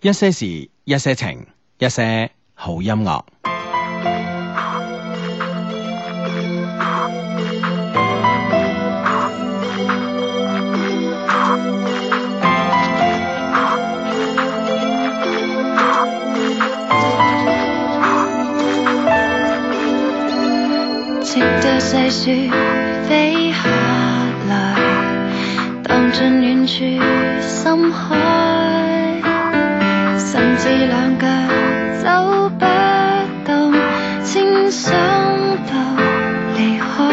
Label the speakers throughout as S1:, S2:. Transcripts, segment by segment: S1: 一些事，一些情，一些好音樂。
S2: 直到細雪飛下來，蕩進遠處深海，甚至兩腳走不動，先想到離開。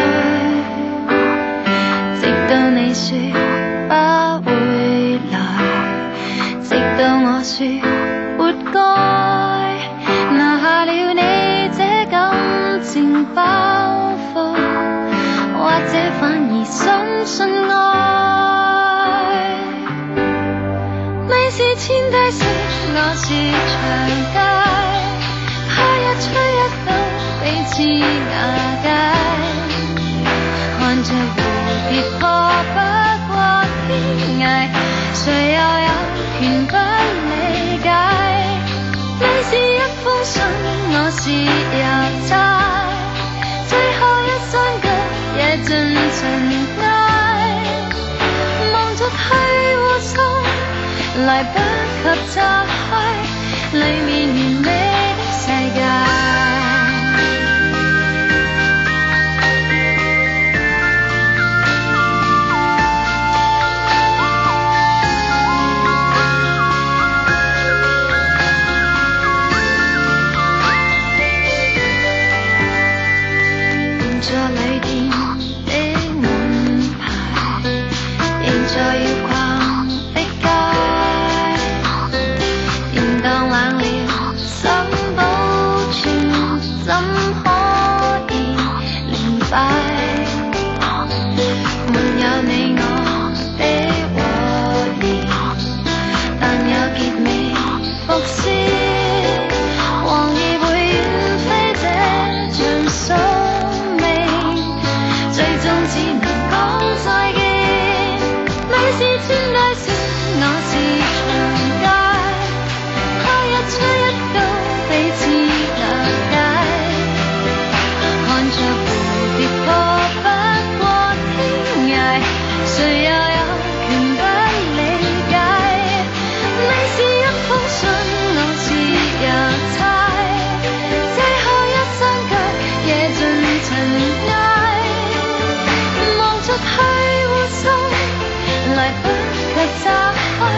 S2: 直到你說不會來，直到我說活該。拿下了你這感情包袱，或者反而相信愛。你是千低色，我是長街，怕日吹一到彼此瓦解，看着蝴蝶破不過天涯，誰又有權不理解？你是一封信，我是郵差，最後一雙腳也盡塵埃。望着去和心，來不及拆開裡面完美的世界。換咗旅店的門牌，現在要逛的街，現當冷了心保存，怎可以連敗？沒有你我的和弦，但有結尾伏線。黃葉會遠飛，這場宿命，最終只能講再見。你是穿戴線，我是長街，開一吹一到彼此諒解，看着蝴蝶破不過天涯，誰又有權不理解？你是一封信，我是郵差，這可一雙腳也盡塵埃。望着虛和心，來不及拆開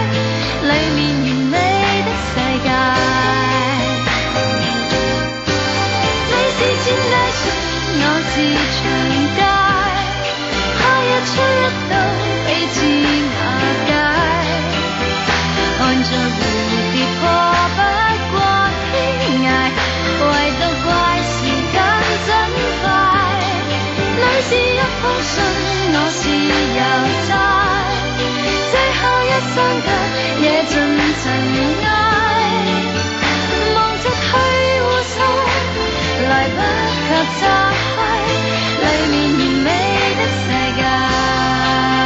S2: 裡面完美的世界。你是千低雪，我是長街，開一吹一到彼此瓦解。看着蝴蝶破不過天涯，唯獨怪時間真快。你是一封信，我是郵差，最後一雙腳也盡塵埃。望着虛和心，來不及拆開裡面完美的世界。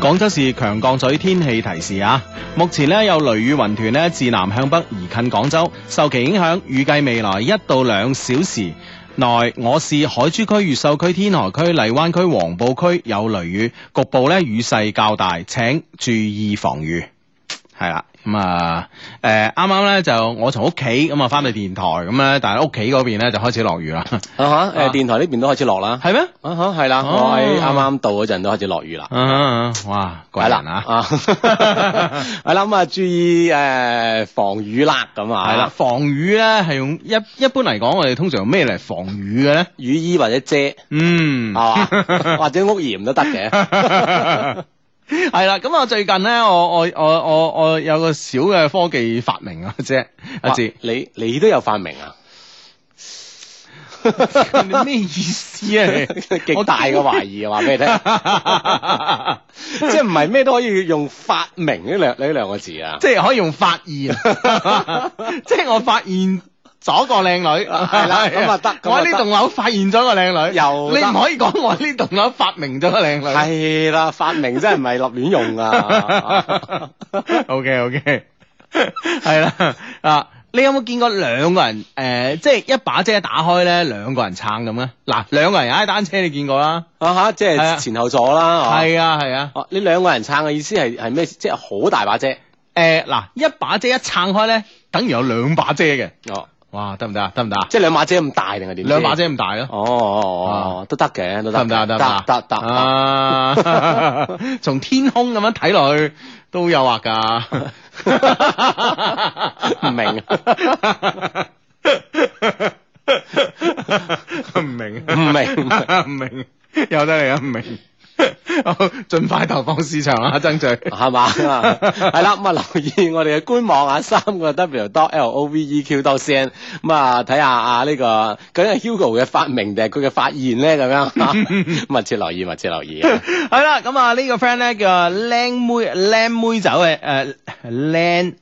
S1: 廣州市強降水天氣提示啊！目前呢，有雷雨雲團呢自南向北移近廣州，受其影響，預計未來一到兩小時內，我市海珠區、越秀區、天河區、荔灣區、黃埔區有雷雨，局部呢雨勢較大，請注意防雨。係啦，咁啊，誒啱啱咧就我從屋企咁啊翻到電台咁咧，但係屋企嗰邊咧就開始落雨啦，
S3: 啊
S1: 啊
S3: 哈！誒，電台呢邊都開始落啦。
S1: 係咩？
S3: 啊哈，係啦，
S1: 哦
S3: 我喺啱啱到嗰陣都開始落雨啦。
S1: 啊啊，啊哇，果
S3: 係啦
S1: 然啊！
S3: 啊， 係啦，咁啊，注意誒防雨啦，咁啊，
S1: 系啦，，防雨咧係用一一般嚟講，我哋通常用咩嚟防雨嘅咧？
S3: 雨衣或者遮，係
S1: 嗯，
S3: 嘛，或者屋檐都得嘅。
S1: 係啦。咁我啊最近咧，我我我我我有個小嘅 科技發明啊，姐阿
S3: 哇
S1: 志，
S3: 你你都有發明啊？
S1: 你咩意思啊？你
S3: 極大嘅懷疑，話 俾你聽， 即係唔係咩都可以用發明呢兩呢兩個字啊？
S1: 即係可以用發現， 即係我發現咗個靚女，係
S3: 啦咁啊得咁啊得
S1: 我喺呢棟樓發現咗個靚女，
S3: 又
S1: 你
S3: 得
S1: 唔可以講我喺呢棟樓發明咗個靚女。
S3: 係啦，發明真係唔係立亂用 啊！
S1: O K O K，係啦啊！你有冇見過兩個人誒、呃即係一把遮打開咧，兩個人撐咁咧？嗱，兩個人踩單車你見過啦，
S3: 啊哈，即
S1: 係啊
S3: 係前後座啦，係嘛
S1: 係啊係啊。
S3: 哦，你兩個人撐嘅意思係係咩？即係好大把遮
S1: 誒呃嗱、一把遮一撐開咧，等於有兩把遮嘅。
S3: 哦，
S1: 哇，得唔得啊？得唔得啊？
S3: 即係兩把遮咁大定係點？
S1: 兩把。遮咁大咯，
S3: 哦哦哦，都得嘅，都
S1: 得
S3: 得
S1: 唔得啊？
S3: 得
S1: 唔啊
S3: 得得得，
S1: 啊！ 從天空咁樣睇落去都有惑㗎，
S3: 唔明啊
S1: 唔明
S3: 唔明唔
S1: 唔明，由得你啊，唔明。好，盡快投放市場啊，爭取。
S3: 係嘛？係啦，咁啊留意我哋嘅官網啊，三個 W dot L O V E Q dot C N，咁啊睇下啊呢個究竟係 Hugo 嘅發明定係佢嘅發現咧 咁樣，密切留意，密切留意啊。
S1: 係啦，咁啊呢個 friend 咧叫靚妹靚妹走嘅誒靚。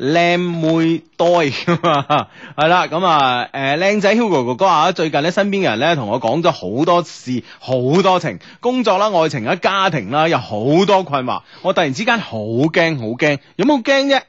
S1: 靚妹多㗎嘛， 係啦，咁啊，誒靚仔 Hugo 哥哥啊，最近咧身邊嘅人咧同我講咗好多事，好多情，工作啦、愛情啦、家庭啦，有好多困惑，我突然之間好驚，好驚，有冇驚啫？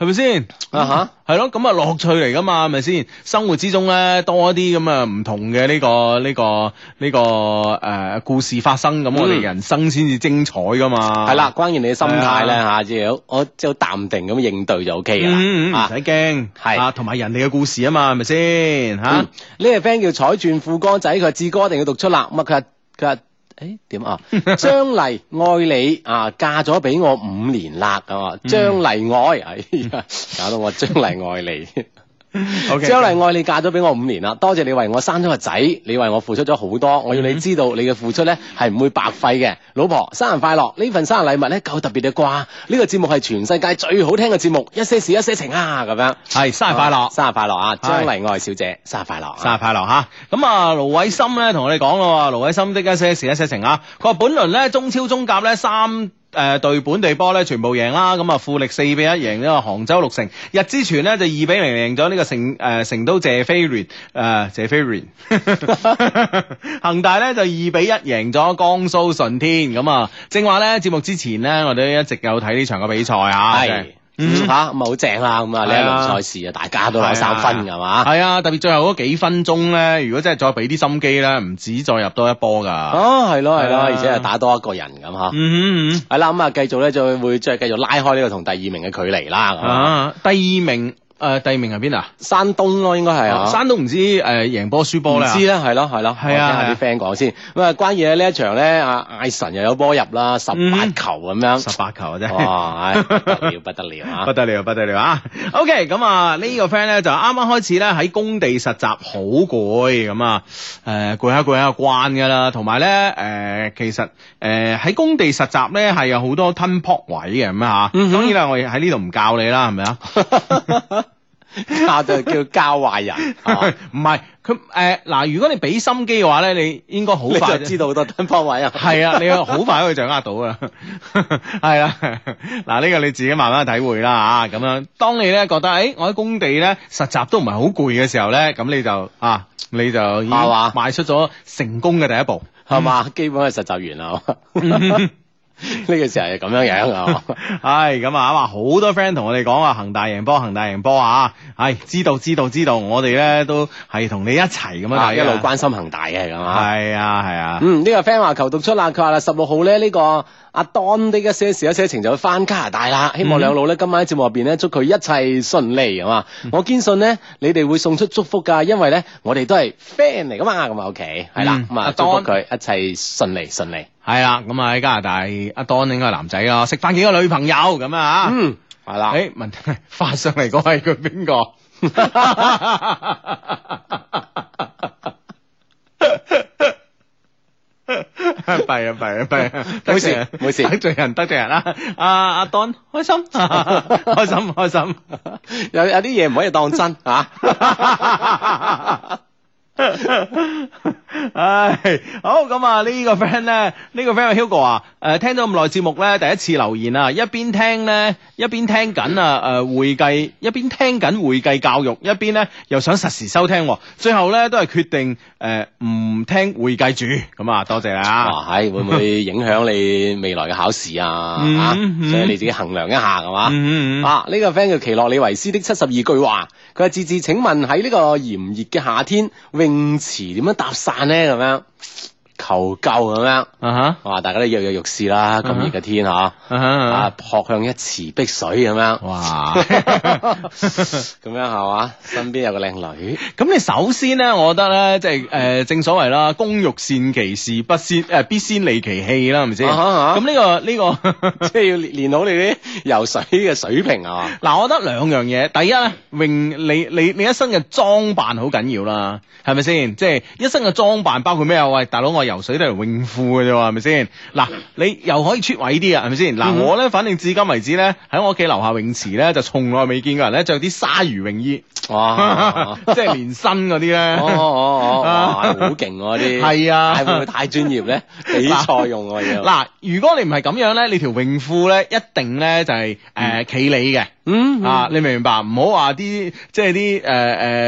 S1: 係咪先？
S3: 啊哈
S1: 係咯，咁啊樂趣嚟噶嘛，係咪先？生活之中咧多一啲咁啊唔同嘅呢、個呢、個呢、個誒、呃故事發生，咁我哋
S3: 嗯
S1: 人生先至精彩噶嘛。
S3: 係啦，，關鍵你嘅心態咧
S1: 係
S3: 吓，即係好我即係好淡定咁應對就 O K
S1: 啊嗯，嗯唔
S3: 啦。啊
S1: 使驚，
S3: 係
S1: 啊，同埋人哋嘅故事啊嘛，係咪先吓
S3: 嗯？呢個 friend 叫彩轉富江仔，佢話志哥一定要讀出啦。咁啊，佢話佢話。誒 點啊？張麗愛你啊，嫁咗俾我五年啦，咁
S1: 嗯
S3: 啊，張麗愛，哎呀，搞到我張麗愛 你。
S1: ，OK，
S3: 張麗愛你嫁咗俾我五年啦，多謝你為我生咗個仔，你為我付出咗好多，
S1: 嗯
S3: 我要你知道你嘅付出呢係唔會白費嘅。老婆，生日快樂！呢份生日禮物呢夠特別嘅啩，呢、個節目係全世界最好聽嘅節目，一些事一些情啊，咁樣。
S1: 係生日快樂。
S3: 生日快樂啊，
S1: 係
S3: 張麗愛小姐，生日快樂、啊！
S1: 生日快樂嚇！咁啊，盧偉森咧同我哋講咯，盧偉森的一些事一些情啊，佢話本輪咧中超中甲咧三。誒、對本地波咧全部贏啦，咁啊富力四比一贏呢個杭州綠城，日之泉呢就二比零贏咗呢個成誒、呃成都謝菲聯誒謝菲聯， 恒大咧就二比一贏咗江蘇順天，咁啊正話咧節目之前咧我哋都一直有睇呢場嘅比賽啊，真係
S3: 係吓咁啊好正啦，咁啊呢一
S1: 係啊
S3: 輪賽事啊，大家都攞三分㗎嘛。
S1: 係啊，特別最後嗰幾分鐘咧，如果真係再俾啲心機咧，唔止再入多一波㗎。
S3: 哦，係咯係
S1: 係
S3: 咯，
S1: 啊
S3: 而且係打多一個人咁吓。
S1: 嗯嗯
S3: 係啦，咁啊繼續咧就會再繼續拉開呢個同第二名嘅距離啦。咁
S1: 嗯
S3: 啊
S1: 啊，第二名誒、呃第二名係邊啊？哦
S3: 山東咯，應該係啊。
S1: 山都唔知誒、呃、贏波輸波
S3: 唔
S1: 咧。
S3: 知咧，係咯，係咯，我
S1: 係
S3: 聽
S1: 啊
S3: 下啲 friend 講先。咁啊，關鍵咧呢一場咧，阿艾神又有波入啦，十八
S1: 嗯
S3: 球咁樣，
S1: 十八球嘅啫。
S3: 哇，唉不得了，不得了啊
S1: 不！得了，不得了啊！OK，咁 啊呢個 friend 咧就啱啱開始咧喺工地實習，好攰咁啊，誒攰下攰下慣噶啦，同埋咧誒其實誒喺工地實習咧係有好多吞撲位嘅咁啊，
S3: 嗯哼
S1: 當然啦，我喺呢度唔教你啦，係咪啊？
S3: 教就啊叫教壞人，啊係
S1: 唔
S3: 嘛
S1: 係佢誒嗱，如果你俾心機嘅話咧，你應 該好
S3: 你
S1: 快
S3: 就知道好多燈泡位啊！
S1: 係啊，你好快可以掌握到啊， 係啦，嗱呢個你自己慢慢體會啦啊嚇，咁樣當你咧覺得誒、欸我喺工地咧實習都唔係好攰嘅時候咧，咁你就啊你就已經
S3: 係嘛
S1: 邁出咗成功嘅第一步，
S3: 係嘛，基本係實習員啦，係嘛 呢個時候係咁樣樣啊！
S1: 唉，咁啊，話好多 friend 同我哋講啊，恒大贏波，恒大贏波啊！唉，知道知道知道，我哋咧都係同你一齊咁樣睇
S3: 啊
S1: 啊
S3: 一路關心恒大嘅係咁啊！
S1: 係啊係啊，
S3: 嗯，呢、個 friend 話求讀出啦，佢話啦十六號咧呢、個阿 Don 的一些事一些情就會翻加拿大啦，
S1: 嗯
S3: 希望兩老咧今晚喺節目入邊咧祝佢一切順利啊嘛！
S1: 嗯
S3: 我堅信咧你哋會送出祝福㗎，因為咧我哋都係 friend 嚟噶嘛，咁啊 OK 係啦
S1: 嗯，
S3: 咁啊
S1: 阿
S3: 祝福
S1: Don
S3: 佢一切順利順利，
S1: 係啦，咁啊喺加拿大，阿 Don 應該係男仔啊咯，食翻幾個女朋友咁啊吓。
S3: 嗯 係啦，
S1: 誒，問題發上嚟嗰係佢邊個？弊啊弊啊弊啊！得罪人
S3: 冇事冇事
S1: 得罪人得罪人啦！阿阿 Don 開 心，開心開心。
S3: 有有啲嘢唔可以當真啊！
S1: 唉，好咁啊！呢個 friend 咧，呢個 friend Hugo 啊，誒聽咗咁耐節目咧，第一次留言啊，一邊聽咧，一邊聽緊啊誒會計，一邊聽緊會計教育，一邊咧又想實時收聽喎，最後咧都係決定誒唔聽會計住，咁啊多謝你啊！
S3: 哇，係會唔會影響你未來嘅考試啊？
S1: 嗯
S3: 啊
S1: 嗯
S3: 所以你自己衡量一下，係嘛？
S1: 嗯嗯嗯
S3: 啊！呢、個 friend 叫奇洛里維斯的七十二句話，佢話志志，請問喺呢個炎熱嘅夏天，泳池點樣搭訕咧？咁樣求救咁樣，
S1: 啊
S3: 哇！大家都躍躍欲試啦，咁熱嘅天嚇，啊
S1: 哈啊哈哦啊
S3: 撲向一池碧水咁樣
S1: 哈，哇！
S3: 咁樣係嘛？身邊有個靚女，
S1: 咁你首先咧，我覺得咧，即係誒、呃正所謂啦，工欲善其事，不先誒、呃必先利其器啦，係咪先？
S3: 啊哈啊哈
S1: 咁呢、個呢、個
S3: 即係要練練好你啲游水嘅水平係嘛？
S1: 嗱，我覺得兩樣嘢，第一咧，泳你你你一身嘅裝扮好緊要啦，係咪先？即係一身嘅裝扮包括咩啊？喂，大佬，我游水都係泳褲嘅啫喎，係咪先？嗱，你又可以出位啲啊，係咪先？
S3: 嗯
S1: 嗱，我咧，反正至今為止咧，喺我屋企樓下泳池咧，就從來未見過人咧着啲鯊魚泳衣，
S3: 哇！
S1: 即係連身嗰啲 咧。
S3: 啊哦哦哦，哇，好勁喎啲，
S1: 係啊
S3: 但係會唔會太專 業咧？比賽用喎要，
S1: 嗱，如果你唔係咁樣咧，你條泳褲咧一定咧就係誒企理嘅。
S3: 嗯
S1: 啊，你明唔明白？唔好話啲即係啲誒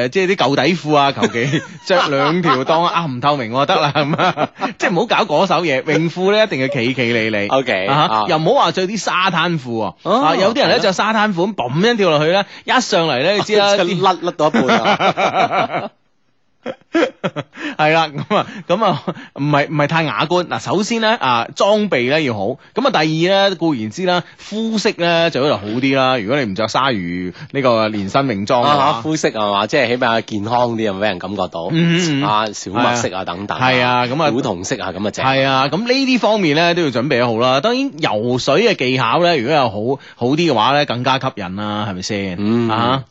S1: 誒，即係啲舊底褲啊，求 其着兩條當啊唔透明我得啦咁啊，即係唔好搞嗰手嘢。泳褲咧一定要企企理 理
S3: OK，
S1: 啊
S3: 啊
S1: 哈又唔好話着啲沙灘褲喎。
S3: 哦
S1: 啊，有啲人咧
S3: 係咯
S1: 着沙灘褲咁嘣一跳落去咧，一上嚟咧你知 啦，
S3: 即係
S1: 啲
S3: 甩甩到一半 啊！
S1: 係啦，咁啊，咁啊，唔係唔係太雅觀。嗱，首先咧啊，裝備咧要好。咁啊，第二咧固然之啦，膚色咧就要好啲啦。如果你唔着鯊魚呢個連身泳裝嘅
S3: 啊，
S1: 話，
S3: 膚色係嘛，即係起碼健康啲，咁俾人感覺到
S1: 嗯嗯嗯
S3: 啊，小麥色啊等等，
S1: 係啊咁啊
S3: 古銅色啊咁啊正，
S1: 係啊，咁呢啲方面咧都要準備得好啦。當然游水嘅技巧咧，如果有好好啲嘅話咧，更加吸引啦，係咪先？
S3: 嗯
S1: 啊，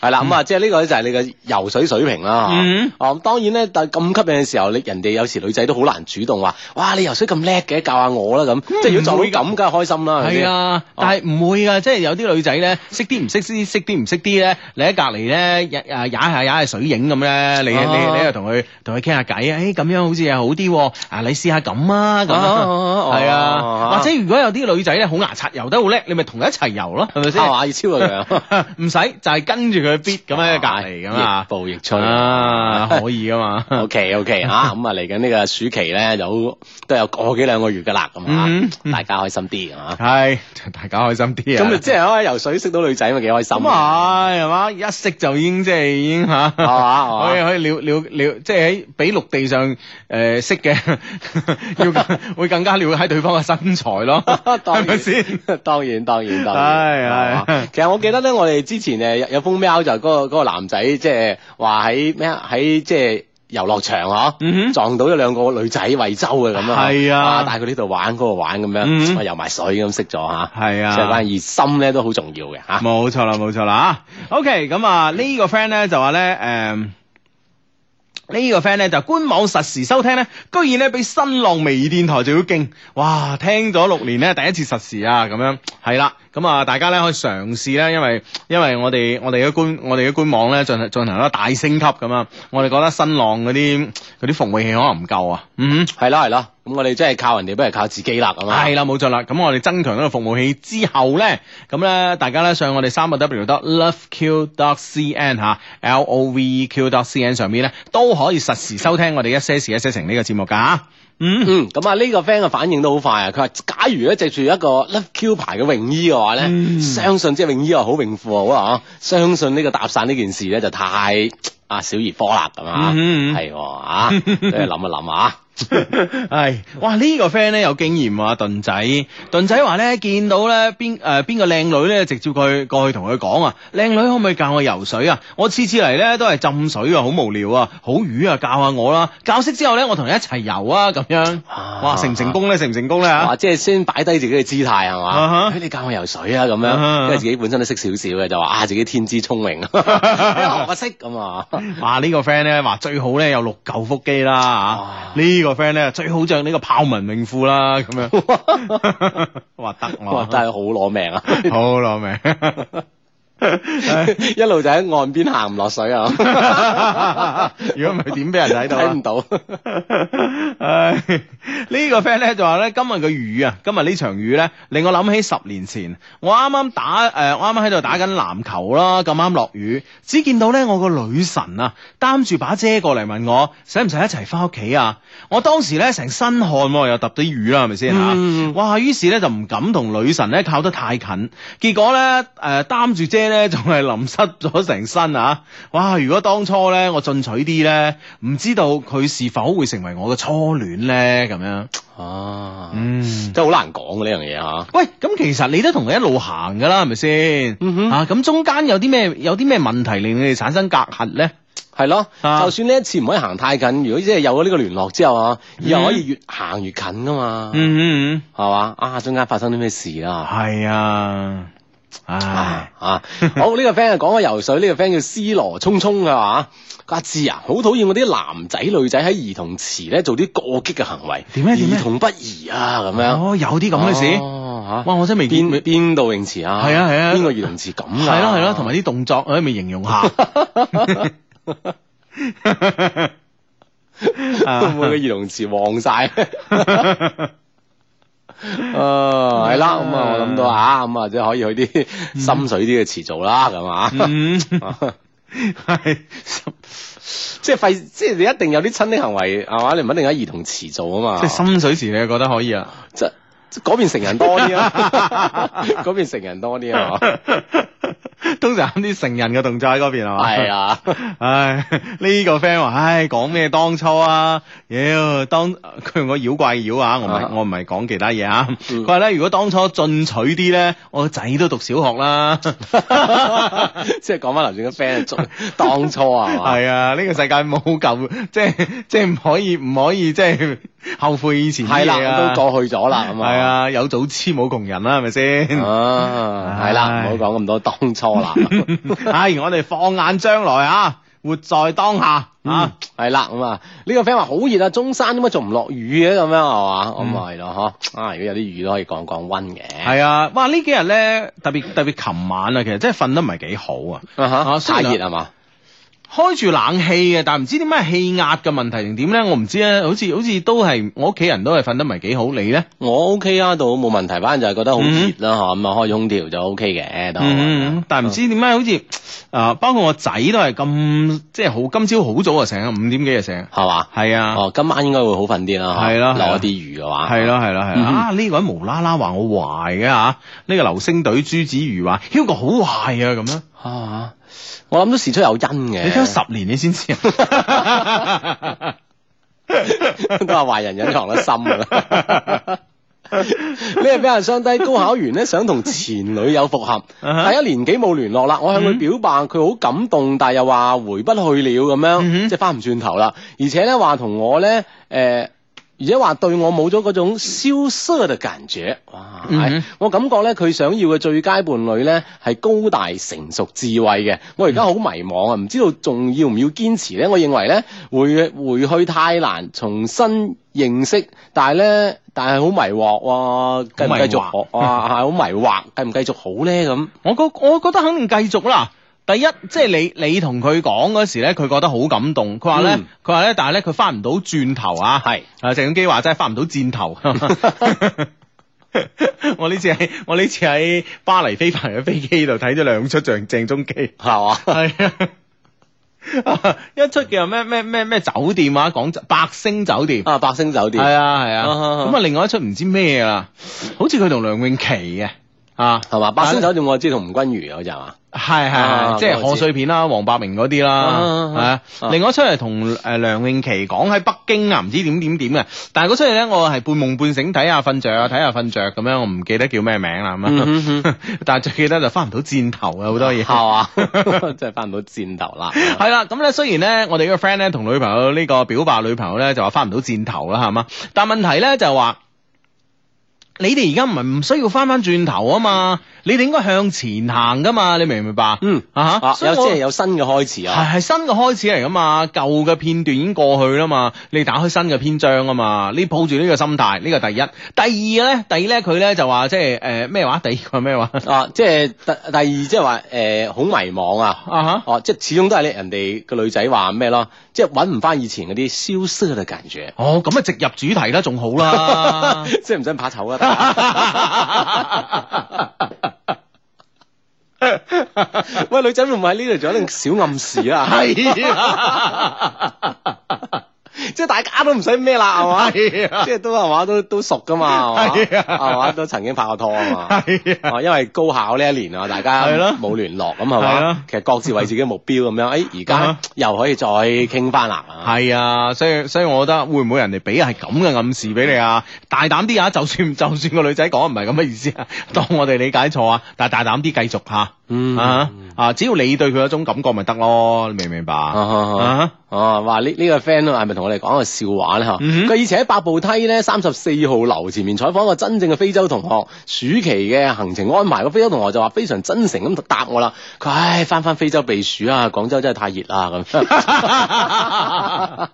S3: 係啦，咁啊，即係呢個就係你嘅游水水平啦。
S1: 嗯
S3: 哦，咁當然咧，但係咁吸引嘅時候，你人哋有時女仔都好難主動話，哇，你游水咁叻嘅，教下我啦咁。即係如果
S1: 唔
S3: 撞
S1: 會
S3: 到咁，梗係開心啦。咪
S1: 係
S3: 先，
S1: 啊，但係唔會噶，即係有啲女仔咧，識啲唔識啲，識啲唔識啲咧，你喺隔離咧，日啊踩下踩下水影咁咧，你
S3: 啊
S1: 你你又同佢同佢傾下偈啊，誒咁樣好似又好啲喎，啊你試下咁啊咁
S3: 啊
S1: 啊，
S3: 啊
S1: 係啊，或者
S3: 係
S1: 如果有啲女仔咧好牙刷游得好叻，你咪同佢一齊游咯，係咪先？
S3: 嘛，要哦超過佢
S1: 唔使就係跟住佢 bit 咁喺隔離咁
S3: 啊，
S1: 啊
S3: 亦，步亦趨。
S1: 啊可以噶 嘛。
S3: O K O K 吓，咁啊嚟緊呢個暑期咧，就好都有個幾兩個月噶啦，咁
S1: 嗯
S3: 啊，大家開心啲啊。
S1: 係，大家開心啲啊！
S3: 咁啊，即係可以游水識到女仔，咪幾開心。
S1: 咁啊係，係嘛？一識就已經即係已經嚇，
S3: 係嘛 係嘛
S1: 可以可以了了了，即係喺比陸地上誒識嘅， 要更會更加了解對方嘅身材咯，
S3: 當然
S1: 係咪先？
S3: 當然當然當
S1: 係
S3: 然，
S1: 係
S3: 嘛其實我記得咧，我哋之前誒有有封 mail 就係嗰個嗰個男仔，即係話喺咩啊喺即係遊樂場呵
S1: 嗯哼
S3: 撞到咗兩個女仔惠州嘅咁啊，
S1: 係啊
S3: 帶佢呢度玩嗰度玩咁
S1: 嗯
S3: 樣，啊游埋水咁識咗嚇，
S1: 係啊
S3: 所以關於熱心咧都好重要嘅嚇。
S1: 冇錯啦，冇錯啦吓。OK，咁啊呢個 friend 咧就話咧誒。呢個 friend 咧就官網實時收聽咧，居然咧比新浪微電台仲要勁，哇！聽咗六年咧，第一次實時啊，咁樣係啦，咁啊大家咧可以嘗試咧，因為因為我哋我哋嘅官我哋嘅官網咧進行進行咗大升級咁啊，我哋覺得新浪嗰啲嗰啲服務器可能唔夠啊，嗯。
S3: 係咯係咯，咁我哋真係靠人哋，不如靠自己啦，咁啊。
S1: 係啦，冇錯啦。咁我哋增強呢個服務器之後咧，咁咧大家咧上我哋三個 W dot loveq dot cn 吓，L O V E Q dot cn 上面咧都可以實時收聽我哋一些事一些情呢個節目噶吓。 嗯，
S3: 嗯，咁啊呢個 friend 嘅反應都好快啊！佢話：假如咧着住一個 Love Q 牌嘅泳衣嘅話咧，
S1: 嗯
S3: 相信即係泳衣又好，泳褲又好啊，相信呢個搭訕呢件事咧就太啊小兒科啦，咁啊，
S1: 嗯嗯嗯
S3: 係喎啊，都係諗一諗啊，
S1: 係，哇呢、個 friend 咧有經驗啊，盾仔，盾仔話咧見到咧邊誒邊個靚女咧，直接佢過去同佢講啊，靚女可唔可以教我游水啊？我次次嚟咧都係浸水啊，好無聊啊，好魚啊，教下我啦。教識之後咧，我同你一齊游啊，咁樣。 哇，成唔成？功咧？啊成唔成功咧？
S3: 啊哇！
S1: 吓，
S3: 即係先擺低自己嘅姿態
S1: 啊
S3: 係
S1: 哈
S3: 嘛？哎你教我游水啊咁
S1: 啊哈啊哈
S3: 樣，因為自己本身都識少少嘅，就 話啊自己天資聰明，哎學個識咁啊！
S1: 哇！呢個 friend 咧話最好咧有六嚿腹肌啦
S3: 哇
S1: 吓，呢個 friend 咧最好着呢個豹紋泳褲啦，咁 樣。哇得
S3: 哇！
S1: 我，
S3: 真係好攞命啊！
S1: 好攞命。
S3: 一路就喺岸邊行唔落水 啊，
S1: 如果唔係點俾人睇到
S3: 睇
S1: 啊
S3: 唔？到。
S1: 唉，呢個 friend 咧就話咧，今日嘅雨啊，今日呢場雨咧，令我諗起十年前，我啱啱打誒，我啱啱喺度打緊籃球啦，咁啱落雨，只見到咧我個女神啊，擔住把遮過嚟問我，使唔使一齊翻屋企啊？我當時咧成身汗喎，又揼到雨啦，係咪先嚇？
S3: 嗯
S1: 哇！於是咧就唔敢同女神咧靠得太近，結果咧誒擔住遮咧仲係淋濕咗成身啊！哇！如果當初咧我進取啲咧，唔知道佢是否會成為我嘅初戀咧咁樣。
S3: 啊，
S1: 嗯。
S3: 真係好難講嘅呢樣嘢吓。
S1: 喂，咁其實你都同佢一路行噶啦，係咪先？
S3: 嗯哼
S1: 啊，咁中間有啲咩有啲咩問題令你哋產生隔閡咧？
S3: 係咯，
S1: 啊
S3: 就算呢一次唔可以行太近，如果即係有咗呢個聯絡之後啊，以後可以越行越近噶嘛，
S1: 嗯嗯嗯
S3: 係嘛？啊，中間發生啲咩事
S1: 嗯，
S3: 啦？
S1: 係啊，唉
S3: 啊，啊！好呢、個 friend 啊講開游水，呢、個 friend 叫思羅聰聰嘅話，佢阿志啊，好討厭嗰啲男仔女仔喺兒童池咧做啲過激嘅行為，
S1: 點咧點咧
S3: 兒童不宜啊咁樣。
S1: 哦，有啲咁嘅事，
S3: 哦嚇
S1: 哇！我真係未見
S3: 邊邊度泳池啊？
S1: 係啊係啊
S3: 邊個兒童池咁㗎？
S1: 係咯係咯，同埋啲動作可以咪形容下？
S3: 會唔會個兒童池旺晒？ 啊，係啦，咁啊，我諗到啊，咁啊，即係可以去啲深水啲嘅池做啦，咁啊，
S1: 嗯， 係
S3: 即係費，即係你一定有啲親的行為係嘛，你唔一定喺兒童池做啊嘛，
S1: 即係深水池，你覺得可以 啊？
S3: 即即嗰邊成人多啲啊， 嗰邊成人多啲啊，
S1: 通常啱啲成人嘅動作喺嗰邊係嘛？
S3: 係。啊，
S1: 唉，呢、個 friend 話：，唉，講咩當初啊？妖，當佢用個妖怪妖啊！我唔係
S3: 啊
S1: 我唔係講其他嘢啊。
S3: 嗯
S1: 佢話咧，如果當初進取啲咧，我個仔都讀小學啦。
S3: 即係講翻頭先嘅 friend 做當初啊，係嘛
S1: 係啊，呢、個世界冇舊， 即係即係唔可以唔可以即係後悔以前啲
S3: 係
S1: 嘢啊
S3: 啦，都過去咗啦，咁啊，
S1: 係。啊，有早知冇窮人啦，係咪 先？
S3: 啊，係啦，
S1: 唉
S3: 唔好講咁多當初啦，
S1: 唉，我哋放眼將來啊，活在當下啊
S3: 啊。，係啦，咁啊，呢個 friend 話好熱啊，中山點解仲唔落雨啊嘅咁樣係嘛？咁啊係咯，嗬，啊，如果有啲雨都可以降降温嘅，
S1: 嗯係啊，哇！呢幾日咧，特別特別琴晚啊，其實真係瞓得唔係幾好啊。啊
S3: 啊
S1: 雖
S3: 吓，太
S1: 然
S3: 熱係嘛？
S1: 開住冷氣嘅，但係唔知點解氣壓嘅問題定點咧，我唔知啊咧。好似好似都係我屋企人都係瞓得唔係幾好，你咧？
S3: 我 OK 啊，都冇問題，反正就係覺得好熱
S1: 嗯
S3: 啦，嗬，咁啊開空調就 OK 嘅，都係嘛
S1: 嗯，但係唔知點解好似啊，包括我仔都係咁，即係好今朝好早就醒啊，五點幾就醒。
S3: 係嘛？
S1: 係啊，
S3: 哦，今晚應該會好瞓啲啦，嗬
S1: 係啦係啦
S3: 落一啲雨嘅話，
S1: 係咯係咯係咯
S3: 嗯
S1: 啊！呢個人無啦啦話我壞嘅嚇，呢個流星隊朱子瑜話 Hugo 好壞啊咁樣，
S3: 啊，我諗都事出有因嘅，
S1: 你聽咗十年你先知啊。
S3: 都係壞人隱藏得深㗎 啦。呢個俾人相低高考完咧，想同前女友復合，
S1: 啊哈
S3: 但一年幾冇聯絡啦。我向佢表白，佢好感動，但又話回不去了咁
S1: 嗯
S3: 樣，
S1: 哼
S3: 即係翻唔轉頭啦。而且咧話同我咧，誒。而且話對我冇咗嗰種蕭瑟嘅感覺，哇！
S1: 嗯哼
S3: 我感覺咧佢想要嘅最佳伴侶咧係高大成熟智慧嘅。我而家好迷茫啊，唔知道仲要唔要堅持咧？我認為咧回回去太難，重新認識，但係咧但係好迷惑喎，繼唔繼續
S1: 好迷惑
S3: 好哇？係好迷惑，繼唔繼續好咧咁？
S1: 我覺我覺得肯定繼續啦。第一，即係你你同佢講嗰時咧，佢覺得好感動。佢話咧
S3: 嗯，
S1: 佢話咧，但係咧，佢翻唔到轉頭啊。
S3: 係
S1: 啊，鄭中基話真係翻唔到箭頭。 我呢次喺我呢次喺巴黎飛翻嚟嘅飛機度睇咗兩出鄭鄭中基。
S3: 係嘛？
S1: 係 啊，一出叫咩咩咩咩酒店啊，講百星酒店。
S3: 啊，百星酒店
S1: 係啊係啊，
S3: 啊啊啊
S1: 咁啊另外一出唔知咩啊，好似佢同梁詠琪嘅啊。
S3: 係嘛？百星酒店我知同吳君如好似係嘛？
S1: 係係
S3: 啊
S1: 係，即係賀歲片啦，黃百鳴嗰啲
S3: 啊
S1: 啦，係
S3: 啊
S1: 啊。
S3: 啊
S1: 另外一出係同誒梁詠琪講喺北京啊，唔知點點點嘅。但係嗰出嚟咧，我係半夢半醒睇下瞓着啊，睇下瞓着咁樣，我唔記得叫咩名啦咁
S3: 嗯哼
S1: 樣。 但係最記得就翻唔到箭頭啊，好多嘢。
S3: 係 嘛？真係翻唔到箭頭啦！
S1: 係啦，咁咧雖然咧，我哋呢個 friend 咧同女朋友呢個表白女朋友咧就話翻唔到箭頭啦，係嘛？但問題咧就話。你哋而家唔係唔需要翻翻轉頭啊嘛，你哋應該向前行噶嘛，你明唔明白？
S3: 嗯
S1: 啊
S3: 啊
S1: 哈，，所以
S3: 有即
S1: 我
S3: 係有新嘅開始啊，
S1: 係係新嘅開始嚟噶嘛，舊嘅片段已經過去啦嘛，你打開新嘅篇章啊嘛，你抱住呢個心態，呢、個第一。第二咧，第二咧佢咧就話即係誒咩話？第二個係咩話？
S3: 啊，即係第第二即係話誒好迷茫啊。
S1: 啊哈！
S3: 哦，即係始終都係你人哋個女仔話咩咯，即係揾唔翻以前嗰啲消失嘅感覺，
S1: 哦，咁啊直入主題啦，仲好啦。
S3: 即係唔使怕醜啊！喂，女仔會唔會喺呢度做一啲小暗示啊？
S1: 係啊，
S3: 即係大家都唔使咩啦，係嘛？
S1: 係啊
S3: 即係都係嘛，都都熟噶嘛，係
S1: 係
S3: 嘛？
S1: 啊
S3: 係嘛，都曾經拍過拖啊嘛。
S1: 係啊，
S3: 哦，因為高考呢一年啊，大家
S1: 係咯
S3: 冇聯絡咁係
S1: 係
S3: 嘛
S1: 啊，
S3: 其實各自為自己目標 咁樣，誒而
S1: 啊
S3: 家
S1: 哈
S3: 又可以再傾翻啦。啊
S1: 係啊，所以所以我覺得會唔會人哋俾係咁嘅暗示俾你啊？大膽啲啊！就 算就算個女仔講唔係咁嘅意思啊， 當我哋理解錯啊，但係大膽啲繼續吓。
S3: 嗯
S1: 啊啊！只要你對佢有種感覺咪得咯，你明唔明白？
S3: 啊
S1: 啊
S3: 啊啊
S1: 哈
S3: 哦，哇！呢呢個 friend 係咪同我哋講個笑話咧？嚇，
S1: 嗯
S3: 佢以前喺百步梯咧三十四號樓前面採訪一個真正嘅非洲同學，暑期嘅行程安排，個非洲同學就話非常真誠咁答我啦。佢唉，翻翻非洲避暑啊，廣州真係太熱啦咁。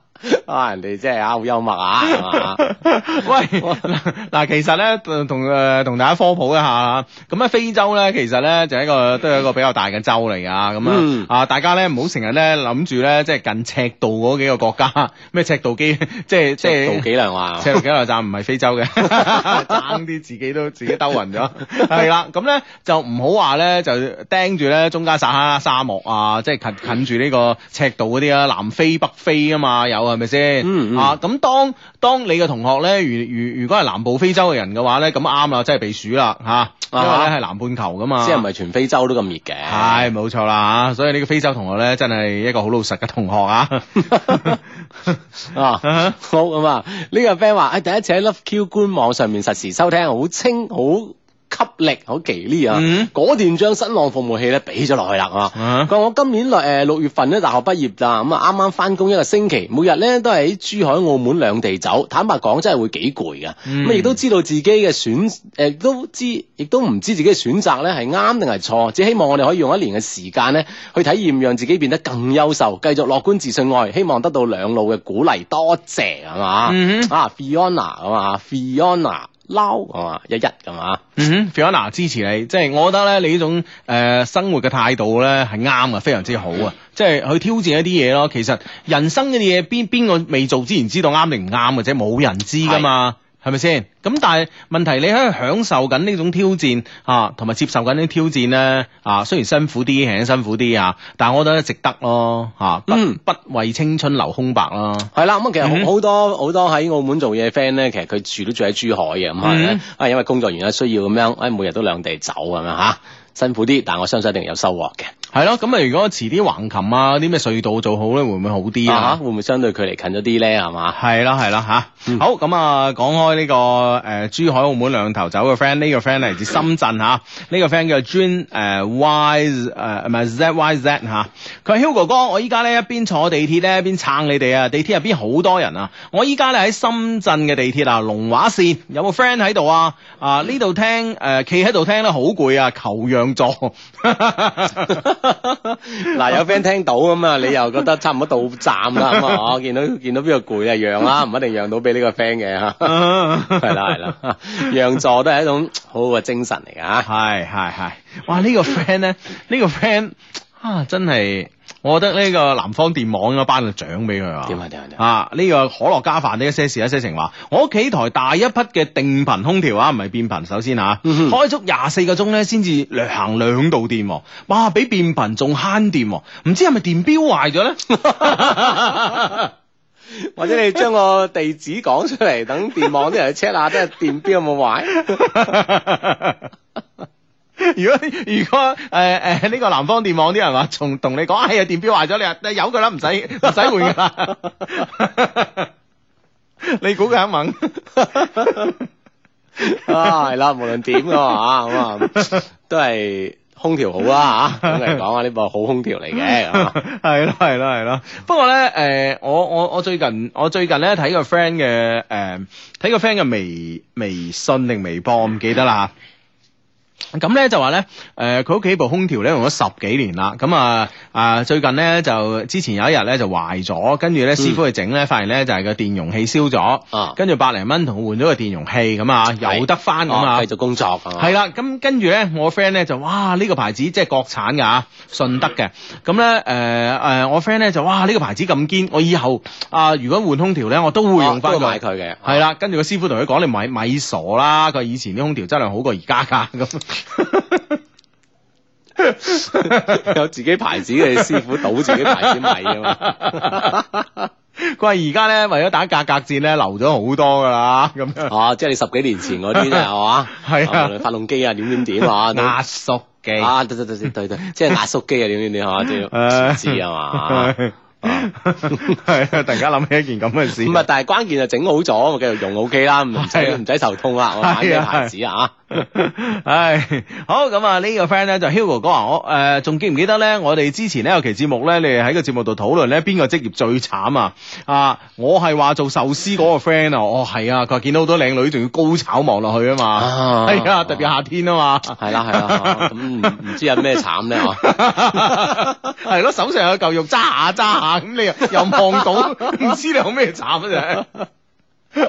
S3: 啊！人哋真係啊，好幽默啊，係嘛
S1: 喂，嗱嗱，其實咧同同誒同大家科普一下啦。咁咧非洲咧，其實咧就係一個都係一個比較大嘅洲嚟㗎。咁啊、
S3: 嗯
S1: 啊，大家咧唔好成日咧諗住咧，即係近赤道嗰幾個國家，咩赤道幾， 即係即
S3: 即係杜
S1: 係。
S3: 幾良 話，
S1: 赤道幾內站唔係非洲 嘅，爭啲自己都自己兜暈咗。係啦，咁咧就唔好話咧，就盯住咧中間撒哈拉沙漠啊，即係近
S3: 嗯
S1: 近住呢個赤道嗰啲啊，南非、北非啊嘛，有係咪先？
S3: 嗯嗯
S1: 啊，咁當當你嘅同學咧，如如如果係南部非洲嘅人嘅話咧，咁啱啦，真係避暑啦嚇，因為咧係南半球噶嘛。
S3: 啊即係唔係全非洲都咁熱嘅？
S1: 係冇錯啦嚇，所以呢個非洲同學咧真係一個好老實嘅同學 啊。
S3: 啊，好咁啊！呢個 friend 話：，誒第一次喺 Love Q 官網上面實時收聽，好清，好吸力，好激呢啊
S1: 嗯！
S3: 果斷將新浪服務器咧俾咗落去啦啊！
S1: 啊
S3: 佢話我今年六誒六月份咧大學畢業啦，咁啊啱啱翻工一個星期，每日咧都係喺珠海、澳門兩地走。坦白講，真係會幾攰嘅。
S1: 嗯
S3: 咁啊亦都知道自己嘅選誒、亦都知，亦都唔知自己嘅選擇咧係啱定係錯。只希望我哋可以用一年嘅時間咧去體驗，讓自己變得更優秀，繼續樂觀自信愛，希望得到兩老嘅鼓勵。多謝係嘛、
S1: 嗯哼
S3: 啊，Fiona 係嘛，Fiona 撈係嘛，一日係嘛。
S1: 嗯哼，Fiona 支持你，即係我覺得咧，你呢種誒、呃生活嘅態度咧係啱啊，非常之好啊，即係去挑戰一啲嘢咯。其實人生嗰啲嘢，邊邊個未做之前知道啱定唔啱嘅啫，冇人知噶嘛。係咪先？咁但係問題，你喺度享受緊呢種挑戰啊，同埋接受緊呢啲挑戰咧啊，雖然辛苦啲，輕輕辛苦啲啊，但係我覺得值得咯嚇、啊不、
S3: 嗯
S1: 不為青春留空白咯。
S3: 係啦，咁啊其實
S1: 嗯
S3: 好好多好多喺澳門做嘢嘅 friend 咧，其實佢住都住喺珠海嘅，咁係咧
S1: 嗯，
S3: 啊因為工作原因需要咁樣，誒每日都兩地走咁樣吓，辛苦啲，但我相信一定有收穫嘅，
S1: 係咯，咁啊，如果遲啲橫琴啊，啲咩隧道做好咧，會唔會好啲啊
S3: 啊會唔會相對距離近咗啲咧？係 嘛？
S1: 係啦係啦
S3: 嗯
S1: 吓，好咁啊，講開呢個呃誒珠海澳門兩頭走嘅 friend，呢個 friend 嚟自深圳吓，呢個 friend 叫 Jun 誒 Y 誒唔係 Z Y Z 吓，佢話 Hugo 哥，我依家咧一邊坐地鐵咧一邊撐你哋啊，地鐵入邊好多人啊，我依家咧喺深圳嘅地鐵啊，龍華線有冇 friend 喺度啊？啊呢度聽誒企喺度聽咧好攰啊，求讓座。
S3: 嗱有 friend 聽到咁啊，你又覺得差唔多到站啦，咁啊，我 見到見到邊個攰啊，讓啦，唔一定讓到俾呢個 friend 嘅吓， 係啦係啦， 讓座都係一種好好嘅精神嚟啊噶吓，
S1: 係係係，哇！呢、個 friend 咧，呢個 friend 啊，真係，我覺得呢個南方電網應該頒個獎俾佢啊。
S3: 點啊點啊點啊
S1: 啊！呢、個可樂加飯呢一些事一些情話，我屋企台大一匹嘅定頻空調啊，唔係變頻，首先啊，
S3: 嗯哼
S1: 開足廿四個鐘咧，先至略行兩度電喎，哇！比變頻仲慳電喎，唔知係咪電表壞咗咧？
S3: 或者你將個地址講出嚟，等電網啲人去 check 下，睇下電表有冇壞。
S1: 如果如果誒誒呢個南方電網啲人話，從同你講，哎呀電表壞咗，你話你由佢啦，唔使唔使換噶啦。 你估佢肯猛？
S3: 啊，系啦，無論點嘅話，咁啊，都係空調好啦吓，咁嚟講啊，呢部好空調 嚟嘅，啊
S1: 係咯係咯係咯。不過咧，誒、我我我最近我最近咧睇個 friend 嘅誒，睇個 friend 嘅微微信定微博，我唔記得啦。咁咧就話咧，誒佢屋企部空調咧用咗十幾年啦，咁啊啊最近咧就之前有一日咧就壞咗，跟住咧師傅去整咧，發現咧就係個電容器燒
S3: 啊
S1: 咗，跟住百零蚊同佢換咗個電容器咁啊，又得翻咁啊
S3: 哦繼，續工作係嘛
S1: 係啦，咁跟住咧，我 friend 咧就哇呢、個牌子即係國產㗎嚇，順德嘅。
S3: 嗯
S1: 咁咧誒誒，我 friend 咧就哇呢、個牌子咁堅，我以後啊、如果換空調咧，我都會用
S3: 哦
S1: 翻
S3: 都買
S1: 佢。
S3: 佢嘅，
S1: 係啦，跟住個師傅同佢講：你咪咪傻啦！佢話以前啲空調質量好過而家㗎咁。
S3: 有自己牌子嘅師傅倒自己牌子米啊 嘛。
S1: 佢話而家咧為咗打價格戰咧，留咗好多㗎啦咁樣。
S3: 哦，即係你十幾年前嗰啲 係嘛？
S1: 係啊
S3: 無論發動機啊，點點點 啊，都
S1: 壓縮機。
S3: 啊，對對對對對對，即係壓縮機啊，點點 點啊，即係知啊嘛。
S1: 係啊！突然間諗起一件咁嘅事。
S3: 咁啊，但係關鍵就整好咗，啊咪繼續用 O K 啦，唔
S1: 係
S3: 使
S1: 啊
S3: 唔使頭痛啦，我買
S1: 係
S3: 咩
S1: 啊
S3: 牌子啊？
S1: 唉，好咁啊！呢個 friend 咧就 Hugo 哥話我誒，仲、記唔記得咧？我哋之前咧有期節目咧，你哋喺個節目度討論咧邊個職業最慘啊？啊，我係話做壽司嗰個 friend 啊，哦係啊，佢話見到好多靚女仲要高炒望落去啊嘛，
S3: 啊
S1: 係啊，特別夏天啊嘛，
S3: 係啦係 啦，咁唔唔知有咩慘哦咧？嗬
S1: 係咯，手上有嚿肉揸下揸下，咁 你又又望到，唔知你有咩慘啊？真係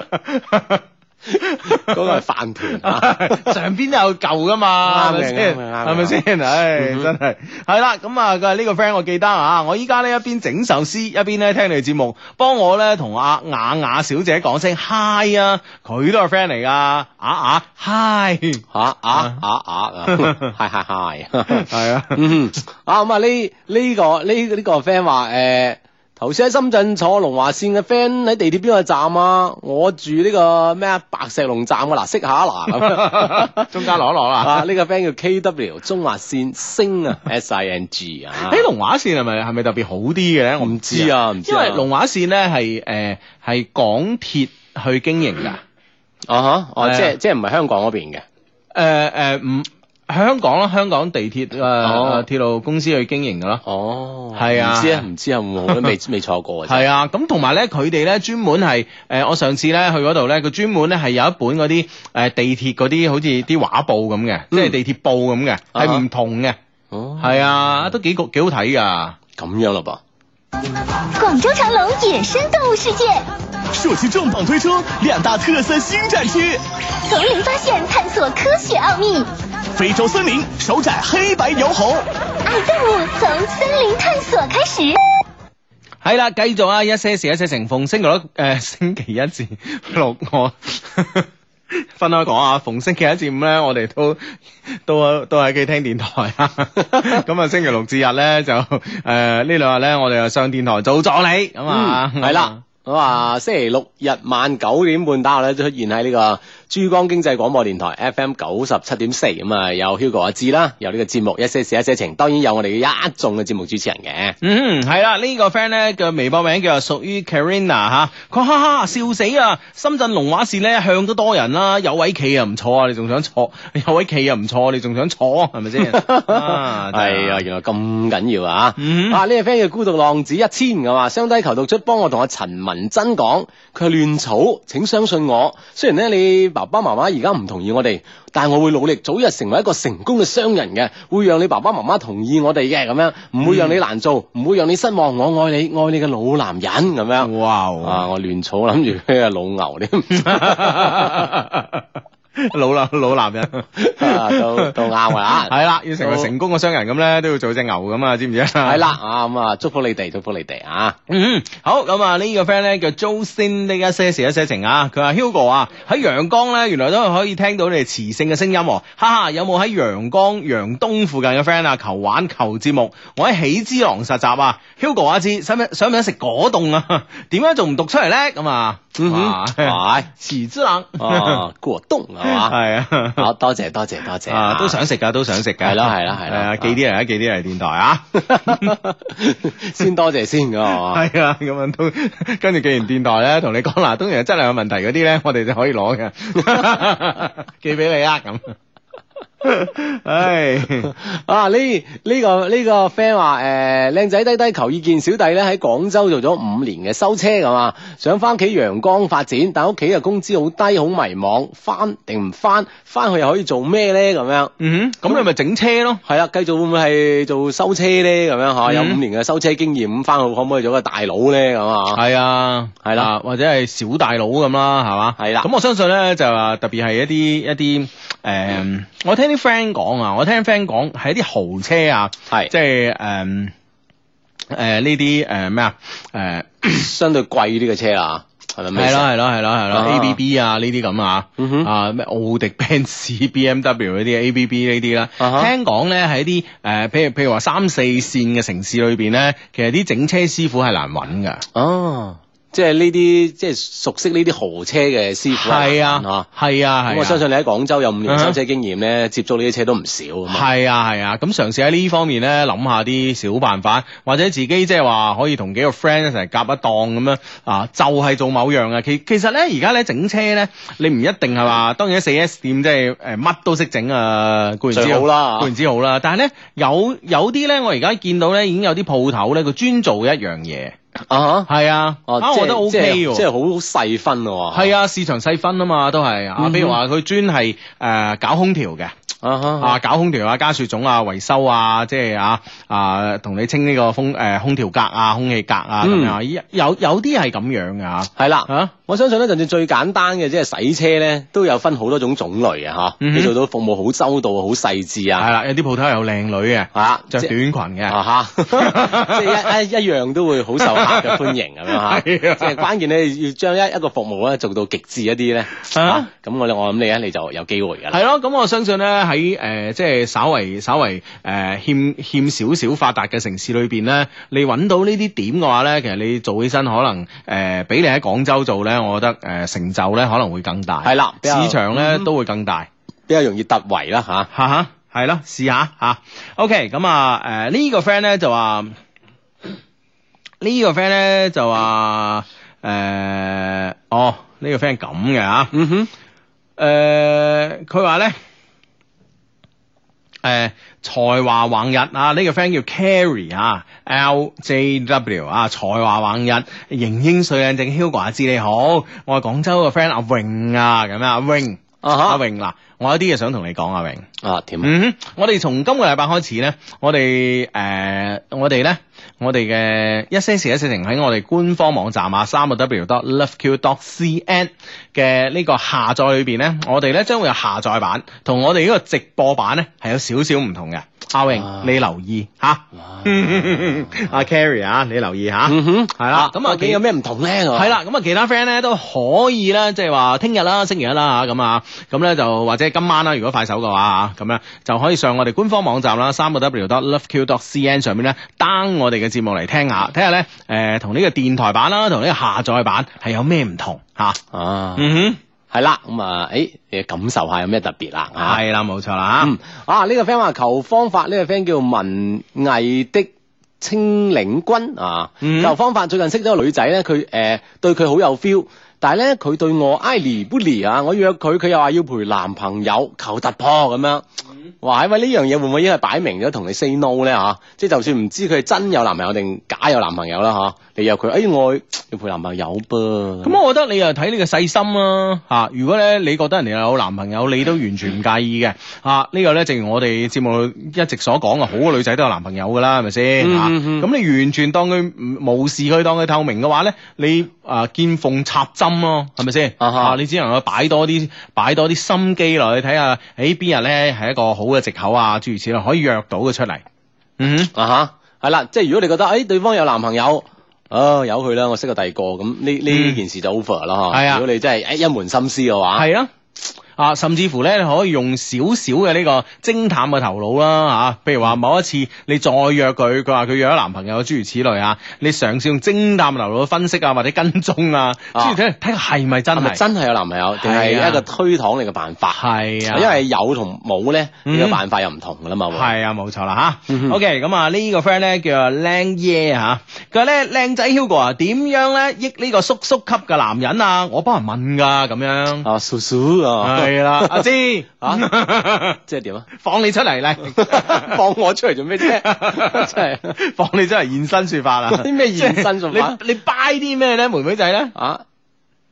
S3: 嗰 個係飯團啊！
S1: 上邊都有舊噶嘛，係
S3: 啱嘅
S1: 咪先？
S3: 啱嘅啱嘅
S1: 係咪先？唉，
S3: 嗯哼
S1: 真係係啦。咁啊，佢話呢個 friend 我記得啊，我依家咧一邊整壽司，一邊咧聽你哋節目，幫我咧同阿雅雅小姐講聲 hi 啊，佢都係 friend 嚟噶，雅雅 hi，
S3: 吓啊啊啊啊！ 係係係。
S1: 係啊，
S3: 嗯，啊咁啊呢呢個呢呢個 friend 話誒，頭先喺深圳坐龍華線嘅 friend 喺地鐵邊個站啊？我住呢個咩啊白石龍站啊，嗱識下啊嗱咁樣
S1: 中間攞一攞啦。
S3: 啊呢個 friend 叫 K W 中華線星啊 S I N G 啊
S1: 喺，龍華線係咪係咪特別好啲嘅咧？我唔知啊，
S3: 啊唔知
S1: 因
S3: 啊
S1: 為龍華線咧係誒係港鐵去經營㗎。
S3: 啊哈
S1: 係
S3: 哦
S1: 啊
S3: 即係即係唔係香港嗰邊嘅
S1: 誒誒唔香港咯，香港地鐵誒
S3: 哦
S1: 誒鐵路公司去經營嘅咯。
S3: 哦
S1: 係啊
S3: 唔知啊唔知啊會唔會未未坐過啊真係
S1: 係啊，咁同埋咧，佢哋咧專門係誒、我上次咧去嗰度咧，佢專門咧係有一本嗰啲誒地鐵嗰啲好似啲畫報咁嘅，即係地鐵報咁嘅，
S3: 啊
S1: 係唔同嘅。
S3: 嗯哦
S1: 係啊，都幾個幾好睇㗎。
S3: 咁樣咯噃。
S4: 广州长隆野生动物世界，
S5: 暑期重磅推出两大特色新展区：
S4: 丛林发现探索科学奥秘，
S5: 非洲森林首展黑白疣猴，
S4: 爱动物从森林探索开始。
S1: 係啦，繼續啊！一些事，一些情，逢星期六，誒、 星期一至六，我 分開講啊。逢星期一至五咧，我哋都都都喺屋企聽電台啊。 咁啊，星期六至日咧就誒、呢兩日咧，我哋就上電台做助理咁啊。
S3: 嗯，係啦。咁啊，星期六日晚九點半打後咧，出現喺呢個珠江經濟廣播電台 FM 九十七點四，咁啊有 Hugo 阿志啦，有呢個節目一些事一些情，當然有我哋嘅一眾嘅節目主持人嘅。
S1: 嗯，係啦，呢、個 friend 咧嘅微博名叫做屬於 Karina 吓，佢話哈哈笑死啊！深圳龍華線咧向都多人啦，有位企啊唔錯啊，你仲想坐？ 有位企啊唔錯，你仲想坐係咪 先？啊真
S3: 係啊，原來咁緊要啊！
S1: 嗯
S3: 啊，呢個 friend 叫孤獨浪子一千嘅話，相低求讀出，幫我同阿陳文珍講，佢係亂草，請相信我。雖然咧你爸爸媽媽而家唔同意我哋，但係我會努力早日成為一個成功嘅商人嘅，會讓你爸爸媽媽同意我哋嘅，咁樣唔會讓你難做，
S1: 嗯
S3: 唔會讓你失望。我愛你，愛你嘅老男人咁樣。
S1: 哇哦！
S3: 啊！我亂草諗住佢係老牛添，
S1: 老啦老男人，
S3: 啊都都啱㗎啊 啦
S1: 係啦，要成為成功嘅商人咁咧，都要做只牛咁啊，知唔知啊？
S3: 係啦啊咁啊！祝福你哋，祝福你哋啊！
S1: 嗯，好咁啊！呢個 friend 咧叫 Josein 呢一些事一些情啊，佢話 Hugo 啊喺陽江咧，原來都可以聽到你哋磁性嘅聲音喎，哈哈！有冇喺陽江陽東附近嘅 friend 啊？求玩求節目，我喺喜之郎實習啊，Hugo 阿知想唔想想唔想食果凍啊？ 點解仲唔讀出嚟咧？咁啊，哇
S3: 係
S1: 喜之郎
S3: 啊，果凍係嘛？
S1: 係啊。
S3: 好，多謝多謝多謝
S1: 啊，都想食噶，都想食噶，
S3: 係咯係咯係咯
S1: 係啊，寄啲嚟啊，寄啲嚟電台啊，
S3: 先多謝先㗎係嘛？
S1: 係啊，咁樣都跟住寄完電台咧，同你講嗱，當然 質量有問題嗰啲咧，我哋就可以攞嘅，寄俾你啊，咁唉，
S3: 啊！呢呢、個呢、個 friend 話誒，靚仔低低求意見，小弟咧喺廣州做咗五年嘅修車咁啊，想翻屋企陽光發展，但屋企嘅工資好低，好迷茫，翻定唔翻？翻去又可以做咩咧？咁樣
S1: 嗯哼，咁你咪整車咯。
S3: 係啦，繼續會唔會係做修車咧？咁樣嚇，有
S1: 嗯
S3: 五年嘅修車經驗，咁翻去可唔可以做個大佬咧？咁啊？
S1: 系啊，
S3: 係啦
S1: 啊，或者係小大佬咁啦，係嘛？
S3: 係啦
S1: 咁我相信咧就話特別係一啲一啲诶、誒我聽啲 friend 講啊，我聽 friend 講係一啲豪車啊，
S3: 係
S1: 即係诶诶呢啲诶咩啊诶
S3: 相對貴啲嘅車啦，係咪咩
S1: 係
S3: 意思？
S1: 啦係啦係啦係啦
S3: 啊
S1: A B B 啊呢啲咁啊
S3: 嗯哼
S1: 啊咩奧迪、 奔馳、B M W 嗰啲 A B B 呢啲啦，
S3: 啊哈
S1: 聽講咧喺啲诶譬如譬如話三四線嘅城市裏边咧，其實啲整車師傅係難揾㗎。
S3: 哦，即係呢啲即係熟悉呢啲豪車嘅師傅
S1: 係
S3: 難揾
S1: 啊
S3: 啊，
S1: 係啊，係啊。
S3: 咁我相信你喺廣州有五年
S1: 嗯
S3: 修車經驗咧，接觸呢啲車都唔少啊嘛。
S1: 係啊係啊，咁嘗試喺呢方面咧諗下啲小辦法，或者自己即係話可以同幾個 friend 一齊夾一檔咁樣啊，就係、做某樣啊。其其實咧而家咧整車咧，你唔一定係話，
S3: 嗯
S1: 當然四 S 店即係誒乜都識整啊，固然之
S3: 最好啦
S1: 固然之好啦。但係咧有有啲咧，我而家見到咧已經有啲鋪頭咧，佢專做一樣嘢，
S3: 啊哈！
S1: 係啊，
S3: 哦，
S1: 啊我
S3: 即係
S1: 覺得 O
S3: 即
S1: K
S3: 係
S1: 喎
S3: 即。係好細分喎。
S1: 係
S3: 啊，
S1: 啊，市場細分啊嘛，都係啊，
S3: 嗯哼
S1: 譬如話佢專係誒搞空調嘅，
S3: 啊哈
S1: 啊，搞空調啊，加雪種啊，維修啊，即係啊啊，同你清呢個風誒、空調格啊、空氣格啊咁樣啊，有有啲係咁樣嘅嚇
S3: 係啦。
S1: 嚇，
S3: 我相信咧，就算最簡單嘅，即係洗車咧，都有分好多種種類嘅啊嚇。
S1: 嗯哼
S3: 你做到服務好周到、好細緻
S1: 係
S3: 啊，
S1: 啦，有啲鋪頭有靚女嘅，
S3: 嚇
S1: 着
S3: 即
S1: 短裙嘅，
S3: 啊哈， 即係一一一樣都會好受客嘅歡迎咁 樣嚇。
S1: 係啊
S3: 即係關鍵咧，要將一一個服務啊咧做到極致一啲咧。
S1: 啊
S3: 啊，咁我哋我諗你咧，你就有機會㗎啦。
S1: 係咯，咁我相信咧喺誒即係稍為稍為誒、呃欠欠少少發達嘅城市裏邊咧，你揾到呢啲點嘅話咧，其實你做起身可能誒、呃比你喺廣州做咧，我覺得誒、呃成就咧可能會更大，
S3: 係啦比較
S1: 市場咧、
S3: 嗯
S1: 都會更大。
S3: 比較容易突圍啦嚇。
S1: 哈哈，係咯，試下吓。OK，咁啊，诶、呢、個 friend 咧就話，呢、個 friend 咧就話，诶、哦，呢、個 friend 咁嘅吓，
S3: 嗯哼，
S1: 诶、佢話咧。誒才華橫日啊！呢、個 friend 叫 Carry 啊，L J W 啊，才華橫日，型英帥靚正 Hugo 阿志你好，我係廣州嘅 friend 阿榮啊，咁樣阿榮，
S3: 啊
S1: 阿
S3: 哈，
S1: 榮嗱，我有啲嘢想同你講阿榮。
S3: 啊點啊？
S1: 嗯哼，我哋從今個禮拜開始咧，我哋誒、呃我哋咧，我哋嘅一些事一些情喺我哋官方網站啊，三個 W dot loveq dot cn 嘅呢個下載裏邊咧，我哋咧將會有下載版，同我哋呢個直播版咧係有少少唔同嘅。阿榮，
S3: 啊
S1: 你留意嚇， 阿 Carrie 啊，你留意嚇。
S3: 嗯哼，
S1: 係啦咁啊
S3: 究竟有咩唔同咧？
S1: 系啦，咁啊，其他 friend 咧都可以咧，即係話聽日啦、星期一啦咁啊，咁咧就或者今晚啦，如果快手嘅話啊，咁咧就可以上我哋官方網站啦，三個 W dot loveq dot cn 上面咧 down 我哋嘅節目嚟聽下，睇下咧誒同呢個電台版啦，同呢個下載版係有咩唔同嚇。
S3: 啊，
S1: 嗯
S3: 係啦，咁啊，誒，你感受下有咩特別啦？
S1: 哼，
S3: 啊，
S1: 係啦，冇錯啦嚇
S3: 嗯，啊，呢個 friend 話求方法，呢個 friend 叫文藝的。清領軍啊，
S1: 嗯
S3: 求方法最近識咗個女仔咧，佢誒、對佢好有 feel，但係咧佢對我 I 離不離啊，我約佢，佢又話要陪男朋友求突破咁樣。
S1: 嗯
S3: 哇！喂，呢樣嘢會唔會因為擺明咗同你 say no 咧嚇、即係就算唔知佢係真有男朋友定假有男朋友啦嚇、你約佢，哎我要陪男朋友噃。
S1: 咁我覺得你又睇你嘅細心啦、嚇、如果咧你覺得人哋有男朋友，你都完全唔介意嘅嚇。啊呢、個咧正如我哋節目一直所講嘅，好嘅女仔都有男朋友㗎啦，係咪先嚇？咁、
S3: 嗯嗯嗯
S1: 你完全當佢唔無視佢，當佢透明嘅話咧，你啊見縫插針咯，係咪先？
S3: 啊哈
S1: 你只能夠擺多啲擺多啲心機落去睇下，誒邊日咧係一個好嘅藉口啊，諸如此類，可以約到佢出嚟。嗯哼。
S3: 啊吓，係啦，即係如果你覺得誒、哎、對方有男朋友，啊由佢啦，我識個第二個，咁呢呢
S1: 嗯
S3: 件事就 over 啦嚇。
S1: 係啊
S3: 如果你真係誒一門心思嘅話，
S1: 系啊。啊，甚至乎咧，你可以用少少嘅呢個偵探嘅頭腦啦，吓、啊譬如
S3: 嗯
S1: 話某一次你再約佢，佢話佢約咗男朋友，諸如此類啊，你嘗試用偵探嘅頭腦去分析啊，或者跟蹤啊，
S3: 啊
S1: 諸如此類，睇下係咪真
S3: 係咪
S1: 係？
S3: 真係有男朋友，定
S1: 係啊
S3: 係一個推搪你嘅辦法？
S1: 係啊，
S3: 因為有同冇咧，你
S1: 嗯
S3: 嘅辦法又唔同噶啦嘛。會
S1: 係啊，冇錯啦吓
S3: 嗯哼
S1: OK，咁啊呢個 friend 咧叫啊靚耶吓，佢話咧靚仔 Hugo 啊，點樣咧益呢個叔叔級嘅男人啊？我幫人問㗎咁樣。
S3: 哦啊，叔叔啊，
S1: 係啦，阿芝 啊，
S3: 即係點啊？
S1: 放你出嚟嚟，
S3: 放我出嚟做咩啫？真係
S1: 放你出嚟現身說法啦！
S3: 啲咩現身做法
S1: 即係你你掰啲咩咧，妹妹仔咧
S3: 啊！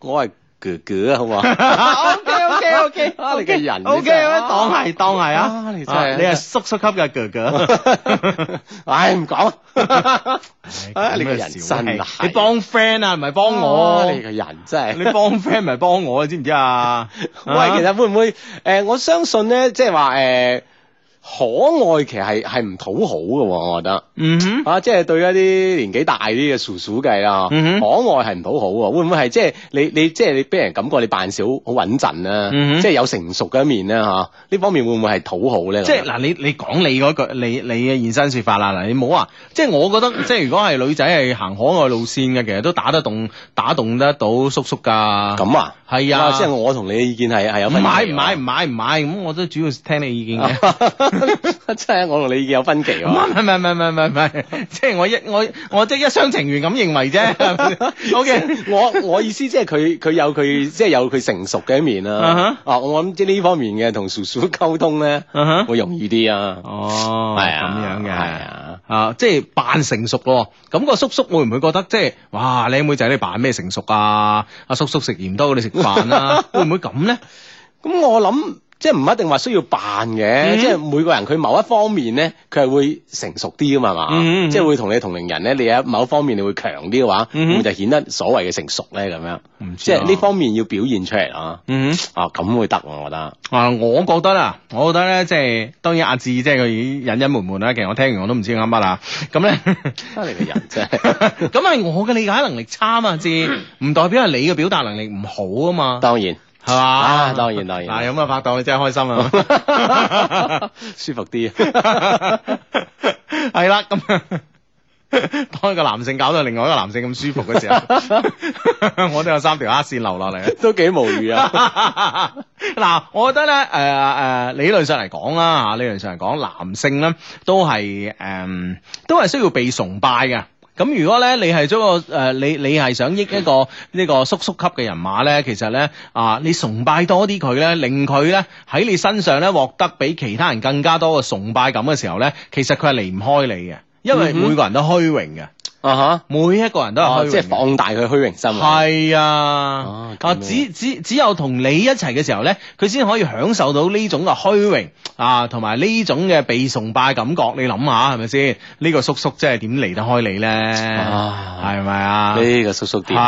S3: 我係哥哥啊，好嘛？
S1: ？OK OK OK，
S3: 啊你嘅人你
S1: OK，
S3: 真係
S1: 當係當係啊
S3: 啊！你真係
S1: 啊你係叔叔級嘅哥 哥。
S3: 唉，唔講啦。啊，你個人
S1: 小
S3: 真
S1: 氣
S3: 係
S1: 你幫 friend 啊，唔係幫我
S3: 啊。你個人真
S1: 你
S3: 係。
S1: 幫 friend 唔係幫我，知唔知 啊？
S3: 喂，其實會唔會誒？我相信咧，即係話誒，可愛其實係係唔討好嘅喎，我覺得。
S1: 嗯哼，
S3: 啊，即係對一啲年紀大啲嘅叔叔計啦，啊可
S1: 嗯哼
S3: 愛係唔討好喎，會唔會係即係你你即係你俾人感覺你扮少好穩陣啊，
S1: 嗯哼
S3: 即係有成熟嘅一面啦嚇，呢方面會唔會係討好咧？
S1: 即係嗱，你你講你嗰句，你你嘅現身説法啦，嗱，你冇話，即係我覺得，即係如果係女仔係行可愛路線嘅，其實都打得動，打動得到叔叔㗎。
S3: 咁啊，
S1: 係
S3: 哇
S1: 啊，
S3: 即係我同你嘅意見係係有
S1: 唔
S3: 分歧啊
S1: 買
S3: 喎
S1: 唔買唔，買唔買，咁我都主要聽你意見嘅。
S3: 即係我同你意見有分歧啊
S1: 唔係唔
S3: 喎。
S1: 係唔係唔係唔係，即係我一我我即係一廂情願咁認為啫。O K，
S3: 我我意思即係佢佢有佢即係有佢成熟嘅一面啦
S1: 啊。
S3: 啊，我諗即係呢方面嘅同叔叔溝通咧
S1: 嗯哼
S3: 會容易啲啊。
S1: 哦，
S3: 係啊
S1: 咁樣嘅，
S3: 係啊，
S1: 即係扮成熟咯。咁個叔叔會唔會覺得即係，哇，靚妹仔你扮咩成熟啊？阿叔叔食鹽多過你食飯啦，會唔會咁咧？
S3: 咁我諗即係唔一定話需要扮嘅，
S1: 嗯
S3: 即係每個人佢某一方面咧，佢係會成熟啲噶嘛，係嘛、
S1: 嗯嗯嗯
S3: 即係會同你同齡人咧，你喺某一方面你會強啲嘅話，
S1: 嗯
S3: 會就顯得所謂嘅成熟咧咁樣。
S1: 唔知
S3: 即
S1: 啊
S3: 係呢方面要表現出嚟啊！
S1: 嗯，
S3: 啊，咁會得喎我覺得。
S1: 啊，我覺得啊，我覺得咧，即係當然阿志即係佢隱隱瞞瞞啦。其實我聽完我都唔知佢啱乜啦。咁咧，
S3: 啊，你個人真係。
S1: 咁係我嘅理解能力差嘛， 志唔代表係你嘅表達能力唔好啊嘛，
S3: 當然
S1: 係嘛？
S3: 啊，當然當
S1: 嗱，
S3: 然，
S1: 有咁嘅拍檔，你真係開心 啊！
S3: 舒服啲。
S1: 系啦，咁啊 當一個男性搞到另外一個男性咁舒服嘅時候， 我都有三條黑線流落嚟。
S3: 都幾 無語啊！
S1: 嗱，我覺得咧，誒、誒，理論上嚟講啦，嚇，理論上嚟講，男性咧都係誒、都係需要被崇拜嘅。咁如果咧，你係咗個誒、你你係想益一個呢個叔叔級嘅人馬咧，其實咧啊，你崇拜多啲佢咧，令佢咧喺你身上咧獲得比其他人更加多嘅崇拜感嘅時候咧，其實佢係離唔開你嘅，因為
S3: 嗯哼
S1: 每個人都虛榮嘅，
S3: 啊
S1: 每一個人都
S3: 哈，
S1: 係虛榮
S3: 哦
S1: 嘅、
S3: 即係放大佢虛榮心啊。
S1: 係啊
S3: 哦，咁
S1: 啊
S3: 樣
S1: 只只只有同你一齊嘅時候咧，佢先可以享受到呢種嘅虛榮啊，同埋呢種嘅被崇拜感覺。你諗下係咪先？呢、個叔叔真係點離得開你咧？
S3: 啊
S1: 係咪啊？
S3: 呢個叔叔
S1: 係
S3: 點啊？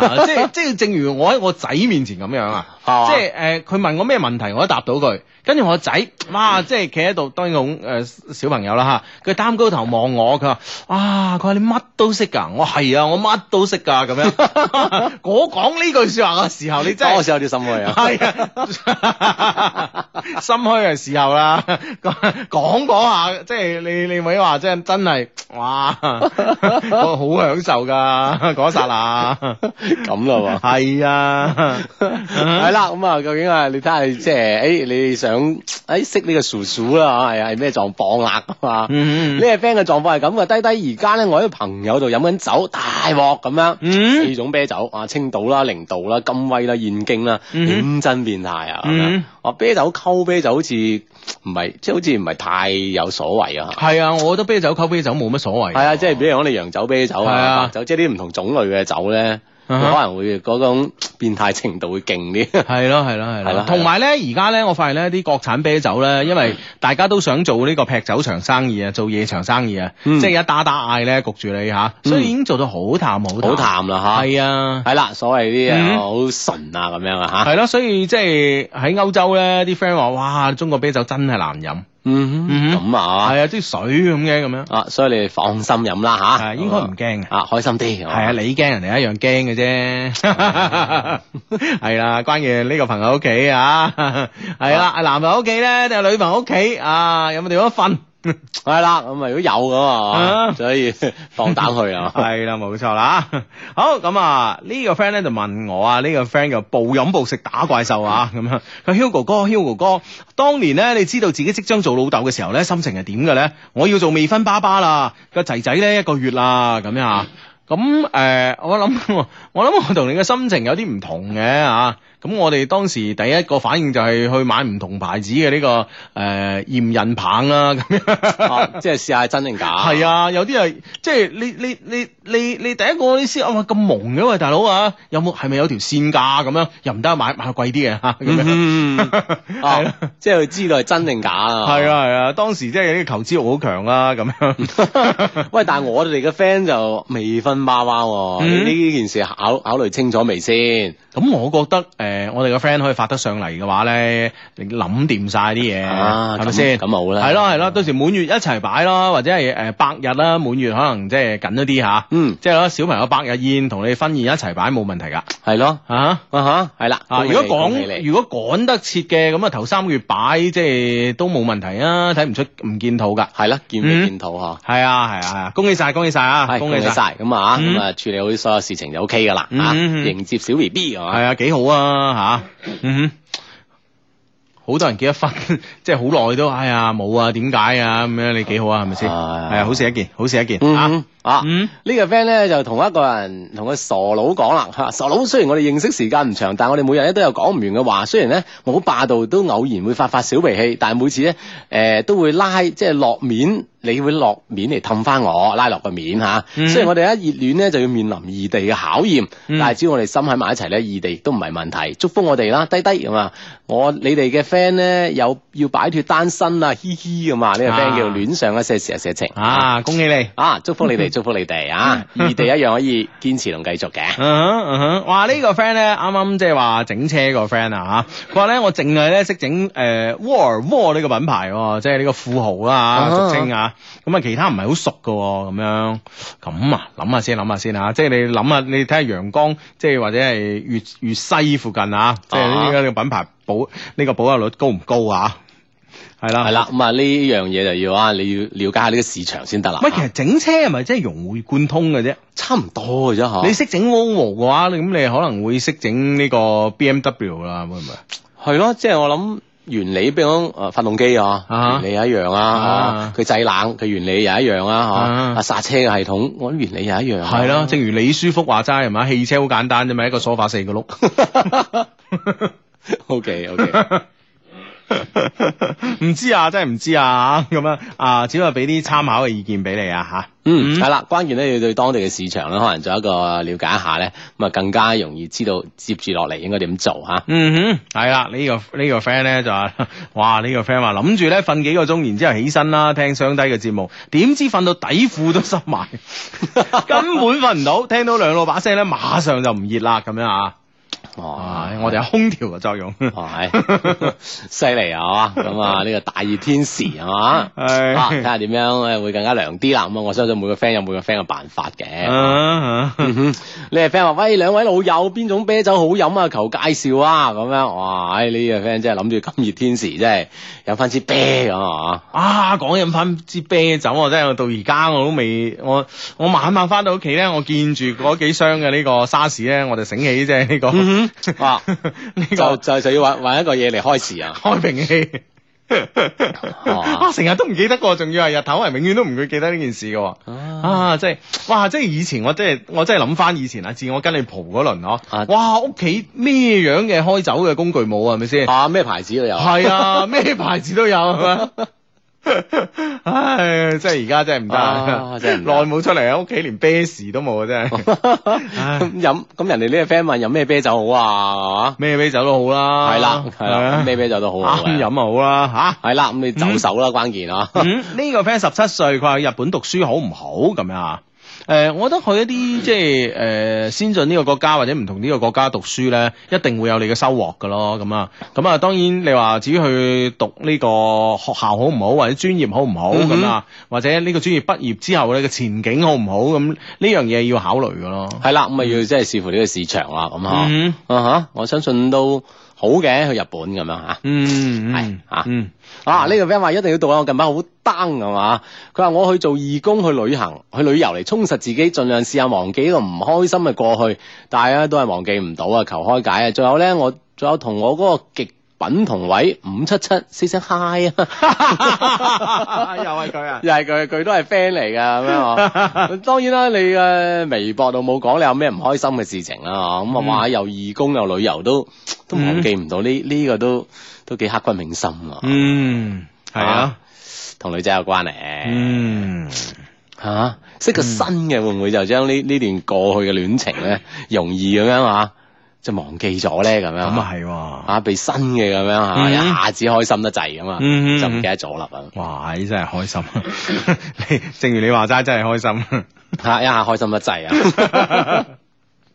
S1: 啊，即係即係，正如我喺我仔面前咁樣啊。
S3: 係
S1: 即
S3: 嘛
S1: 係誒，呃佢、問我咩問題，我都答到佢。跟住我仔，哇！即係企喺度，當然好誒、呃小朋友啦嚇。佢擔高頭望我，佢話：啊，佢話你乜都識㗎。我係啊，我乜都識㗎咁樣。我講呢句説話嘅時候，你真係
S3: 多少有啲心虛 啊！
S1: 係啊， 心虛嘅時候啦， 講講下，即係你你咪話，即係真係哇， 我好享受㗎嗰一剎那。
S3: 咁啦喎。
S1: 係啊，
S3: 系啦，咁啊，究竟啊，你睇下，即系，诶，你想，诶，识呢個叔叔啦，系係咩狀況啦，咁啊，
S1: 嗯
S3: 呢個 friend 嘅狀況係咁嘅，低低而家咧，我喺朋友度飲緊酒，大鑊咁樣，
S1: 嗯
S3: 四種啤酒啊，青島啦、零度啦、金威啦、燕京啦，
S1: 嗯
S3: 認真變態啊，咁樣
S1: 嗯，
S3: 我啤酒溝啤酒好似唔係，即係好似唔係太有所謂啊。
S1: 係啊，我覺得啤酒溝啤酒冇乜所謂。
S3: 係啊，即係比如講你洋酒、啤酒
S1: 哎係啊
S3: 啊、白酒，即係啲唔同種類嘅酒咧，可
S1: 啊哈
S3: 能會嗰種變態程度會勁啲。
S1: 係咯係咯係
S3: 係嗯
S1: 咯
S3: 咯，
S1: 同埋咧而家咧，我發現咧啲國產啤酒咧，因為大家都想做呢個劈酒場生意啊，做夜場生意啊，
S3: 嗯
S1: 即係一打打嗌咧焗住你吓，所以已經做到好淡好淡。
S3: 好淡啦吓。
S1: 係啊。
S3: 系啦，所謂啲
S1: 嗯
S3: 嘢好純啊咁樣啊吓，
S1: 係咯，所以即係喺歐洲咧，啲 friend 話：哇，中國啤酒真係難飲，嗯哼
S3: 嗯哼咁啊，
S1: 係啊，啲水咁嘅咁樣，
S3: 啊，所以你哋放心飲啦吓，
S1: 係應該唔驚嘅。
S3: 啊，開心啲，
S1: 係啊，你驚人哋一樣驚嘅啫， 係啦。關鍵呢個朋友屋企啊，係啦，啊男朋友屋企咧定係女朋友屋企啊？有冇地方瞓？
S3: 系啦，咁啊如果有咁
S1: 啊
S3: 啊，所以放膽去啊，
S1: 係啦，冇錯啦。 好咁啊，呢個 friend 咧就問我啊，呢個 friend 就暴飲暴食打怪獸啊，咁樣。佢 Hugo 哥，Hugo 哥，當年咧，你知道自己即將做老豆嘅時候咧，心情係點嘅咧？我要做未婚爸爸啦，個仔仔咧一個月啦，咁樣 啊。咁誒、呃我諗我諗我同你嘅心情有啲唔同嘅嚇。咁、咁我哋當時第一個反應就係去買唔同牌子嘅呢、個誒驗孕棒啦、咁樣。
S3: 啊即係試下係真定假。
S1: 係啊，有啲係即係你你你你你第一個你先啊哇咁蒙嘅喂大佬啊，有冇係咪有條線㗎咁樣？又唔得買買貴啲嘅嚇咁樣。
S3: 嗯， 嗯嗯
S1: 係
S3: 嗯
S1: 啦
S3: 啊，即係佢知道係真定假啊。
S1: 係。啊係啊，當時即係呢個求知欲好強啦咁 樣。
S3: 喂，但係我哋嘅 friend 就未婚媽媽喎，
S1: 嗯
S3: 你呢件事考考慮清楚未先？
S1: 咁我覺得誒、呃我哋個 friend 可以發得上嚟嘅話咧，你諗掂晒啲嘢，
S3: 啊
S1: 係咪
S3: 咁
S1: 先？
S3: 咁好啦
S1: 係咯係咯，到時滿月一齊擺咯，或者係誒百日啦，滿月可能即係緊咗啲吓，
S3: 嗯，
S1: 即係咯小朋友百日宴同你婚宴一齊擺冇問題㗎
S3: 係咯，
S1: 啊！
S3: 啊哈，係啦。
S1: 啊！
S3: 恭喜
S1: 如果
S3: 你恭喜
S1: 講
S3: 你
S1: 如果趕得切嘅，咁啊頭三個月擺即係都冇問題啊，睇唔出唔見肚㗎。
S3: 係啦，見
S1: 嗯
S3: 未見肚嚇？
S1: 係啊係啊係啊！恭喜晒恭喜晒啊！
S3: 係
S1: 恭喜晒！
S3: 晒咁啊，
S1: 嗯
S3: 咁啊處理好所有事情就 O K 噶啦，
S1: 嗯
S3: 啊
S1: 嗯嗯
S3: 迎接小 B B 係
S1: 係
S3: 嘛，
S1: 啊，幾好啊吓，嗯哼，好多人結咗婚， 即係好耐都，哎呀冇啊，點解啊咁樣？你幾好啊，係咪先？係
S3: 啊
S1: 啊，好事一件，好事一件
S3: 嗯
S1: 啊
S3: 嗯，啊。
S1: 嗯
S3: 呢個 friend 咧就同一個人同個傻佬講啦，嚇傻佬雖然我哋認識時間唔長，但係我哋每日咧都有講唔完嘅話。雖然咧我好霸道，都偶然會發發小脾氣，但係每次咧誒、呃都會拉即係落面，你會落面嚟氹翻我，拉落個面嚇。
S1: 嗯
S3: 雖然我哋一熱戀咧就要面臨異地嘅考驗，
S1: 嗯
S3: 但係只要我哋心喺埋一齊咧，異地亦都唔係問題。祝福我哋啦，低低咁啊！我你哋嘅 friend 咧有要擺脱單身啊，嘻嘻咁啊！呢、個 friend 叫
S1: 啊
S3: 戀上一些事一些情
S1: 啊，恭喜你！
S3: 啊！祝福 你哋，祝福你哋啊！異地一樣可以堅持同繼續嘅。
S1: 嗯哼嗯哼，哇！呢、個 friend 咧，啱啱即係話整車個 friend 啊嚇，佢話咧我淨係咧識整誒 War War 呢個品牌喎，即係呢個富豪啦
S3: 啊
S1: 嚇，俗稱啊。咁啊，其他唔係好熟嘅喎，咁樣咁啊，諗下先，諗下先嚇。即係你諗下，你睇下陽光，即係或者係粵粵西附近啊，即係呢個呢個品牌保呢、個保有率高唔高啊？係啦，
S3: 係啦，。咁啊呢樣嘢就要啊，你要了解下呢個市場先得啦。啊
S1: 喂，其實整車係咪真係融會貫通嘅啫？
S3: 差唔多嘅啫嗬。
S1: 你識整 Volvo 嘅話，咁你可能會識整呢個 BMW 啦，會唔會？
S3: 係咯，即係我諗原理，比如講誒發動機啊，
S1: 啊
S3: 原理係一樣
S1: 啊
S3: 啊，嗬佢製冷嘅原理又一樣
S1: 啊
S3: 啊，嗬啊剎車嘅系統我諗原理又一樣啊。
S1: 係 咯，正如李書福話齋係咪？汽車好簡單啫嘛，一個梳化四個轆。
S3: O K O K，
S1: 唔知啊，真係唔知啊，咁樣啊，只係俾啲參考嘅意見俾你啊吓。
S3: 嗯
S1: 嗯
S3: 係啦，關鍵咧要對當地嘅市場咧，可能做一個了解一下咧，咁啊更加容易知道接住落嚟應該點做啊吓。
S1: 嗯哼，係啦，呢、個呢、個 friend 咧就話， 哇呢、個 friend 話諗住咧瞓幾個鐘，然之後起身啦，聽雙低嘅節目，點知瞓到底褲都濕 埋，根本瞓唔到，聽到兩老把聲咧，馬上就唔熱啦咁樣啊！
S3: 哦
S1: 唉，我哋有空調嘅作用。
S3: 啊係， 犀利啊！咁啊，呢個大熱天時係嘛，
S1: 係
S3: 啊睇下點樣誒會更加涼啲啦。咁啊，我相信每個 friend 有每個 friend 嘅辦法
S1: 啊
S3: 嘅。
S1: 啊
S3: 嗯哼，你哋 friend 話：喂，兩位老友邊種啤酒好飲啊？求介紹啊！咁樣，哇！唉呢個 friend 真係諗住咁熱天時，真係飲翻支啤咁啊！
S1: 啊，講飲翻支啤酒，啊我真係到而家我都未，我我晚晚翻到屋企咧，我見住嗰幾箱嘅呢個沙士咧，我就醒起即係呢個
S3: 嗯哼啊
S1: 呢
S3: 就
S1: 個
S3: 就就要揾揾一個嘢嚟開始啊！
S1: 開瓶器。
S3: 哦
S1: 啊！成日都唔記得喎，仲要係日頭係永遠都唔會記得呢件事嘅喎。
S3: 嗯
S1: 啊，即係哇！即係以前我真係我真係諗翻以前啊，自我跟你蒲嗰輪嗬
S3: 啊，
S1: 哇！屋企咩樣嘅開酒嘅工具冇啊，係咪先？
S3: 啊，咩牌子 都有啊。
S1: 係啊，咩牌子都有係嘛？ 唉，真係而家真係唔得啊
S3: 啊，真係唔得哦
S1: 耐冇出嚟啊！屋企連啤士都冇啊，真係。唉
S3: 咁飲咁人哋呢個 friend 問飲咩啤酒好啊？係嘛？
S1: 咩啤酒都好啦，啊
S3: 係啦係啦，咩啤酒都好好啊嘅
S1: 啱飲就好啦吓。
S3: 系啦，咁你走手啦，關鍵啊，
S1: 嗯， 呢個 friend 十七歲，佢話日本讀書好唔好咁樣啊？誒、我覺得去一啲即係誒、先進呢個國家或者唔同呢個國家讀書咧，一定會有你嘅收穫噶咯。咁啊，咁啊，當然你話至於去讀呢個學校好唔好，或者專業好唔好咁啊，或者呢個專業畢業之後咧嘅前景好唔好咁，呢樣嘢要考慮噶咯。
S3: 係啦，咁啊要即係視乎呢個市場啦，咁吓，
S1: 嗯
S3: 啊吓，我相信都好嘅，去日本咁樣吓。
S1: 嗯
S3: 係啊
S1: 嗯
S3: 啊，呢個 friend 話一定要讀啊，我近排好 down 係嘛？佢話我去做義工去旅行，去旅遊嚟充實自己，盡量試下忘記呢個唔開啊心嘅過去，但係咧都係忘記唔到啊，求開解啊。仲有咧，我仲有同我嗰個極品同位五七七 say 聲 hi 啊！
S1: 又係佢啊！
S3: 又係佢，佢都係 friend 嚟㗎咁樣啊呵。 當然啦，你嘅微博度冇講你有咩唔開心嘅事情啦，呵咁啊
S1: 嗯
S3: 話又義工又旅遊都都忘記唔到呢呢個都都幾刻骨銘心啊！
S1: 嗯，係啊，
S3: 同女仔有關咧
S1: 嗯，
S3: 嚇，識個新嘅會唔會就將呢呢段過去嘅戀情咧容易咁樣嚇，即係忘記咗咧咁樣
S1: 咁
S3: 啊
S1: 啊係喎，
S3: 啊，被新嘅咁樣嚇，
S1: 嗯
S3: 一下子開心得滯咁啊，
S1: 嗯嗯
S3: 就唔記得咗啦咁啊
S1: 哇，你真係開心， 你正如你話齋，真係開心。
S3: 嚇，一下開心得滯啊，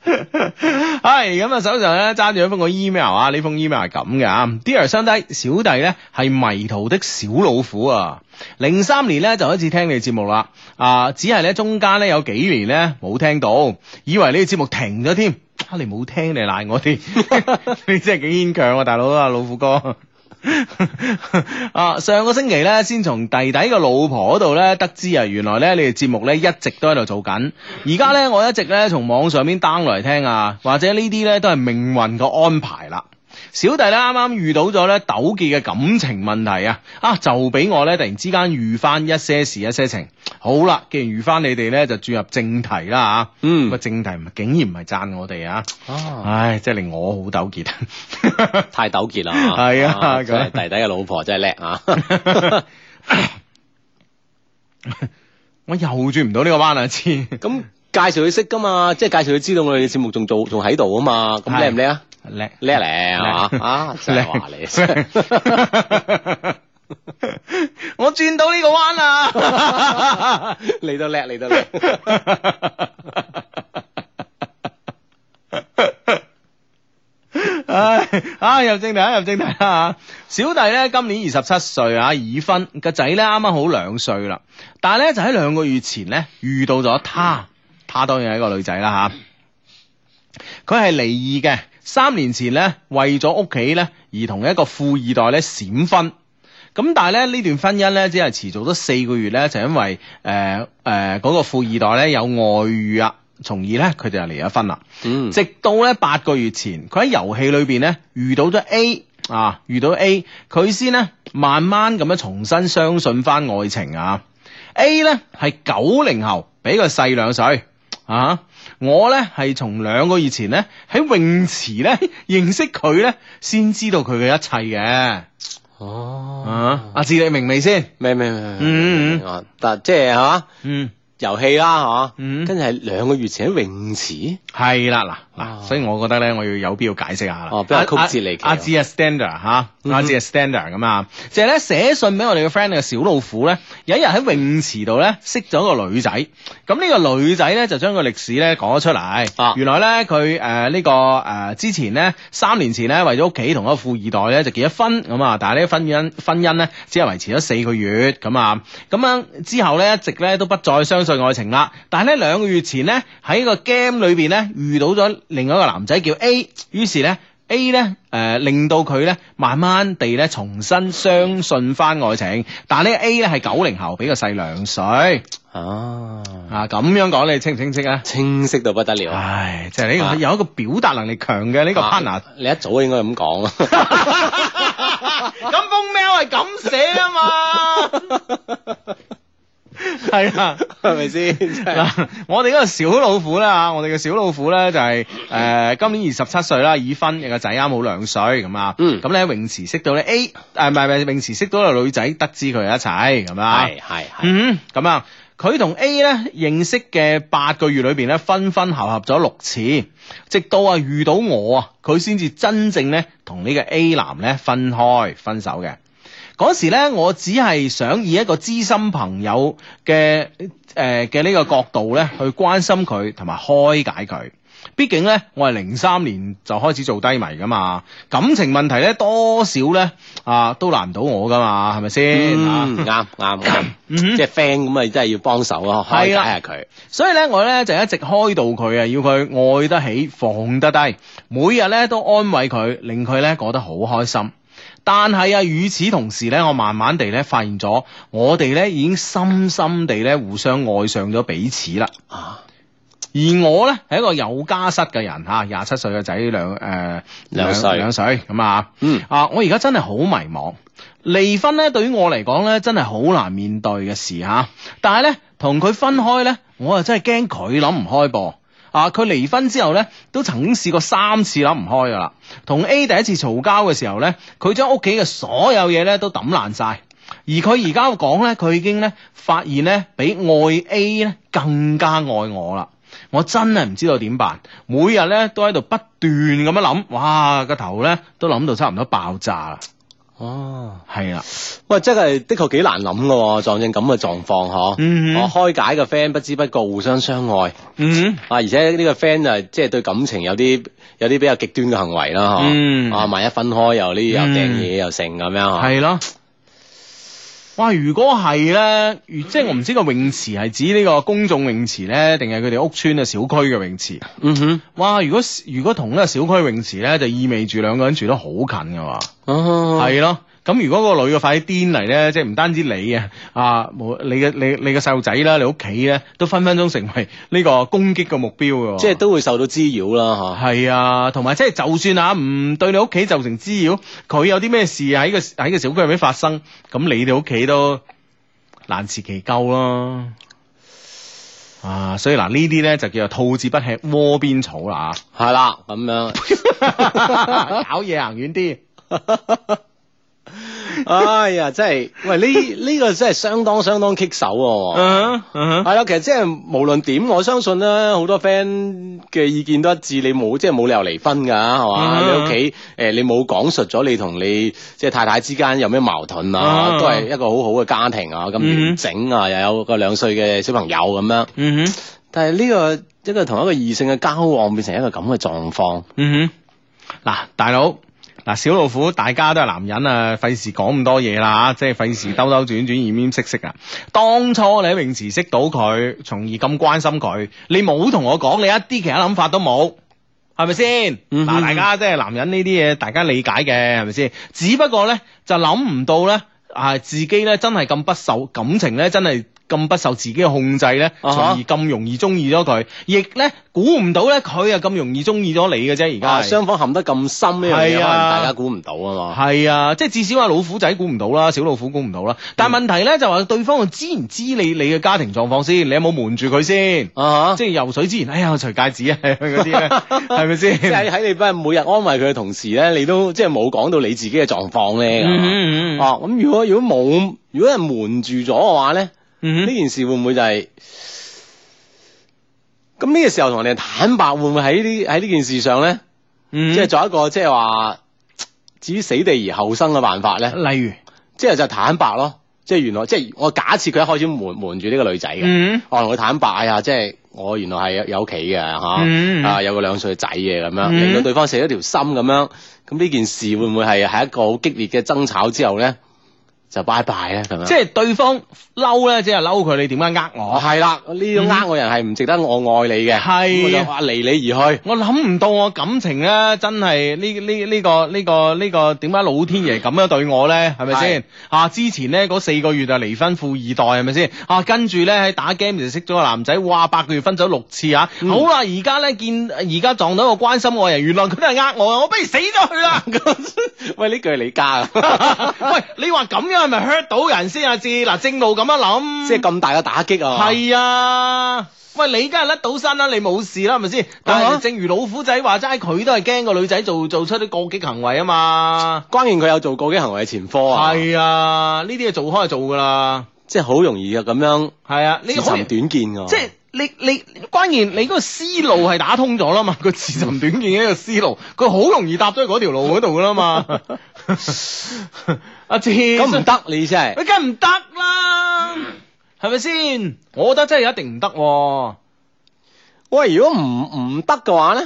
S1: 系咁啊，手上咧揸住一封個 email 啊，呢封 email 係咁嘅啊，Dear 相低，小弟咧係迷途的小老虎啊，零三年咧就開始聽你節目啦，啊，只係咧中間咧有幾年咧冇聽到，以為呢個節目停咗添，啊，你冇聽你賴我哋， 你真係幾牽強啊，大佬啊，老虎哥。 啊！上個星期咧，先從弟弟個老婆嗰度咧得知啊，原來咧你哋節目咧一直都喺度做緊。而家咧，我一直咧從網上面 down 落嚟聽啊，或者呢啲咧都係命運個安排啦。小弟咧啱啱遇到咗咧糾結嘅感情問題啊，啊就俾我咧突然之間遇翻一些事一些情。好啦，既然遇翻你哋咧，就轉入正題啦吓。
S3: 嗯
S1: 咁啊正題唔係竟然唔係讚我哋啊，
S3: 啊
S1: 唉，真係令我好糾結。
S3: 太糾結 啦，嚇
S1: 係啊咁
S3: 真係弟弟嘅老婆真係叻啊，
S1: 我又轉唔到呢個彎啊！黐
S3: 咁介紹佢識噶嘛，即係介紹佢知道我哋嘅節目仲做仲喺度啊嘛，咁
S1: 係
S3: 叻唔叻啊？
S1: 叻
S3: 叻咧 係嘛？啊，真係話你真係
S1: 我轉到呢個彎啊啦！
S3: 你都叻，你都 叻，
S1: 唉，啊入正題啊，入正題啦小弟咧今年二十七歲啊，已婚，個仔咧啱啱好兩歲啦。但係咧就喺兩個月前咧遇到咗她，她當然係一個女仔啦吓。佢係離異嘅，三年前咧為咗屋企咧而同一個富二代咧閃婚。咁但係咧呢段婚姻咧只係持續咗四個月咧，就因為誒誒嗰個富二代咧有外遇啊，從而咧佢哋就離咗婚啦。
S3: 嗯，
S1: 直到咧八個月前，佢喺遊戲裏邊咧遇到咗 A 啊，遇到 A，佢先咧慢慢咁樣重新相信翻愛情啊。A 咧係九零後，比佢細兩歲啊。我咧係從兩個月前咧喺泳池咧認識佢咧，先知道佢嘅一切嘅。啊，
S3: 哦，
S1: 阿志你明未先？
S3: 咩咩咩，
S1: 嗯嗯
S3: 咩啊，但即係係嘛，
S1: 嗯，
S3: 遊戲啦嚇，
S1: 嗯
S3: 跟住係兩個月前喺泳池。
S1: 係啦，嗱嗱，
S3: 哦
S1: 所以我覺得咧，我要有必要解釋下啦。
S3: 哦比較曲折離奇
S1: 阿阿阿志嘅 standard 嚇，
S3: 嗯
S1: 阿
S3: 哼
S1: 志嘅 standard 咁啊，就係咧寫信俾我哋嘅 friend 嘅小老虎咧，有一日喺泳池度咧識咗個女仔，咁呢個女仔咧就將個歷史咧講咗出嚟
S3: 啊。
S1: 原來咧佢誒呢個誒之前咧三年前咧為咗屋企同一個富二代咧就結咗婚咁啊，但係呢個婚姻婚姻咧只係維持咗四個月咁啊，咁樣之後咧一直咧都不再相信愛情啦。但係咧兩個月前咧喺個 game 裏邊咧遇到咗另外一個男仔叫 A，於是咧。A 咧，誒、令到佢咧慢慢地咧重新相信翻愛情，但係呢個 A 咧係九零後，比佢細兩歲啊，
S3: 啊，
S1: 咁樣講你清唔清晰啊？
S3: 清晰到不得了。
S1: 唉，即係呢
S3: 啊
S1: 個有一個表達能力強嘅呢個 partner，
S3: 啊你一早應該咁講啊啦。
S1: 咁封 mail 係咁寫啊嘛，係啊。
S3: 係咪先？真係
S1: 嗱，我哋嗰個小老虎啦，我哋嘅小老虎咧就係、呃今年二十七歲啦，已婚，有個仔啱好兩歲咁啊。
S3: 嗯
S1: 咁咧泳池識到咧 A，誒唔係唔係泳池識到個女仔，得知佢哋一齊咁啊。
S3: 係係係，
S1: 嗯，咁啊，佢同 A 咧認識嘅八個月裏邊咧，分分合合咗六次，直到啊遇到我啊，佢先至真正咧同呢個 A 男咧分開分手嘅。嗰時咧，我只係想以一個知心朋友嘅誒嘅呢個角度咧，去關心佢同埋開解佢。畢竟咧，我係零三年就開始做低迷噶嘛，感情問題咧多少咧啊都難唔到我噶嘛，係咪先啊？
S3: 嗯啱啱啱，
S1: 嗯哼
S3: 即係 friend 咁啊，真係要幫手啊，開解
S1: 係啦
S3: 下佢。
S1: 所以咧，我咧就一直開導佢啊，要佢愛得起，放得低，每日咧都安慰佢，令佢咧過得好開心。但係啊，與此同時咧，我慢慢地咧發現咗，我哋咧已經深深地咧互相愛上咗彼此啦。
S3: 啊，
S1: 而我咧係一個有家室嘅人嚇，廿七歲嘅仔兩誒
S3: 兩歲
S1: 兩歲咁啊。
S3: 嗯，
S1: 啊，我而家真係好迷茫。離婚咧，對於我嚟講咧，真係好難面對嘅事吓、但係咧，同佢分開咧，我又真係驚佢諗唔開噃。啊，佢離婚之後咧，都曾經試過三次諗唔開噶啦。同 A 第一次嘈交嘅時候咧，佢將屋企嘅所有嘢咧都抌爛晒。而佢而家講咧，佢已經咧發現咧，比愛 A 咧更加愛我啦。我真係唔知道點辦，每日咧都喺度不斷咁樣諗，哇個頭咧都諗到差唔多爆炸啦，
S3: 哦。
S1: 係啦，
S3: 喂，真係的確幾難諗噶喎，撞正咁嘅狀況嗬。
S1: 嗯
S3: 我開解嘅 friend 不知不覺互相相愛
S1: 嗯
S3: 啊，而且呢個 friend 啊，即係對感情有啲有啲比較極端嘅行為啦，嗬。
S1: 嗯
S3: 啊，萬一分開又呢又
S1: 嗯
S3: 掟嘢又成咁樣嗬。
S1: 係咯。哇！如果係咧，如即係我唔知個泳池係指呢個公眾泳池咧，定係佢哋屋村嘅小區嘅泳池。
S3: 嗯哼。
S1: 哇！如果如果同呢個小區泳池咧，就意味住兩個人住得好近嘅喎。
S3: 哦。
S1: 係咯。咁如果個女嘅快啲癲嚟咧，即係唔單止你啊，啊，冇你嘅你你嘅細路仔啦，你屋企咧，都分分鐘成為呢個攻擊嘅目標嘅喎。
S3: 即係都會受到滋擾啦，嗬。
S1: 係啊，同埋即係就算啊，唔對你屋企造成滋擾，佢有啲咩事喺個喺個小區入面發生，咁你哋屋企都難辭其咎咯。啊，所以嗱呢啲咧就叫做兔子不吃窩邊草啦，
S3: 係啦，咁 樣，
S1: 搞嘢行遠啲。
S3: 哎呀，真係，喂，呢呢個真係相當相當棘手喎。
S1: 嗯嗯
S3: 係啦，其實即係無論點，我相信咧，好多 friend 嘅意見都一致，你冇即係冇理由離婚㗎，係嘛？
S1: 嗯
S3: 你屋企誒，你冇講述咗你同你即係太太之間有咩矛盾啊，
S1: 嗯
S3: 都係一個好好嘅家庭啊，咁完整啊，又有個兩歲嘅小朋友咁樣。
S1: 嗯哼
S3: 但係呢個一個同一個異性嘅交往變成一個咁嘅狀況，
S1: 嗯哼，嗱大佬。嗱，小老虎，大家都係男人啊，費事講咁多嘢啦，即係費事兜兜轉轉、掩掩色色啊。當初你喺泳池識到佢，從而咁關心佢，你冇同我講，你一啲其他諗法都冇，係咪先？嗱、
S3: 嗯哼
S1: 大家即係男人呢啲嘢，大家理解嘅，係咪先？只不過咧，就諗唔到咧，啊，自己咧真係咁不受感情咧，真係咁不受自己嘅控制咧，
S3: 啊
S1: 從
S3: 哈
S1: 而咁容易中意咗佢，亦咧估唔到咧，佢又咁容易中意咗你嘅啫，而
S3: 啊，
S1: 家係。
S3: 雙方陷得咁深呢樣嘢，可
S1: 係
S3: 能
S1: 啊
S3: 大家估唔到啊嘛。
S1: 系啊，即係至少話老虎仔估唔到啦，小老虎估唔到啦。但
S3: 嗯
S1: 係問題咧就話對方知唔知你你嘅家庭狀況先，你有冇瞞住佢先？
S3: 啊哈
S1: 即係游水之前，哎呀我除戒指啊 嗰啲 咧，係咪
S3: 即係
S1: 先？
S3: 喺你不係每日安慰佢嘅同時咧，你都即係冇講到你自己嘅狀況咧。係嘛
S1: 嗯
S3: 哦，咁如果如果冇，如果係瞞住咗嘅話咧，呢、
S1: 嗯
S3: 件事會唔會就係、咁呢個時候同人哋坦白，會唔會喺呢喺呢件事上咧，
S1: 嗯
S3: 即係做一個即係話至於死地而後生嘅辦法咧？
S1: 例如，
S3: 即係就坦白咯，即係原來即係我假設佢一開始瞞瞞住呢個女仔嘅，
S1: 嗯
S3: 我同佢坦白，哎呀，即係我原來係有有屋企嘅嚇，
S1: 嗯
S3: 啊有個兩歲仔嘅咁樣，
S1: 嗯
S3: 令到對方死咗條心咁樣，咁呢件事會唔會係喺一個好激烈嘅爭吵之後咧，就拜拜咧咁樣？
S1: 即係對方嬲咧，即係嬲佢，你點解呃
S3: 哦，
S1: 我？
S3: 係啦，呢種呃我人係唔值得我愛你嘅，
S1: 嗯係
S3: 咁我就話離你而去。
S1: 我諗唔到我感情咧，真係呢呢呢個呢、個呢、個點解老天爺咁樣對我咧？係咪先？啊，之前咧嗰四個月就離婚富二代係咪先？啊，跟住咧喺打 game 就識咗個男仔，哇，八個月分咗六次啊！好啦，而家咧見而家撞到一個關心我嘅人，原來佢都係呃我啊！我不如死咗佢啦！
S3: 喂，呢句係你加啊
S1: 嗯
S3: 㗎，
S1: 喂，你話咁樣係咪 hurt 到人先啊？志嗱，正路咁樣諗，
S3: 即係咁大嘅打擊啊！
S1: 係啊，喂，你梗係甩到身啦，你冇事啦，係咪先？但
S3: 啊哈
S1: 係正如老虎仔話齋，佢都係驚個女仔做做出啲過激行為啊嘛。
S3: 關鍵佢有做過啲行為嘅前科啊，
S1: 係啊，呢啲嘢做開就做噶啦。
S3: 即係好容易就咁樣
S1: 係啊，你
S3: 自
S1: 可
S3: 尋
S1: 以
S3: 短見㗎。
S1: 即係你你關鍵你嗰個思路係打通咗啦嘛，個自尋短見嘅一個思路，佢好容易搭咗去嗰條路嗰度噶啦 嘛。阿志
S3: 咁唔得，你意思係？
S1: 你梗唔得啦，係咪先？我覺得真係一定唔得喎。
S3: 喂，如果唔唔得嘅話 咧，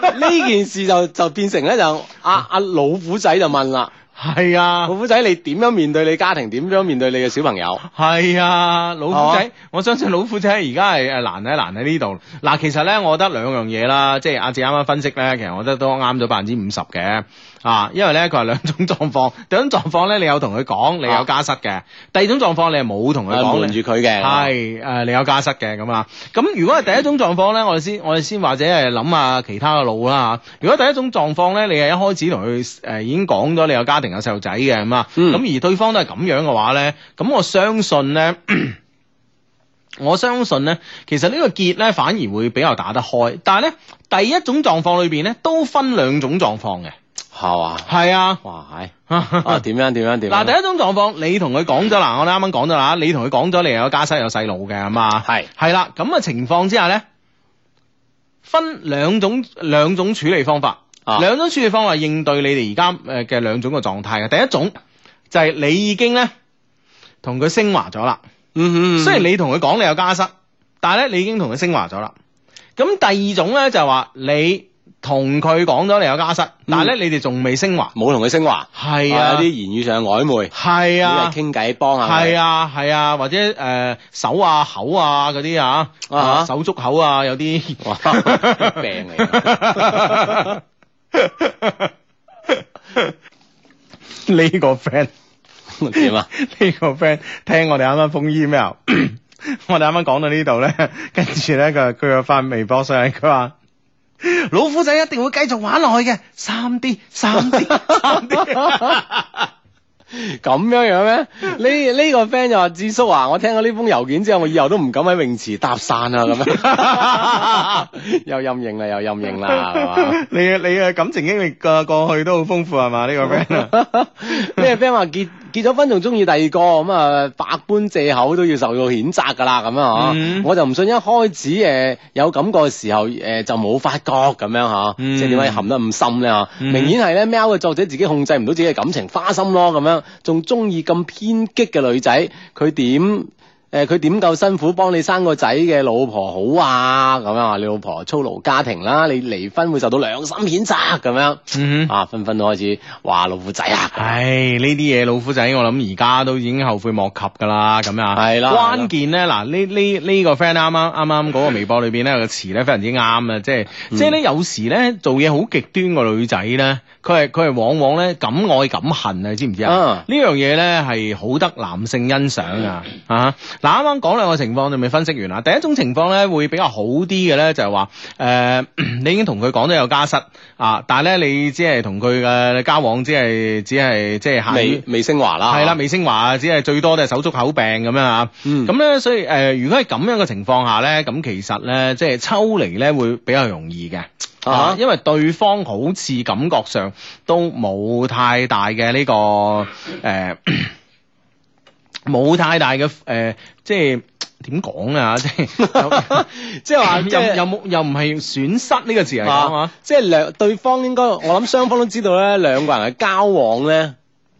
S3: 啊呢件事就就變成咧就阿阿老虎仔就問啦，
S1: 系啊
S3: 老。虎仔，你點樣面對你家庭？點樣面對你嘅小朋友？
S1: 系啊，老虎
S3: 係
S1: 仔，我相信老虎仔而家係誒難喺難喺呢度。嗱，其實咧，我覺得兩樣嘢啦，即係阿志啱啱分析咧，其實我覺得都啱咗百分之五十嘅。啊，因為咧佢係兩種狀況， 第一種狀況咧你有同佢講，你有加塞嘅；第二種狀況你係冇同佢
S3: 係
S1: 講，
S3: 啊瞞住佢嘅，
S1: 係誒、你有加塞嘅咁啊。咁如果係第一種狀況咧，我哋先我哋先或者係諗下其他嘅路啦嚇。如果第一種狀況咧，你係一開始同佢誒已經講咗你有家庭有細路仔嘅咁啊，咁、
S3: 嗯
S1: 而對方都係咁樣嘅話咧，咁我相信 咧。我相信咧，其實呢個結咧反而會比較打得開，但係咧第一種狀況裏邊咧都分兩種狀況嘅，
S3: 係嘛？
S1: 係 啊，
S3: 哇，係 啊，點樣點樣 點樣？
S1: 嗱，第一種狀況，你同佢講咗啦，我哋啱啱講咗啦，你同佢講咗，你又有家室有細路嘅，係嘛？
S3: 係
S1: 係啦，咁嘅情況之下咧，分兩種兩種處理方法，
S3: 啊
S1: 兩種處理方法應對你哋而家誒呃嘅兩種嘅狀態嘅。第一種就係你已經咧同佢升華咗啦，
S3: 嗯
S1: 雖然你同佢講你有家室，但係咧你已經同佢升華咗啦。咁第二種咧就係話你同佢講咗你有家室，但係咧你哋仲未升華，
S3: 冇同佢升華，
S1: 係
S3: 有
S1: 啊，
S3: 嗯啲言語上嘅曖昧，
S1: 係
S3: 每日
S1: 啊。
S3: 傾偈幫下佢，
S1: 係啊係啊，或者誒、呃手啊口啊嗰啲啊，
S3: 啊
S1: 手足口啊有啲
S3: 哇，病嚟啊㗎。
S1: 呢個 friend
S3: 點啊？
S1: 呢個 friend 聽我哋啱啱封 email，我哋啱啱講到呢度咧，跟住咧佢佢又發微博上嚟，佢話。老虎仔一定會繼續玩落去嘅，三 D 三 D 三 D，
S3: 咁樣樣咩？呢呢、個 friend 就話：智叔啊，我聽過呢封郵件之後，我以後都唔敢喺泳池搭訕啦，咁樣有陰影啦，有陰影啦，係嘛？
S1: 你嘅你嘅感情經歷嘅過去都好豐富係嘛？呢、
S3: 嗯
S1: 個 friend 啊
S3: 呢個 friend 話結結咗婚仲中意第二個，咁啊百般借口都要受到譴責㗎啦，咁樣嗬。
S1: 嗯
S3: 我就唔信一開始誒、呃有感覺嘅時候誒、呃就冇發覺咁樣嗬，
S1: 嗯
S3: 即係點解陷得咁深咧？嗬、
S1: 嗯
S3: 明顯係咧喵嘅作者自己控制唔到自己嘅感情，花心咯咁樣，仲中意咁偏激嘅女仔，佢點？誒佢點夠辛苦幫你生個仔嘅老婆好啊咁樣啊，你老婆操勞家庭啦，你離婚會受到良心譴責咁樣。
S1: 嗯
S3: 啊，紛紛都開始話老虎仔啊，
S1: 唉，呢啲嘢老虎仔，我諗而家都已經後悔莫及㗎啦，咁啊，
S3: 係啦
S1: 關鍵咧，嗱呢呢呢個 friend 啱啱啱啱嗰個微博裏邊咧有個詞咧非常之啱啊，即係
S3: 嗯
S1: 即係咧有時咧做嘢好極端個女仔咧，佢係佢係往往咧敢愛敢恨啊，你知唔知啊
S3: 啊？
S1: 呢樣嘢咧係好得男性欣賞啊！啊，嗱啱啱講兩個情況就未分析完啦。第一種情況咧會比較好啲嘅咧就係話誒， 你已經同佢講咗有家室啊，但係咧你只係同佢嘅交往只係只係即係限
S3: 未啊
S1: 於。
S3: 未升華啦，
S1: 係啦，啊美星華只係最多都係手足口病咁樣啊。
S3: 嗯
S1: 咁咧、所以誒、呃如果係咁樣嘅情況下咧，咁其實咧，即係抽離咧會比較容易嘅。
S3: 啊
S1: 因為對方好似感覺上都冇太大嘅呢、個誒，呃冇、太大嘅誒、呃即係點講啊？ 即係
S3: 即係話
S1: 又
S3: 即
S1: 又又
S3: 係
S1: 冇又唔係損失呢個字嚟講
S3: 啊
S1: 啊。，
S3: 即係兩對方應該，我諗雙方都知道咧，兩個人嘅交往咧，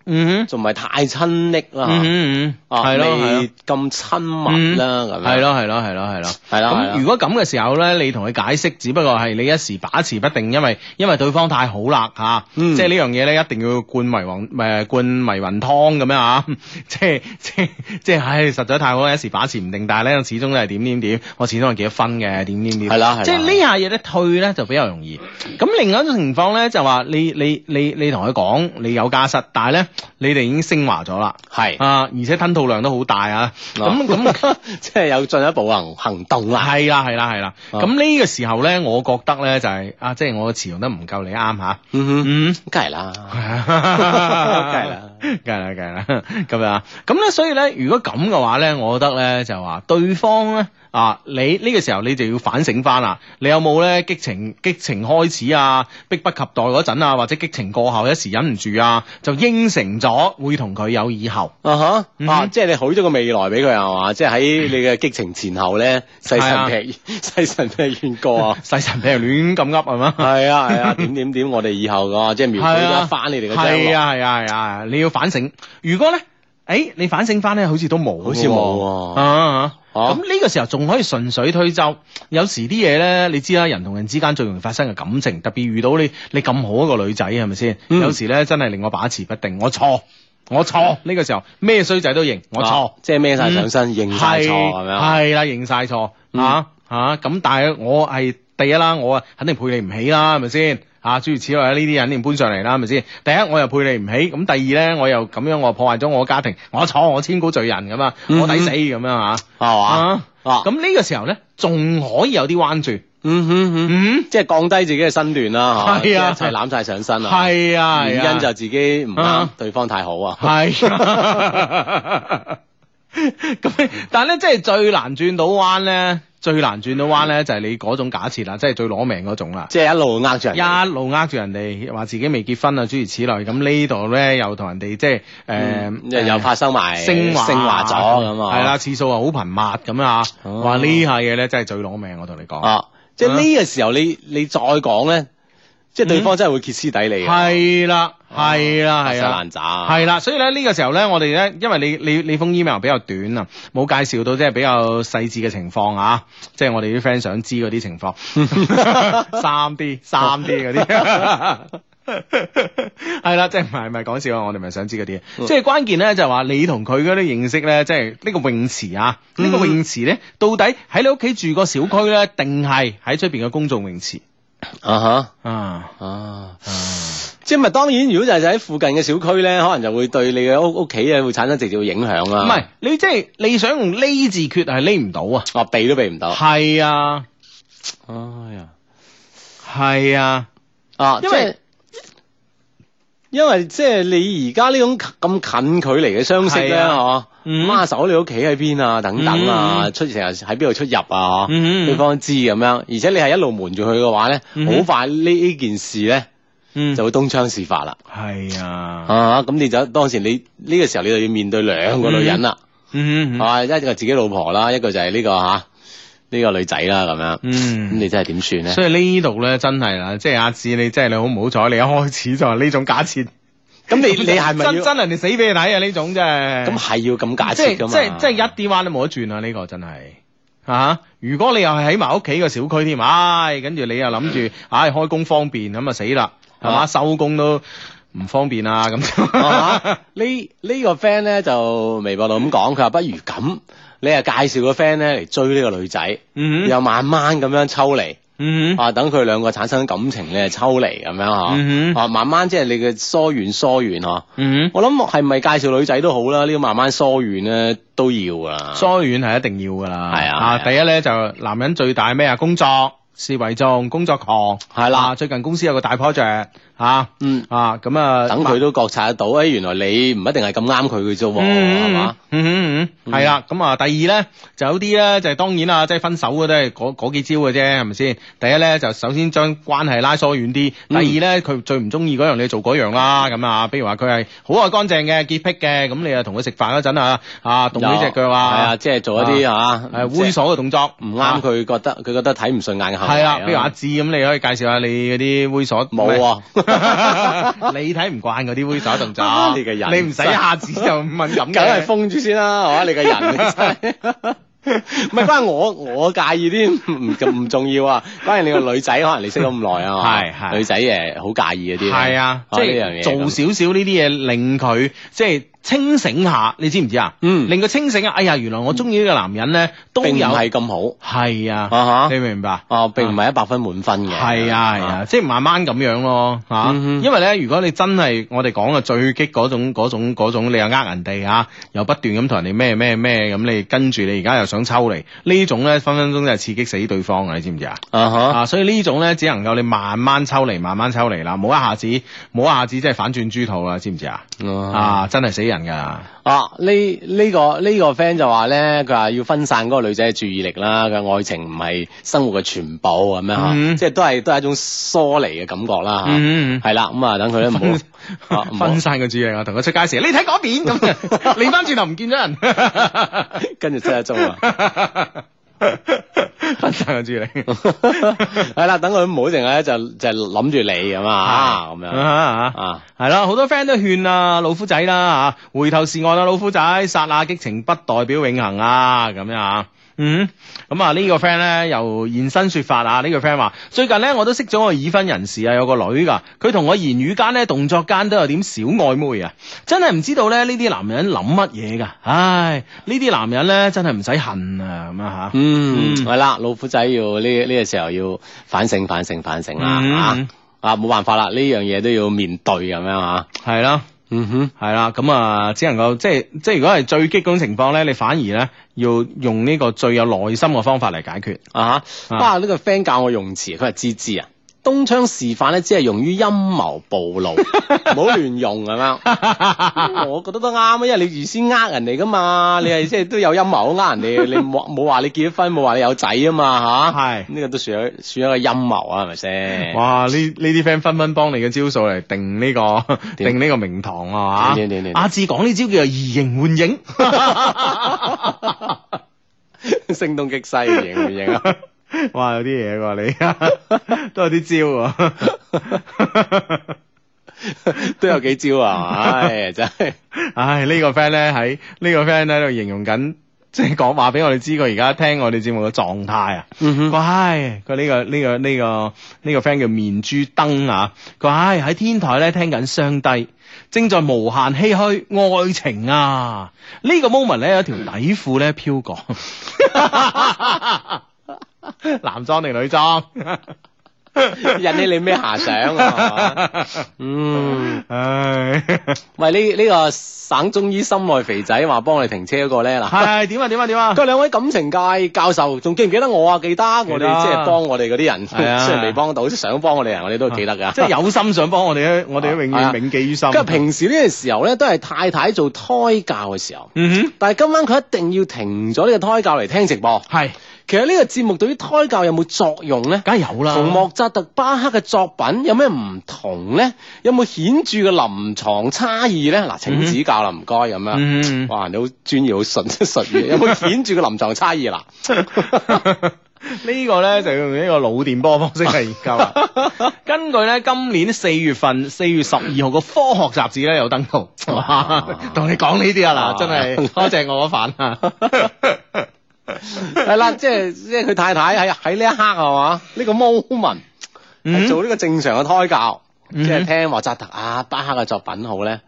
S1: 嗯哼
S3: 仲唔係太親昵
S1: 嗯哼
S3: 啦，
S1: 嗯哼，
S3: 啊
S1: 係咯係咯
S3: 未。咁親密啦，咁樣
S1: 係，咯係咯係咯係咯。
S3: 係啦，係啊
S1: 咁
S3: 啦
S1: 如果咁嘅時候咧，你同佢解釋，只不過係你一時把持不定，因為因為對方太好啦嚇，
S3: 嗯
S1: 即係呢樣嘢咧一定要灌迷魂誒、呃灌迷魂湯咁樣啊， 即係即係即係唉，實在太好啦，一時把持唔定，但係咧始終都係點點點，我始終係結咗婚嘅點點點，
S3: 係啦係啦
S1: 即係呢下嘢咧退咧就比較容易。咁另外一種情況咧就話你你你你同佢講你有家室，但係咧你哋已經升華咗啦。
S3: 係，
S1: 啊，而且吞吐量都好大啊！
S3: 哦
S1: 咁咁
S3: 咁即係有進一步行行動啦，
S1: 係啦，係啦，係啦。
S3: 啊
S1: 咁呢個時候咧，我覺得咧就係、啊，即係我嘅詞用得唔夠你啱吓。
S3: 嗯
S1: 嗯。
S3: 哼，梗係啦，
S1: 梗係啦，梗係啦，梗係啦，咁樣。咁咧，所以咧，如果咁嘅話咧，我覺得咧就話對方咧啊，你呢個時候你就要反省翻啦，你有冇咧激情激情開始啊，迫不及待嗰陣啊，或者激情過後一時忍唔住啊，就應承咗會同佢有以後。
S3: 啊哈，
S1: 嗯
S3: 啊，即係你許咗個未來俾佢係嘛，即係喺你嘅激情前後咧，細
S1: 係啊
S3: 神劈 細神劈遠過 啊。
S1: 細神俾人亂咁噏係嘛？
S3: 係啊係啊，點點點，我哋以後個即係描繪咗一翻你哋嘅將
S1: 啊係啊
S3: 來。
S1: 啊係啊係啊，你要反省。如果咧誒、诶，你反省翻咧，好似都冇，
S3: 好似冇喎
S1: 啊啊
S3: 哦
S1: 咁呢個時候仲可以順水推舟，有時啲嘢咧，你知啦，人同人之間最容易發生嘅感情，特別遇到你你咁好一個女仔，係咪先？
S3: 嗯
S1: 有時咧真係令我把持不定，我錯，我錯，呢、個時候咩衰仔都認，我錯。
S3: 啊即係孭晒上身，認晒錯咁樣。
S1: 系啦，認晒錯
S3: 嗯
S1: 啊啊！咁、但係我係第一啦，我啊肯定配你唔起啦，係咪先？啊，諸如此類呢啲肯定搬上嚟啦，係咪先？第一我又配你唔起，咁第二咧我又咁樣我破壞咗我家庭，我錯我千古罪人咁啊，
S3: 嗯
S1: 我抵死咁樣啊！
S3: 係嘛？
S1: 啊，
S3: 啊，
S1: 咁呢個時候咧仲可以有啲彎轉，
S3: 嗯哼嗯，
S1: 嗯，
S3: 即係降低自己嘅身段啦，
S1: 係啊
S3: 即係一齊攬晒上身啊。
S1: 係啊，係啊
S3: 原因就自己唔啱
S1: 啊，
S3: 對方太好啊。
S1: 系。咁，但系咧，即係最難轉到彎咧，最難轉到彎咧，就係你嗰種假設啦，即係最攞命嗰種啦。
S3: 即係一路呃住人哋，
S1: 一路呃住人哋，話自己未結婚啊，諸如此類。咁呢度咧又同人哋即係
S3: 嗯
S1: 誒，
S3: 又又發生埋
S1: 升華
S3: 升華咗咁啊。
S1: 係啦，次數啊好頻密咁啊。
S3: 哦
S1: 話呢下嘢咧真係最攞命，我同你講。
S3: 啊，即係
S1: 啊
S3: 呢個時候你你再講咧，即係對方真係會啊哦歇斯底里
S1: 嗯
S3: 嘅，
S1: 係啦，係啊啦，係啦。
S3: 爛渣，
S1: 係啦，所以咧呢個時候咧，我哋咧，因為你你你封 email 比較短啊，冇介紹到即係比較細緻嘅情況啊，即係我哋啲 friend 想知嗰啲情況， 三 D 三 D 嗰啲。 係啦，即係唔係唔係講笑啊！我哋咪想知嗰啲，嘢。即係關鍵咧就係話你同佢嗰啲認識咧，即係呢個泳池啊，呢、個泳池咧到底喺你屋企住個小區咧，定係喺出邊嘅公眾泳池
S3: 啊
S1: 啊？
S3: 吓啊。即係咪當然，如果就係喺附近嘅小區咧，可能就會對你嘅屋屋企啊會產生直接嘅影響啊
S1: 唔
S3: 啦。
S1: 係，你即係你想用呢字訣係匿唔到啊？
S3: 我哦避都避唔到。
S1: 係啊。
S3: 哎呀，
S1: 系啊，
S3: 啊，
S1: 因
S3: 即係
S1: 為
S3: 因為即係你而家呢種咁近距離嘅相識咧，
S1: 係
S3: 嗬，
S1: 嗯
S3: 媽手你屋企喺邊啊，等等啊，
S1: 嗯
S3: 出成日喺邊度出入啊，嗬
S1: 嗯
S3: 對方知咁樣，而且你係一路瞞住佢嘅話咧，
S1: 嗯
S3: 好快呢呢件事咧
S1: 嗯
S3: 就會東窗事發啦。
S1: 系啊，
S3: 啊，咁你就當時你呢個時候你就要面對兩個女人啦，
S1: 嗯嗯
S3: 啊，一個自己老婆啦，一個就係呢個吓呢個女仔啦，咁樣，咁
S1: 嗯。
S3: 你真係點算咧？
S1: 所以呢度咧真係啦，即係阿志，你真係你好唔好彩，你一開始就係呢種假設。
S3: 咁 你你係咪
S1: 真
S3: 要
S1: 真人哋死俾你睇啊？呢種真係
S3: 咁係要咁假
S1: 即
S3: 設
S1: 係
S3: 噶嘛？
S1: 即係即係一啲彎都冇得轉啊！呢個真係啊！如果你又係喺埋屋企個小區添，唉，跟住你又諗 住唉開工方便，咁啊死啦，係嘛？
S3: 啊
S1: 收工都唔方便啊！咁
S3: 啊 呢呢個 friend 咧就微博度咁講，佢話不如咁，你啊介紹個 friend 咧嚟追呢個女仔，
S1: 嗯
S3: 又慢慢咁樣抽離。
S1: 嗯
S3: 啊，等佢兩個產生感情咧，抽離咁樣
S1: 嗯哼
S3: 嗬，啊，慢慢即係你嘅疏遠疏遠嗬。
S1: 嗯，
S3: 我諗係咪介紹女仔都好啦，呢個慢慢疏遠咧都要啊噶啦。
S1: 疏遠係一定要噶啦，
S3: 係啊係啊
S1: 第一咧就男人最大咩啊？工作視為重，工作狂
S3: 係啦
S1: 啊最近公司有個大 project 啊，
S3: 嗯，
S1: 啊咁啊，
S3: 等佢都覺察得到，誒、原來你唔一定係咁啱佢嘅啫喎，係
S1: 嗯。
S3: 嘛
S1: 嗯、嗯嗯嗯，係啦。咁啊，第二咧就有啲咧就係當然啦，即係分手嘅都係嗰嗰幾招嘅啫，係咪先？第一咧就首先將關係拉疏遠啲，第
S3: 嗯
S1: 二咧佢最唔中意嗰樣你做嗰樣啦。咁啊，比如話佢係好愛乾淨嘅、潔癖嘅，咁你啊同佢食飯嗰陣啊啊動呢只腳啊，
S3: 係啊，即係做一啲嚇
S1: 誒猥瑣嘅動作
S3: 唔啱佢覺得佢覺得睇唔順眼嘅行為啊
S1: 係啦，比如阿志咁，你可以介紹下你嗰啲猥瑣
S3: 冇啊，
S1: 啊， 你睇唔慣嗰啲猥瑣動作，
S3: 你嘅人
S1: 你唔 使一下子就敏感嘅，
S3: 梗係封住先啦，係嘛？你個人 你真係唔係關我我介意啲唔唔唔重要啊，關鍵你個女仔可能你識咗咁耐啊嘛，
S1: 係係
S3: 女仔誒好介意嗰啲呢，
S1: 係啊，即
S3: 呢樣
S1: 係
S3: 嘢
S1: 做
S3: 咁
S1: 少少呢啲嘢，令佢即係清醒下，你知唔知啊？
S3: 嗯
S1: 令佢清醒啊！哎呀，原來我中意呢個男人咧，都
S3: 並唔
S1: 有
S3: 係咁
S1: 係
S3: 好
S1: 啊，
S3: 啊
S1: 你
S3: 嚇，
S1: 明唔明白？
S3: 哦並唔係一百分滿分嘅，
S1: 係啊係啊，即係慢慢咁樣咯嚇，
S3: 嗯哼
S1: 因為咧，如果你真係我哋講嘅最激嗰種嗰種嗰種，你又呃人哋啊，又不斷咁同人哋咩咩咩咁，你跟住你而家又想抽離，呢種咧分分鐘就係刺激死對方啊！你知唔知啊？
S3: 啊哈。
S1: 啊，所以呢種咧只能夠你慢慢抽離，慢慢抽離啦，冇一下子冇一下子即係反轉豬肚啦，知唔知啊？啊，真係死人㗎！
S3: 啊！呢呢、個呢、個 friend 就話咧，佢話要分散嗰個女仔嘅注意力啦，佢愛情唔係生活嘅全部咁樣嚇，
S1: 嗯
S3: 即係都係都係一種疏離嘅感覺啦嚇。
S1: 嗯嗯
S3: 係啦，咁啊等佢咧唔好啊唔好
S1: 分，散個注意力，我同佢出街時，你睇嗰 邊咁， 你翻轉頭唔見咗人。
S3: 跟住即刻中啊！
S1: 分散個注意力。
S3: 系啦，等佢唔好净系就就谂住你咁啊，咁
S1: 啊
S3: 样
S1: 啊
S3: 啊，
S1: 系啦，好多 friend 都勸啊老夫仔啦吓，回頭是岸啊老夫仔，剎那激情不代表永恆啊咁樣啊。嗯，咁啊呢個 friend 咧又現身說法啊，呢、個 friend 話最近咧我都識咗個已婚人士啊，有個女噶，佢同我言語間咧動作間都有點小曖昧啊，真係唔知道咧呢啲男人諗乜嘢噶，唉呢啲男人咧真係唔使恨啊咁啊吓。
S3: 嗯，
S1: 嗯
S3: 系啦，老虎仔要呢呢个时候要反省反省反省
S1: 嗯
S3: 啦，啊啊冇办法啦，呢樣嘢都要面對咁樣啊，
S1: 係啦。
S3: 嗯哼，
S1: 係啦，咁啊，只能夠即係即係，如果係最激嗰種情況咧，你反而咧要用呢個最有耐心嘅方法嚟解決。
S3: 啊
S1: 啊
S3: 吓，哇呢個 friend 教我用詞，佢話芝芝啊。東窗事發咧，只係用於陰謀暴 露，唔好亂用咁樣。嗯我覺得都啱啊，因為你預先呃人哋 噶嘛，你係即係都有陰謀呃人哋，你冇冇話你結咗婚，冇話你有仔啊嘛吓。
S1: 係
S3: 呢個都算係算係一個陰謀啊，係咪先？
S1: 哇！呢呢啲 friend 紛紛幫你嘅招數嚟定呢、個
S3: 點
S1: 定呢個名堂啊！
S3: 點點點點
S1: 阿志講呢招叫做移形換影，
S3: 聲東擊西，型唔型啊？
S1: 哇！有啲嘢喎你， 都有啲招喎。
S3: 都有幾招 啊！唉，真係
S1: 唉，呢、個 friend 咧喺呢個 friend 喺度形容緊，即係講話俾我哋知佢而家聽我哋節目嘅狀態啊。
S3: 嗯
S1: 佢話唉，佢呢、個呢、個呢、個呢、個 friend 叫面珠燈啊。佢話唉喺天台咧聽緊雙低，正在無限唏噓愛情啊。呢、個 moment 咧有條底褲咧飄過， 男裝定女裝？
S3: 引起你咩遐想啊？係嘛嗯，
S1: 唉，
S3: 喂，呢呢個省中醫心內肥仔話幫我哋停車嗰個咧嗱。
S1: 係點啊點啊點啊！
S3: 佢兩位感情界教授仲記唔記得我啊？記得，我
S1: 記得
S3: 哋即係幫我哋嗰啲人，
S1: 係啊啊
S3: 雖然未幫到，想幫我哋人，我哋都記得㗎。
S1: 即係 有心想幫我哋咧，我哋都永
S3: 係
S1: 遠
S3: 啊
S1: 銘記於心。
S3: 跟住平時呢個時候咧，都係太太做胎教嘅時候，
S1: 嗯
S3: 但係今晚佢一定要停咗呢個胎教嚟聽直播。
S1: 哼，係，
S3: 其實呢個節目對於胎教有冇作用咧？
S1: 梗係有啦。
S3: 同莫扎特、巴克嘅作品有咩唔同咧？有冇顯著嘅臨床差異咧？嗱，請指教啦，唔該咁樣。
S1: 嗯
S3: 哇，你好專業，好 純術語，有冇顯著嘅臨床 差異嗱？
S1: 呢個 咧就要用呢個腦電波方式嚟研究啊啦。 根據咧今年四月份四月十二號嘅《科學雜誌》咧有登報，哇 同你講呢啲啊嗱，真 係多謝我嗰啊飯啊！
S3: 係啦，即係即係佢太太喺喺呢一刻係嘛？呢個 moment 係做呢個正常嘅胎教，
S1: 嗯
S3: 即係聽莫扎特啊、巴克嘅作品好咧，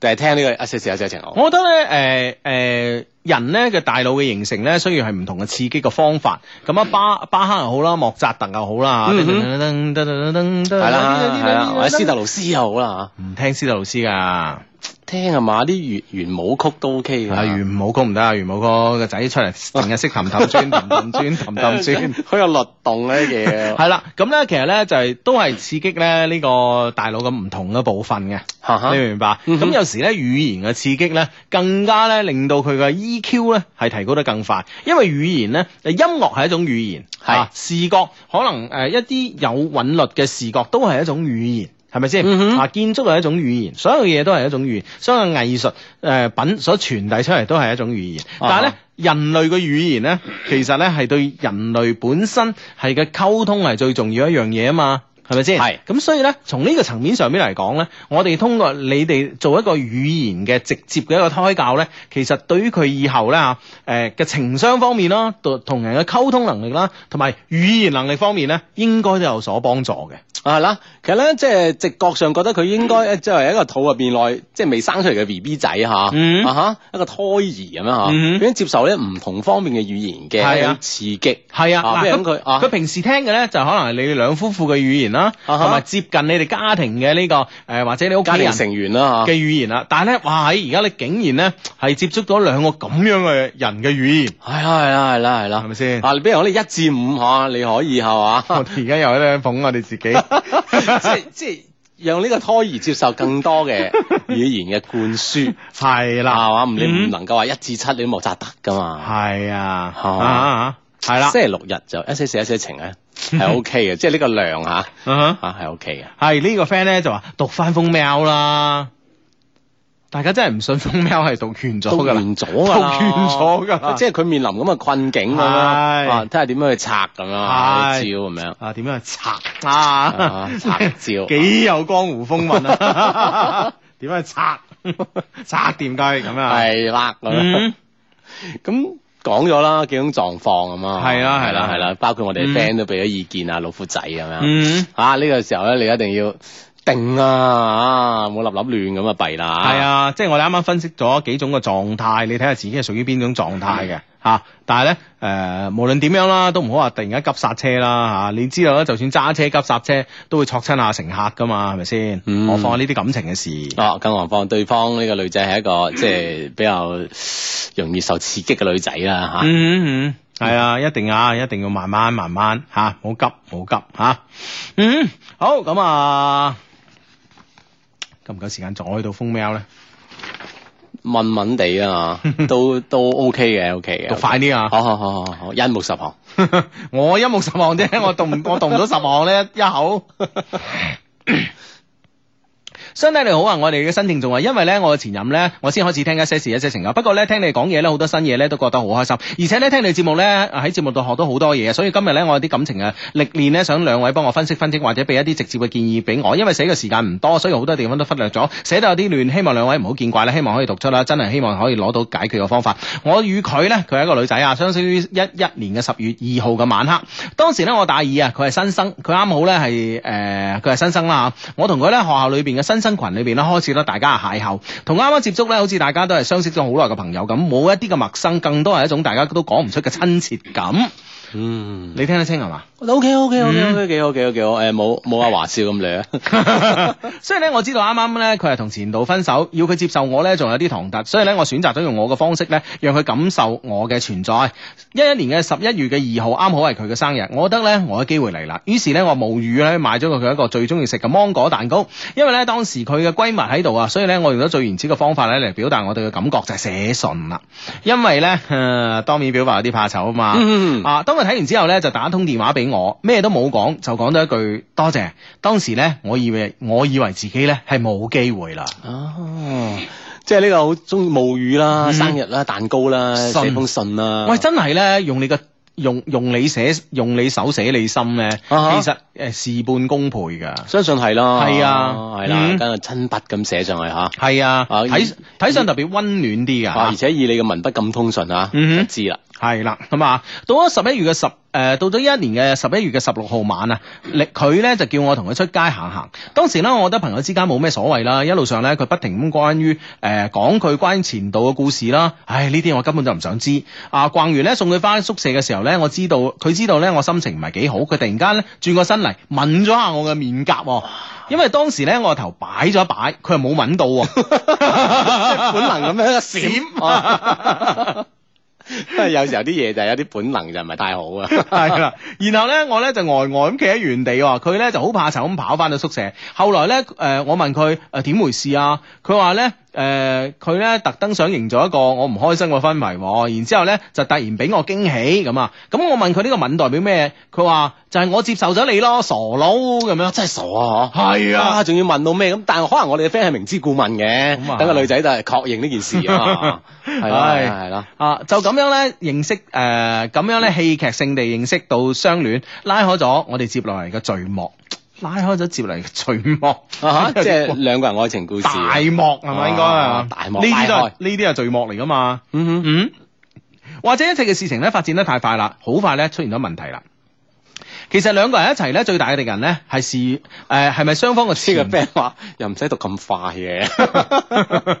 S3: 定係聽呢個啊？四四有隻情好？
S1: 我覺得咧，誒、誒、人咧嘅大腦嘅形成咧，需要係唔同嘅刺激嘅方法。咁啊，巴巴克又好啦，莫扎特又好啦，噔噔噔噔噔
S3: 係啦，係啦，或者斯特勞斯又好啦
S1: 唔聽斯特老師噶，
S3: 嚇，聽係嘛啲粵元舞曲都 OK 㗎。
S1: 啊袁武曲唔得啊，袁武曲個仔出嚟淨係識氹氹轉、氹氹轉、氹氹 轉。
S3: 好有律動呢啲嘢。
S1: 係啦，咁咧其實咧就係、都係刺激咧呢個大腦嘅唔同嘅部分嘅，
S3: 哈哈
S1: 你明唔明白？咁、
S3: 嗯哼
S1: 有時咧語言嘅刺激咧，更加咧令到佢嘅 EQ 咧係提高得更快，因為語言咧音樂係一種語言，
S3: 係
S1: 啊視覺可能誒、呃一啲有韻律嘅視覺都係一種語言。係咪先？
S3: 嗯哼
S1: 啊，建築係一種語言，所有嘢都係一種語言，所有藝術誒、呃品所傳遞出嚟都係一種語言。但係咧
S3: 啊，
S1: 人類嘅語言咧，其實咧係對人類本身係嘅溝通係最重要一樣嘢啊嘛，係咪先？
S3: 係
S1: 咁所以咧，從呢個層面上面嚟講咧，我哋通過你哋做一個語言嘅直接嘅一個胎教咧，其實對於佢以後咧嚇誒嘅情商方面啦，同同人嘅溝通能力啦，同埋語言能力方面咧，應該都有所幫助嘅。
S3: 啊係啦，其實咧即係直覺上覺得佢應該
S1: 嗯
S3: 呃即係一個肚入邊內即係未生出嚟嘅 B B 仔嚇，
S1: 嗯
S3: 啊哈一個胎兒咁樣嚇，
S1: 嗯
S3: 佢已經接受咧唔同方面嘅語言嘅
S1: 係
S3: 一
S1: 啊
S3: 種刺激。
S1: 係啊，
S3: 啊
S1: 嗱
S3: 咁佢啊
S1: 佢平時聽嘅咧就可能係你哋兩夫婦嘅語言啦，同
S3: 啊哈
S1: 埋接近你哋家庭嘅呢、個誒、或者你屋企
S3: 家庭
S1: 人
S3: 成員啦
S1: 嘅語言啦。但係咧，哇！喺而家你竟然咧係接觸到兩個咁樣嘅人嘅語言，
S3: 嚇，係啦係啦係啦係啦，
S1: 係咪先，
S3: 啊，比如我哋一至五嚇，你可以係嘛
S1: 我哋而家又喺度捧我哋自 己。
S3: 即係即係讓呢個胎兒接受更多嘅語言嘅灌輸，
S1: 係啦，
S3: 係嘛？唔你
S1: 嗯
S3: 唔能啊夠話一至七你都莫扎特㗎嘛。
S1: 係啊，
S3: 係嘛
S1: 啊係啦，
S3: 星期六日就一些事一些 情咧，係 OK 嘅，即係呢個量吓
S1: 嗯哼
S3: 吓係 OK 嘅。
S1: 係呢個 friend 咧就話讀翻封 mail 啦。大家真係唔信風喵係讀完
S3: 都
S1: 咗㗎啦，
S3: 完咗㗎啦，
S1: 都完咗㗎啦
S3: 即係佢面臨咁嘅困境咁
S1: 係
S3: 樣，啊睇下點樣去拆咁樣，
S1: 係
S3: 招咁樣。
S1: 啊點樣去拆啊
S3: 啊？拆招
S1: 幾有江湖風雲啊！ 點樣去拆拆掂佢咁啊？
S3: 係啦，咁樣
S1: 嗯
S3: 咁講咗啦，幾種狀況咁啊，
S1: 係啦
S3: 係
S1: 係
S3: 啦
S1: 啦
S3: 係啦，包括我哋
S1: 嗯
S3: friend 都俾咗意見啊，老虎仔咁樣，
S1: 嗯。
S3: 啊呢個時候咧，你一定要定啊，啊冇立立亂咁啊弊啦，
S1: 系，啊，即係我哋啱啱分析咗幾種嘅狀態，你睇下自己係屬於邊種狀態嘅
S3: 嗯
S1: 吓。啊但係咧，诶、無論點樣啦，都唔好話突然間急剎車啦吓、啊你知道啦，就算揸車急剎車，都會挫親下乘客噶嘛，係咪先？
S3: 嗯
S1: 何況係呢啲感情嘅事。
S3: 哦，更何況對方呢個女仔係一個即係比較容易受刺激嘅女仔啦吓。
S1: 嗯嗯嗯，系啊，一定啊，一定要慢慢慢慢吓，唔、好急，唔好急吓、嗯，好咁啊，夠唔夠時間再到風喵咧？
S3: 問問地啊，都都 OK 嘅，OK 嘅。
S1: 讀快啲啊！
S3: 好好好好好，一目十行。
S1: 我一目十行啫，我讀唔我讀唔到十行咧，一口。相弟你好啊！我哋嘅新聽眾啊，因為咧我嘅前任咧，我先開始聽一些事一些情啊。不過咧聽你講嘢咧，好多新嘢咧都覺得好開心，而且咧聽你節目咧喺節目度學到好多嘢，啊所以今日咧我有啲感情嘅歷練咧，想兩位幫我分析分析，或者俾一啲直接嘅建議俾我，因為寫嘅時間唔多，所以好多地方都忽略咗，寫得有啲亂，希望兩位唔好見怪啦，希望可以讀出啦，真係希望可以攞到解決嘅方法。我與佢咧，佢係一個女仔啊，相識於一一年嘅十月二號嘅晚黑。當時咧我大二啊，佢係新生，佢啱好咧係誒佢係新生啦嚇我同佢咧學校裏邊嘅新生群裏邊咧開始咧大家係邂逅，同啱啱接觸咧好似大家都係相識咗好耐嘅朋友咁，冇一啲嘅陌生，更多係一種大家都講唔出嘅親切感。
S3: 嗯
S1: 你聽得清係嘛？
S3: ，OK OK OK OK，幾好幾好幾好。誒，冇冇阿華少咁掠。
S1: 所以咧，我知道啱啱咧，佢係同前度分手，要佢接受我咧，仲有啲唐突，所以咧，我選擇咗用我嘅方式咧，讓佢感受我嘅存在。一一年嘅十一月嘅二號，啱好係佢嘅生日，我覺得咧，我嘅機會嚟啦。於是咧，我無語咧買咗佢一個最中意食嘅芒果蛋糕，因為咧當時佢嘅閨蜜喺度啊，所以咧我用咗最原始嘅方法咧嚟表達我對佢嘅感覺，就係、寫信啦。因為咧、呃，當面表白有啲怕醜啊嘛。
S3: 嗯
S1: 啊，當佢睇完之後咧，就打通電話俾我，咩都冇講，就講咗一句多謝。當時咧，我以為我以為自己咧係冇機會啦。
S3: 哦，即係呢個好中意冒雨啦、
S1: 嗯
S3: 生日啦、蛋糕啦、
S1: 信
S3: 寫封信啦。
S1: 喂，真係咧，用你嘅用用你寫用你手寫你心咧，
S3: 啊哈
S1: 其實誒事半功倍㗎。
S3: 相信係啦，
S1: 係啊
S3: 係啦，
S1: 嗯
S3: 跟住親筆咁寫上去嚇。
S1: 係啊，
S3: 啊
S1: 睇睇上特別溫暖啲㗎。
S3: 啊！而且以你嘅文筆咁通順嚇，
S1: 嗯
S3: 就
S1: 哼
S3: 知啦。
S1: 係啦，咁啊，到咗十一月嘅十誒、到咗一年嘅十一月嘅十六號晚啊，力佢咧就叫我同佢出街行行。當時咧，我覺得朋友之間冇咩所謂啦，一路上咧佢不停咁關於誒、呃講佢關於前度嘅故事啦。唉，呢啲我根本就唔想知。啊，逛完咧送佢翻宿舍嘅時候咧，我知道佢知道咧我心情唔係幾好，佢突然間咧轉個身嚟吻咗下我嘅面頰喎。因為當時咧我個頭擺咗一擺，佢係冇吻到喎，
S3: 本能咁樣一閃
S1: 閃啊
S3: 哦，有時候啲嘢就係有啲本能就唔係太好 啊。
S1: 系啦，然後咧，我咧就呆呆咁企喺原地喎，佢咧就好怕醜咁跑翻到宿舍。後來咧，诶、我問佢诶点回事啊？佢話咧，诶、佢咧特登想營造一個我唔開心嘅氛圍喎，然之后咧就突然俾我驚喜咁啊。咁我問佢呢個吻代表咩？佢話就係我接受咗你咯，傻佬咁樣。
S3: 真係傻啊！嗬，
S1: 係
S3: 啊，仲要問到咩咁？但係可能我哋嘅 friend 係明知故問嘅
S1: 咁，啊
S3: 等個女仔就係確認呢件事啊 嘛，係啦
S1: 唉
S3: 係啦，
S1: 啊，就咁樣咧認識誒，呃咁、樣咧戲劇性地認識到相戀，拉開咗我哋接落嚟嘅序幕，拉開咗接落嚟嘅序幕，
S3: 啊哈 即係兩個人愛情故事。
S1: 大幕係咪應該
S3: 啊
S1: 啊？
S3: 大幕
S1: 呢啲都
S3: 大
S1: 係
S3: 開
S1: 呢啲係序幕嚟噶嘛？
S3: 嗯哼，
S1: 嗯，或者一切嘅事情咧發展得太快啦，好快咧出現咗問題啦。其實兩個人一齊咧，最大嘅敵人咧係是誒係咪雙方嘅
S3: 呢
S1: 前
S3: 個 friend 話又唔使讀咁快嘅，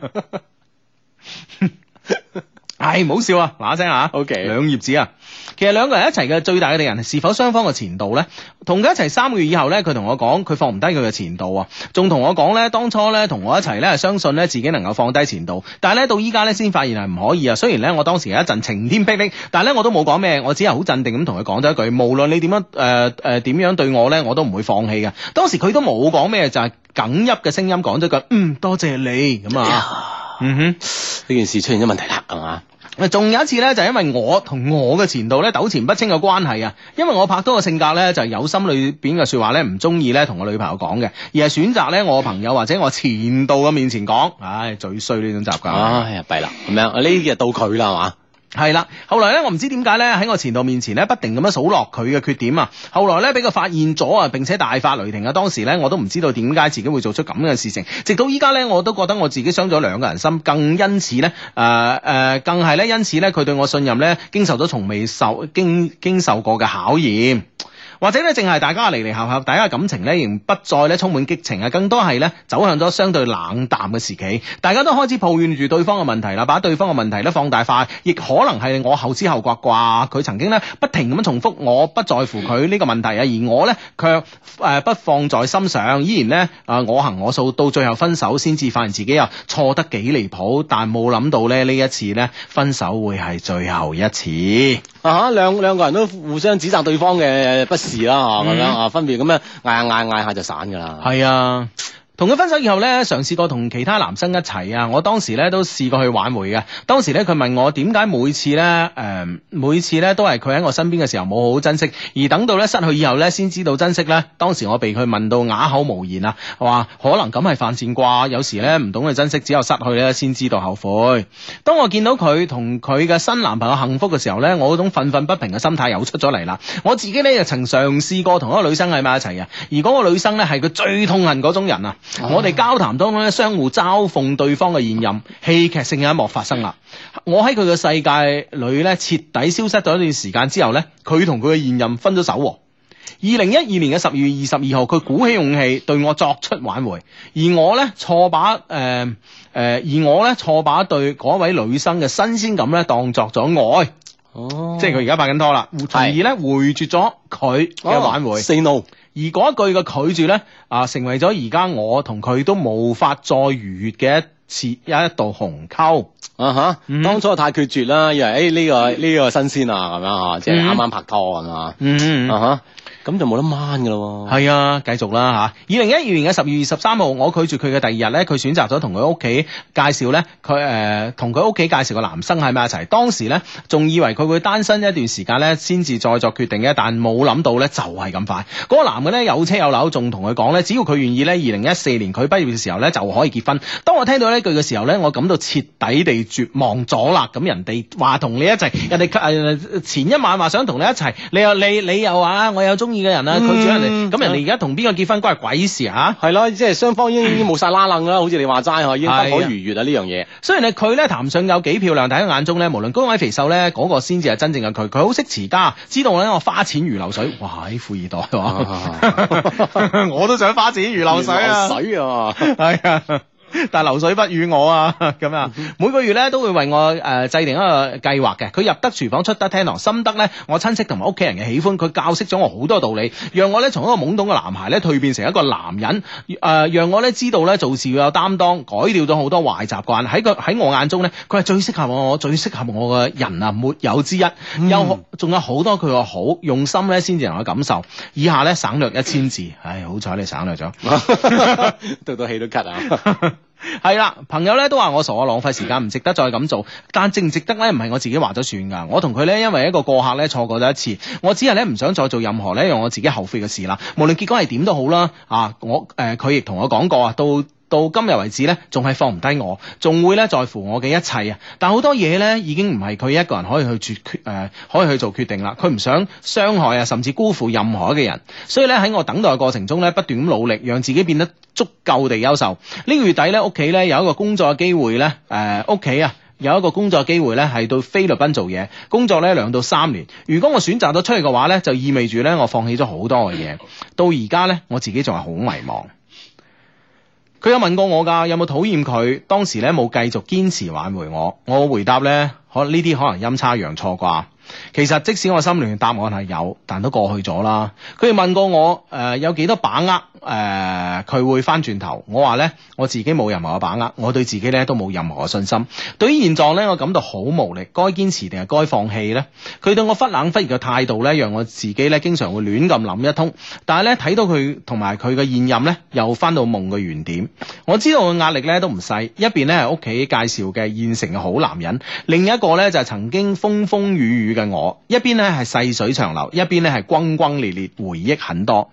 S1: 唉，唔好笑啊！嗱一聲啊
S3: OK
S1: 兩頁紙啊。其實兩個人一齊嘅最大嘅敵人係是否雙方嘅前度呢？同佢一齊三個月以後呢，佢同我講佢放唔低佢嘅前度啊，仲同我講呢，當初呢，同我一齊呢，係相信呢自己能夠放低前度，但係呢，到依家呢，先發現係唔可以啊。雖然呢，我當時有一陣晴天霹靂，但係呢，我都冇講咩，我只係好鎮定咁同佢講咗一句，無論你點樣誒誒點樣對我呢，我都唔會放棄嘅。當時佢都冇講咩，就係哽泣嘅聲音講咗句嗯多謝你咁啊，嗯哼。啊
S3: 呢件事出現咗問題啦，係嘛？
S1: 仲有一次咧，就係因為我同我嘅前度咧糾纏不清嘅關係啊，因為我拍拖嘅性格咧就係有心裏邊嘅説話咧唔中意咧同我女朋友講嘅，而係選擇咧我朋友或者我前度嘅面前講，唉，最衰呢種習慣。啊
S3: 唉呀，弊啦，咁樣呢日到佢啦，係嘛？
S1: 係啦，後來咧，我唔知點解咧，喺我前度面前咧，不停咁樣數落佢嘅缺點啊。後來咧，俾佢發現咗啊，並且大發雷霆啊。當時咧，我都唔知道點解自己會做出咁嘅事情。直到依家咧，我都覺得我自己傷咗兩個人心，更因此咧，誒、呃、誒、呃更係咧，因此咧，佢對我信任咧，經受咗從未受經經受過嘅考驗。或者咧，淨係大家離離合合，大家感情咧，仍不再咧充滿激情啊，更多係咧走向咗相對冷淡嘅時期。大家都開始抱怨住對方嘅問題啦，把對方嘅問題咧放大化，亦可能係我後知後覺啩。佢曾經咧不停咁樣重複我不在乎佢呢個問題啊，而我咧卻誒不放在心上，依然咧啊我行我素，到最後分手先至發現自己啊錯得幾離譜，但冇諗到咧呢一次咧分手會係最後一次。
S3: 啊哈，兩兩個人都互相指責對方嘅不是啦，啊咁樣啊，分別咁樣嗌下嗌下嗌下就散噶啦。
S1: 係啊。同佢分手以後咧，嘗試過同其他男生一齊啊！我當時咧都試過去挽回嘅。當時咧佢問我點解每次咧誒、每次咧都係佢喺我身邊嘅時候冇好好珍惜，而等到咧失去以後咧先知道珍惜咧。當時我被佢問到啞口無言啊，話可能咁係犯賤啩，有時咧唔懂去珍惜，只有失去咧先知道後悔。當我見到佢同佢嘅新男朋友幸福嘅時候咧，我嗰種憤憤不平嘅心態又出咗嚟啦。我自己咧就曾嘗試過同一個女生喺埋一齊啊，而嗰個女生咧係佢最痛恨嗰種人啊。我哋交談當中咧，相互嘲諷對方嘅現任，戲劇性嘅一幕發生啦。我喺佢嘅世界裏咧，徹底消失咗一段時間之後咧，佢同佢嘅現任分咗手喎。二零一二年嘅十二月二十二號，佢鼓起勇氣對我作出挽回，而我咧錯把誒誒、呃呃而我咧錯把對嗰位女生嘅新鮮感咧當作咗愛，
S3: 哦
S1: 即係佢而家拍緊拖啦，從而咧回絕咗佢嘅挽回。
S3: ，say no，
S1: 而嗰一句嘅拒絕呢，啊，成為咗而家我同佢都無法再逾越嘅一次一道鴻溝。
S3: 啊哈
S1: 嗯，
S3: 當初太決絕啦，以為誒哎呢個呢個新鮮啊，咁樣嚇，即係啱啱拍拖咁啊，
S1: 嗯
S3: 啊哈，咁就冇得掹噶咯喎。
S1: 係啊，繼續啦吓。二零一二年嘅十二月十三號，我拒絕佢嘅第二日咧，佢選擇咗同佢屋企介紹咧，佢誒同佢屋企介紹個男生喺埋一齊。當時咧仲以為佢會單身一段時間咧，先至再作決定嘅，但冇諗到咧就係咁快。嗰、個男嘅咧有車有樓，仲同佢講咧，只要佢願意咧，二零一四年佢畢業嘅時候咧就可以結婚。當我聽到呢句嘅時候咧，我感到徹底地絕望咗啦。咁人哋話同你一齊，人哋誒前一晚話想同你一齊，你又你你又話啊我有中意嘅人啦，拒絕人哋，
S3: 嗯
S1: 咁人哋。而家同邊個結婚關係鬼事啊？
S3: 係咯，即係雙方已 經已經冇晒拉楞啦，好似你話齋嗬，已經不
S1: 係啊
S3: 可逾越啊呢樣嘢。
S1: 雖然咧佢咧談上有幾漂亮，但喺我眼中咧，無論高矮肥瘦咧，嗰、個先至係真正嘅佢。佢好識持家，知道咧我花錢如流水，哇！喺富二代喎、 我都想花錢如流水啊！
S3: 流 水啊！
S1: 係啊。但流水不與我啊，咁啊，每個月咧都會為我誒、呃制定一個計劃嘅。佢入得廚房，出得廳堂，深得咧我親戚同埋屋企人嘅喜歡。佢教識咗我好多道理，讓我咧從一個懵懂嘅男孩咧蛻變成一個男人。誒、呃，讓我咧知道咧做事要有擔當，改掉咗好多壞習慣。喺佢喺我眼中咧，佢係最適合我，最適合我嘅人啊，沒有之一。有仲有好多佢嘅好，用心咧先至能夠感受。以下咧省略一千字，唉，好彩你省略咗。
S3: 到到氣都咳啊！
S1: 係啦，朋友咧都話我傻，浪費時間，唔值得再咁做。但值唔值得咧，唔係我自己話咗算㗎。我同佢咧，因為一個過客咧，錯過咗一次。我只係咧唔想再做任何咧讓我自己後悔嘅事啦。無論結果係點都好啦，啊，我誒佢亦同我講過啊，到。到今日為止咧，仲係放唔低我，仲會咧在乎我嘅一切啊！但好多嘢咧，已經唔係佢一個人可以去決決誒、呃可以去做決定啦。佢唔想傷害啊，甚至辜負任何一個人。所以咧喺我等待嘅過程中咧，不斷咁努力，讓自己變得足夠地優秀。呢、個月底咧，屋企咧有一個工作嘅機會咧，誒屋企啊。有一個工作機會咧，係到菲律賓做嘢，工作咧兩到三年。如果我選擇咗出去嘅話咧，就意味住咧我放棄咗好多嘅嘢。到而家咧，我自己仲係好迷茫。佢有問過我㗎，有冇討厭佢？當時咧冇繼續堅持挽回我，我回答咧，可呢啲可能陰差陽錯啩。其實即使我心裏嘅答案係有，但都過去咗啦。佢哋問過我誒、呃有幾多把握诶佢會翻轉頭。我話呢，我自己冇任何嘅把握，我對自己呢都冇任何嘅信心。對於現狀呢，我感到好無力，該堅持定係該放棄呢？佢對我忽冷忽熱嘅態度呢，讓我自己呢經常會亂咁諗一通。但係呢，睇到佢同埋佢嘅現任呢，又翻到夢嘅原點。我知道我嘅壓力呢都唔細，一邊呢係屋企介紹嘅現成嘅好男人，另一個呢就係曾經風風雨雨嘅我，一邊呢係細水長流，一邊呢係轟轟烈烈，回憶很多。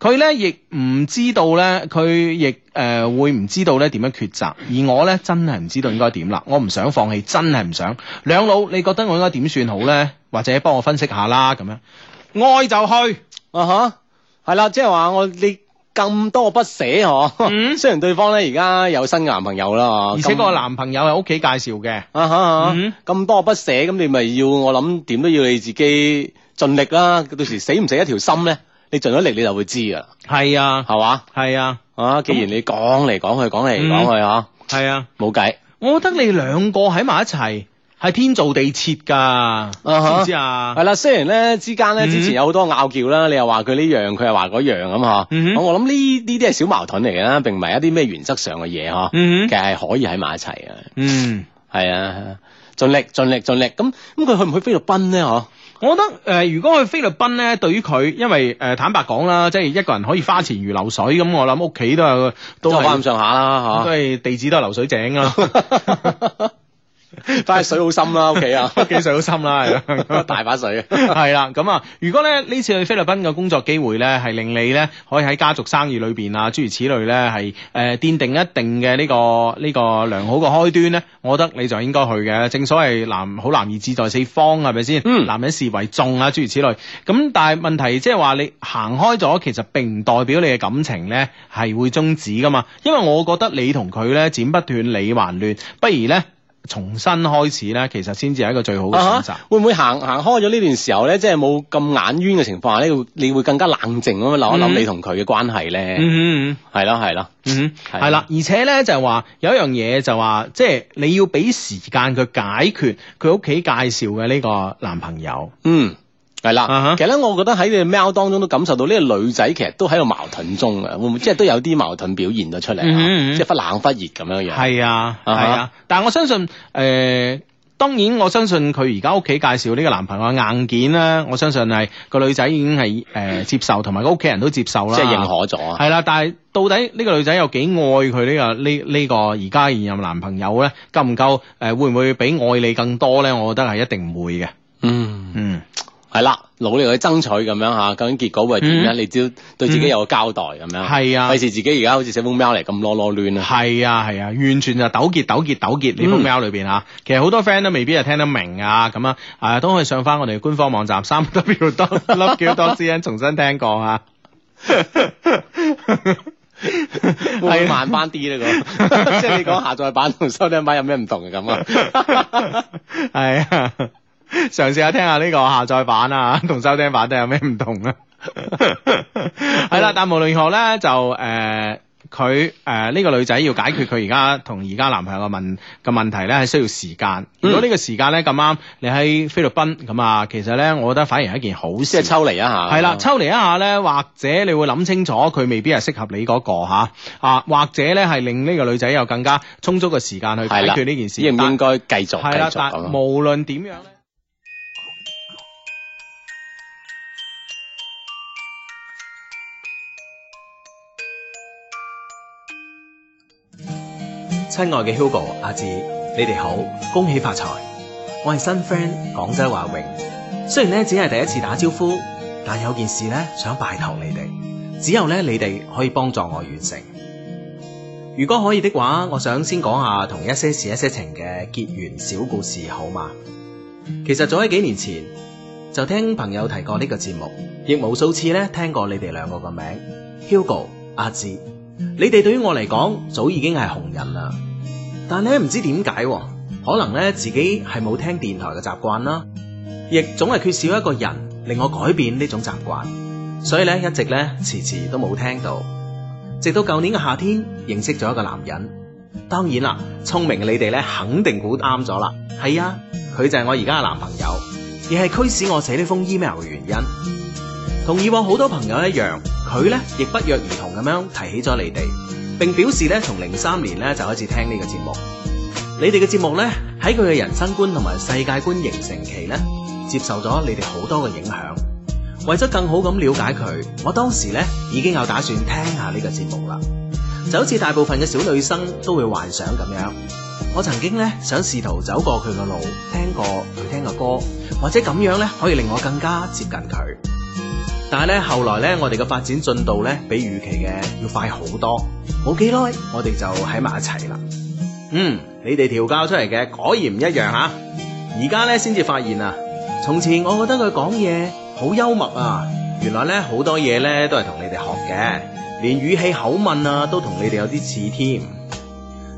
S1: 佢咧亦唔知道咧，佢亦誒、呃、會唔知道咧點樣抉擇，而我咧真係唔知道應該點啦，我唔想放棄，真係唔想。兩老，你覺得我應該點算好咧？或者幫我分析下啦，咁樣愛就去，
S3: 啊哈，係啦，即係話我你咁多不捨嗬，
S1: 嗯
S3: 雖然對方咧而家有新嘅男朋友啦，嗬
S1: 而且
S3: 咁
S1: 個男朋友係屋企介紹嘅，
S3: 啊哈啊哈
S1: 嗯
S3: 咁多不捨，咁你咪要我諗點都要你自己盡力啦。到時死唔死一條心咧，你盡咗力你就會知噶啦，
S1: 係啊，
S3: 係嘛？
S1: 係啊，
S3: 啊，既然你講嚟講去，講
S1: 嗯
S3: 嚟講去啊，
S1: 係啊，
S3: 冇計。
S1: 我覺得你兩個喺埋一齊係天造地設㗎，知
S3: 哈
S1: 唔知啊
S3: 係？啦，雖然咧之間咧
S1: 嗯
S3: 之前有好多拗撬啦，你又話佢呢樣，佢又話嗰樣咁嗬。
S1: 嗯
S3: 咁我諗呢呢啲係小矛盾嚟嘅啦，並唔係一啲咩原則上嘅嘢嗬。
S1: 嗯
S3: 其實係可以喺埋一齊嘅，
S1: 嗯。
S3: 係啊，盡力盡力盡力。咁咁佢去唔去菲律賓咧？嗬？
S1: 我覺得誒、呃如果去菲律賓咧，對於佢，因為誒、呃坦白講啦，即係一個人可以花錢如流水咁，我諗屋企都有
S3: 都
S1: 都
S3: 係翻咁
S1: 係
S3: 上下啦
S1: 都
S3: 嗬。
S1: 係地址都係流水井啊，
S3: 但係水好深啦，屋 企啊，
S1: 屋企水好深啦，係啦
S3: 大把水。
S1: 係啦，咁啊，如果咧呢次去菲律賓嘅工作機會咧，係令你咧可以喺家族生意裏邊啊，諸如此類咧，係誒奠定一定嘅呢、個呢、個良好嘅開端咧，我覺得你就應該去嘅。正所謂男好男兒志在四方，係咪先？
S3: 嗯
S1: 男人視為重啊，諸如此類。咁但係問題即係話你行開咗，其實並唔代表你嘅感情咧係會終止噶嘛。因為我覺得你同佢咧剪不斷理還亂，不如咧重新開始咧，其實先至係一個最好嘅
S3: 啊
S1: 選
S3: 哈
S1: 擇。
S3: 會唔會行行開咗呢段時候咧，即係冇咁眼冤嘅情況下咧，會你會更加冷靜咁樣諗
S1: 嗯
S3: 一諗你同佢嘅關係
S1: 嗯
S3: 咧？
S1: 嗯嗯。
S3: 係咯係咯，
S1: 嗯
S3: 係
S1: 哼，
S3: 啊
S1: 係啦，而且咧就係話有一樣嘢就話，即係你要俾時間佢解決佢屋企介紹嘅呢個男朋友。
S3: 嗯。係
S1: 啊哈
S3: 啦，其實咧，我覺得喺你嘅 mail 當中都感受到呢個女仔其實都喺度矛盾中嘅，會唔會即係都有啲矛盾表現咗出嚟
S1: 嗯嗯嗯嗯
S3: 啊？即係忽冷忽熱咁樣樣。
S1: 係啊，係
S3: 啊哈
S1: 啊，但係我相信誒。呃當然，我相信佢而家屋企介紹呢個男朋友嘅硬件咧，我相信係個女仔已經係誒、呃接受，同埋個屋企人都接受啦，
S3: 即係認可咗啊！
S1: 係啦，但係到底呢個女仔有幾愛佢呢、個呢呢、個而家現任男朋友咧，夠唔夠誒、呃？會唔會比愛你更多咧？我覺得係一定唔會嘅。
S3: 嗯，
S1: 嗯。
S3: 係啦，努力去爭取咁樣吓，究竟結果會係點咧？
S1: 嗯
S3: 你只要對自己有個交代咁樣。
S1: 係啊
S3: 費事自己而家好似寫封 mail 嚟咁囉囉攣啊！
S1: 係啊係啊，完全就糾結糾結糾結呢封 mail 裏邊啊，其實好多 friend 都未必係聽得明啊，咁啊，啊都可以上翻我哋嘅官方網站三 w dot love q dot cn 重新聽過啊。
S3: 會唔會
S1: 係啊
S3: 慢翻啲咧？咁 即係你講下載版同收聽版有咩唔同嘅咁啊？
S1: 係啊，嘗試下聽下呢個下載版啊，同收聽版都有咩唔同 啊？係啦，但無論如何咧，就誒。呃佢誒呢個女仔要解決佢而家同而家男朋友嘅問嘅問題咧，係需要時間。
S3: 嗯
S1: 如果呢個時間咧咁啱，你喺菲律賓咁啊，其實咧，我覺得反而係一件好
S3: 即係
S1: 事。
S3: 抽離一下。
S1: 係啦，抽離一下咧，或者你會諗清楚，佢未必係適合你嗰、個嚇啊，或者咧係令呢個女仔有更加充足嘅時間去解
S3: 係啦
S1: 決呢件事。
S3: 應唔
S1: 但
S3: 應該繼續繼
S1: 係啦
S3: 續，
S1: 但
S3: 咁啊？
S1: 無論點樣咧。
S6: 親愛嘅 Hugo、阿志，你哋好，恭喜發財！我係新 friend 廣州華榮，雖然咧只係第一次打招呼，但有件事咧想拜託你哋，只有咧你哋可以幫助我完成。如果可以的話，我想先講下同一些事一些情嘅結緣小故事，好嗎？其實早喺幾年前就聽朋友提過呢個節目，亦無數次咧聽過你哋兩個嘅名，Hugo、阿志。你哋對於我嚟講，早已經係紅人啦。但咧唔知點解喎，可能咧自己係冇聽電台嘅習慣啦，亦總係缺少一個人令我改變呢種習慣，所以咧一直咧遲遲都冇聽到。直到舊年嘅夏天，認識咗一個男人。當然啦，聰明嘅你哋咧肯定估啱咗啦。係啊，佢就係我而家嘅男朋友，亦係驅使我寫呢封 email 嘅原因。同以往好多朋友一樣，佢佢呢亦不約而同咁樣提起咗你哋，並表示呢從零三年呢就開始聽呢個節目。你哋嘅節目呢，喺佢嘅人生觀同埋世界觀形成期呢，接受咗你哋好多嘅影響。為咗更好咁了解佢，我當時呢已經有打算聽下呢個節目啦。就好似大部分嘅小女生都會幻想咁樣，我曾經呢想試圖走過佢嘅路，聽過佢聽嘅歌，或者咁樣呢可以令我更加接近佢。但係咧，後來咧，我哋嘅發展進度咧，比預期嘅要快好多。冇幾耐，我哋就喺埋一齊啦。嗯，你哋調教出嚟嘅果然唔一樣吓。而家咧先至發現啊，從前我覺得佢講嘢好幽默啊，原來咧好多嘢咧都係同你哋學嘅，連語氣口吻啊都同你哋有啲似添。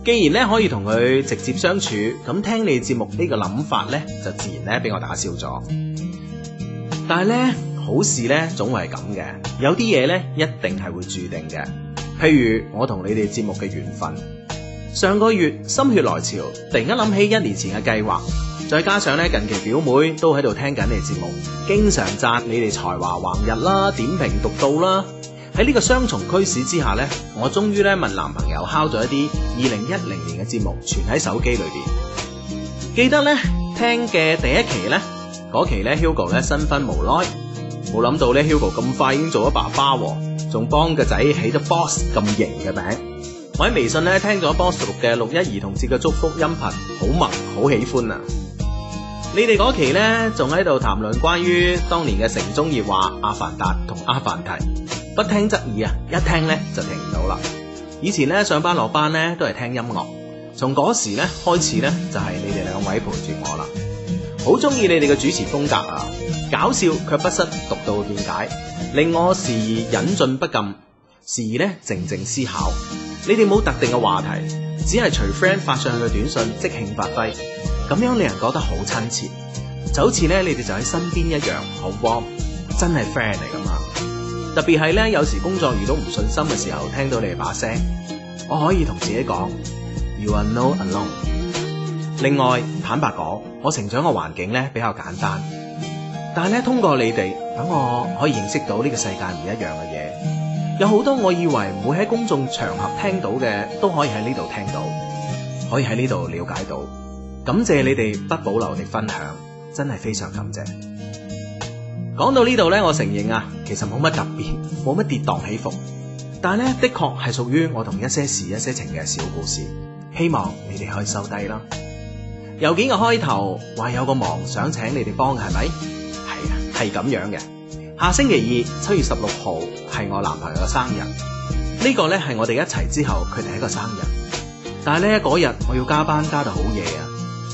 S6: 既然咧可以同佢直接相處，咁聽你節目呢個諗法咧，就自然咧俾我打消咗。但係咧，好事咧總會係咁嘅，有啲嘢咧一定係會注定嘅。譬如我同你哋節目嘅緣分，上個月心血來潮，突然間諗起一年前嘅計劃，再加上咧近期表妹都喺度聽緊你哋節目，經常讚你哋才華橫溢啦、點評獨到啦。喺呢個雙重驅使之下呢，我終於咧問男朋友敲咗一啲二零一零年嘅節目，存喺手機裏邊。記得咧聽嘅第一期咧，嗰期咧 Hugo 咧新婚無耐，冇諗到咧 Hugo 咁快已經做咗爸爸喎，仲幫個仔起咗 Boss 咁型嘅名。我喺微信咧聽咗 Boss 錄嘅六一兒童節嘅祝福音頻，好萌，好喜歡啊！你哋嗰期咧仲喺度談論關於當年嘅城中熱話《阿凡達》同《阿凡提》，不聽則已啊，一聽咧就停唔到啦。以前咧上班落班咧都係聽音樂。從嗰時咧開始咧，就係、你哋兩位陪住我啦。好中意你哋嘅主持風格啊，搞笑卻不失獨到嘅見解，令我時而忍俊不禁，時而咧靜靜思考。你哋冇特定嘅話題，只係隨 friend 發上去嘅短信即興發揮，咁樣令人覺得好親切，就好似咧你哋就喺身邊一樣，好 warm，真係 friend 嚟噶嘛。特別係咧有時工作遇到唔順心嘅時候，聽到你哋把聲，我可以同自己講。You are no alone。另外，坦白講，我成長嘅環境咧比較簡單，但係咧通過你哋，等我可以認識到呢個世界唔一樣嘅嘢，有好多我以為唔會喺公眾場合聽到嘅，都可以喺呢度聽到，可以喺呢度了解到。感謝你哋不保留地分享，真係非常感謝。講到呢度咧，我承認啊，其實冇乜特別，冇乜跌宕起伏，但係咧的確係屬於我同一些事、一些情嘅小故事。希望你哋可以收低啦。郵件嘅開頭話有個忙想請你哋幫嘅係咪？係啊，係咁樣嘅。下星期二七月十六號係我男朋友嘅生日，呢個呢係我哋一齊之後佢第一個生日。但係呢嗰日我要加班加到好夜啊，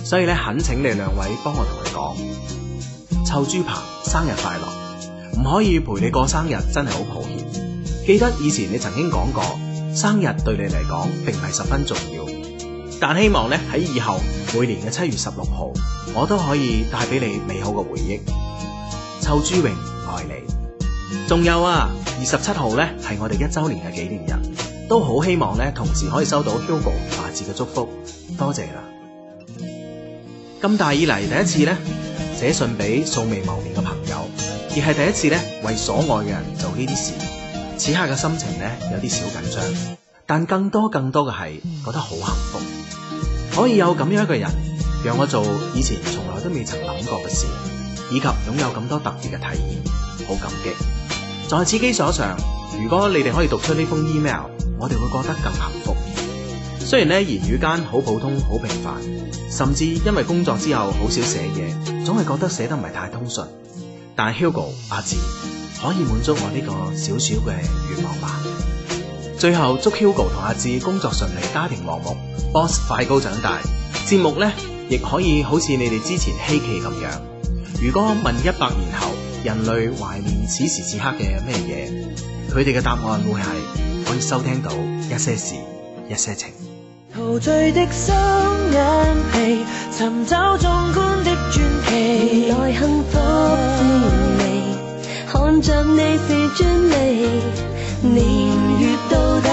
S6: 所以呢懇請你兩位幫我同佢講，臭豬扒生日快樂！唔可以陪你過生日真係好抱歉。記得以前你曾經講過，生日對你嚟講並唔係十分重要。但希望咧喺以後每年嘅七月十六號，我都可以帶俾你美好嘅回憶。臭豬榮愛你。仲有啊，二十七號咧係我哋一周年嘅紀念日，都好希望咧同時可以收到 Hugo 華智嘅祝福，多謝啦。咁大以嚟第一次咧寫信俾素未謀面嘅朋友，亦係第一次咧為所愛嘅人做呢啲事。此刻嘅心情咧有啲小緊張，但更多更多嘅係覺得好幸福。可以有咁樣一個人，讓我做以前從來都未曾諗過嘅事，以及擁有咁多特別嘅體驗，好感激。在此基礎上，如果你哋可以讀出呢封 email，我哋會覺得更幸福。雖然咧言語間好普通、好平凡，甚至因為工作之後好少寫嘢，總係覺得寫得唔係太通順。但 Hugo 阿志可以滿足我呢個小小嘅願望吧。最後祝 Hugo 同阿志工作順利，家庭和睦，Boss 快高長大。節目呢，亦可以好似你哋之前希冀咁樣。如果問一百年後人類懷念此時此刻嘅咩嘢，佢哋嘅答案會係可以收聽到一些事、一些情。
S7: 陶醉的雙眼皮，尋找壯觀的傳奇。
S8: 原來幸福滋味，看着你是專利。年月到底，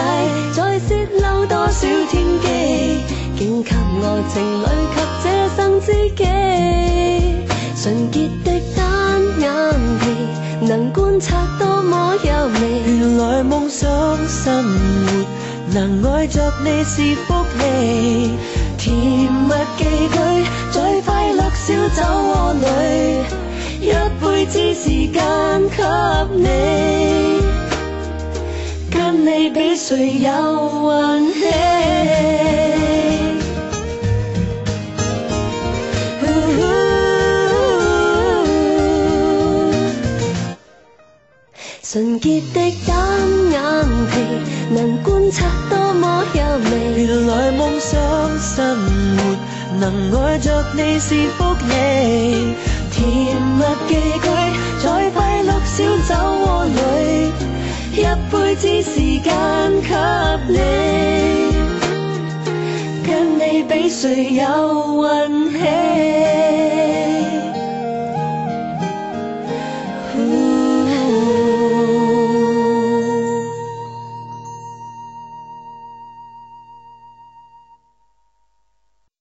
S8: 再泄露多少天機？竟給我情侶及這生知己，純潔的單眼皮。能观察多么优美。
S7: 原來夢想生活能愛着你是福氣，
S8: 甜蜜寄居在快樂小酒窩裏，一輩子時間給你，跟你比誰有運氣。純潔的單眼皮，能觀察多麼優美。
S7: 原來夢想生活能愛着你是福氣，
S8: 甜蜜寄居在快樂小酒窩裏，一輩子時間給你，跟你比誰有運氣。Mm-hmm.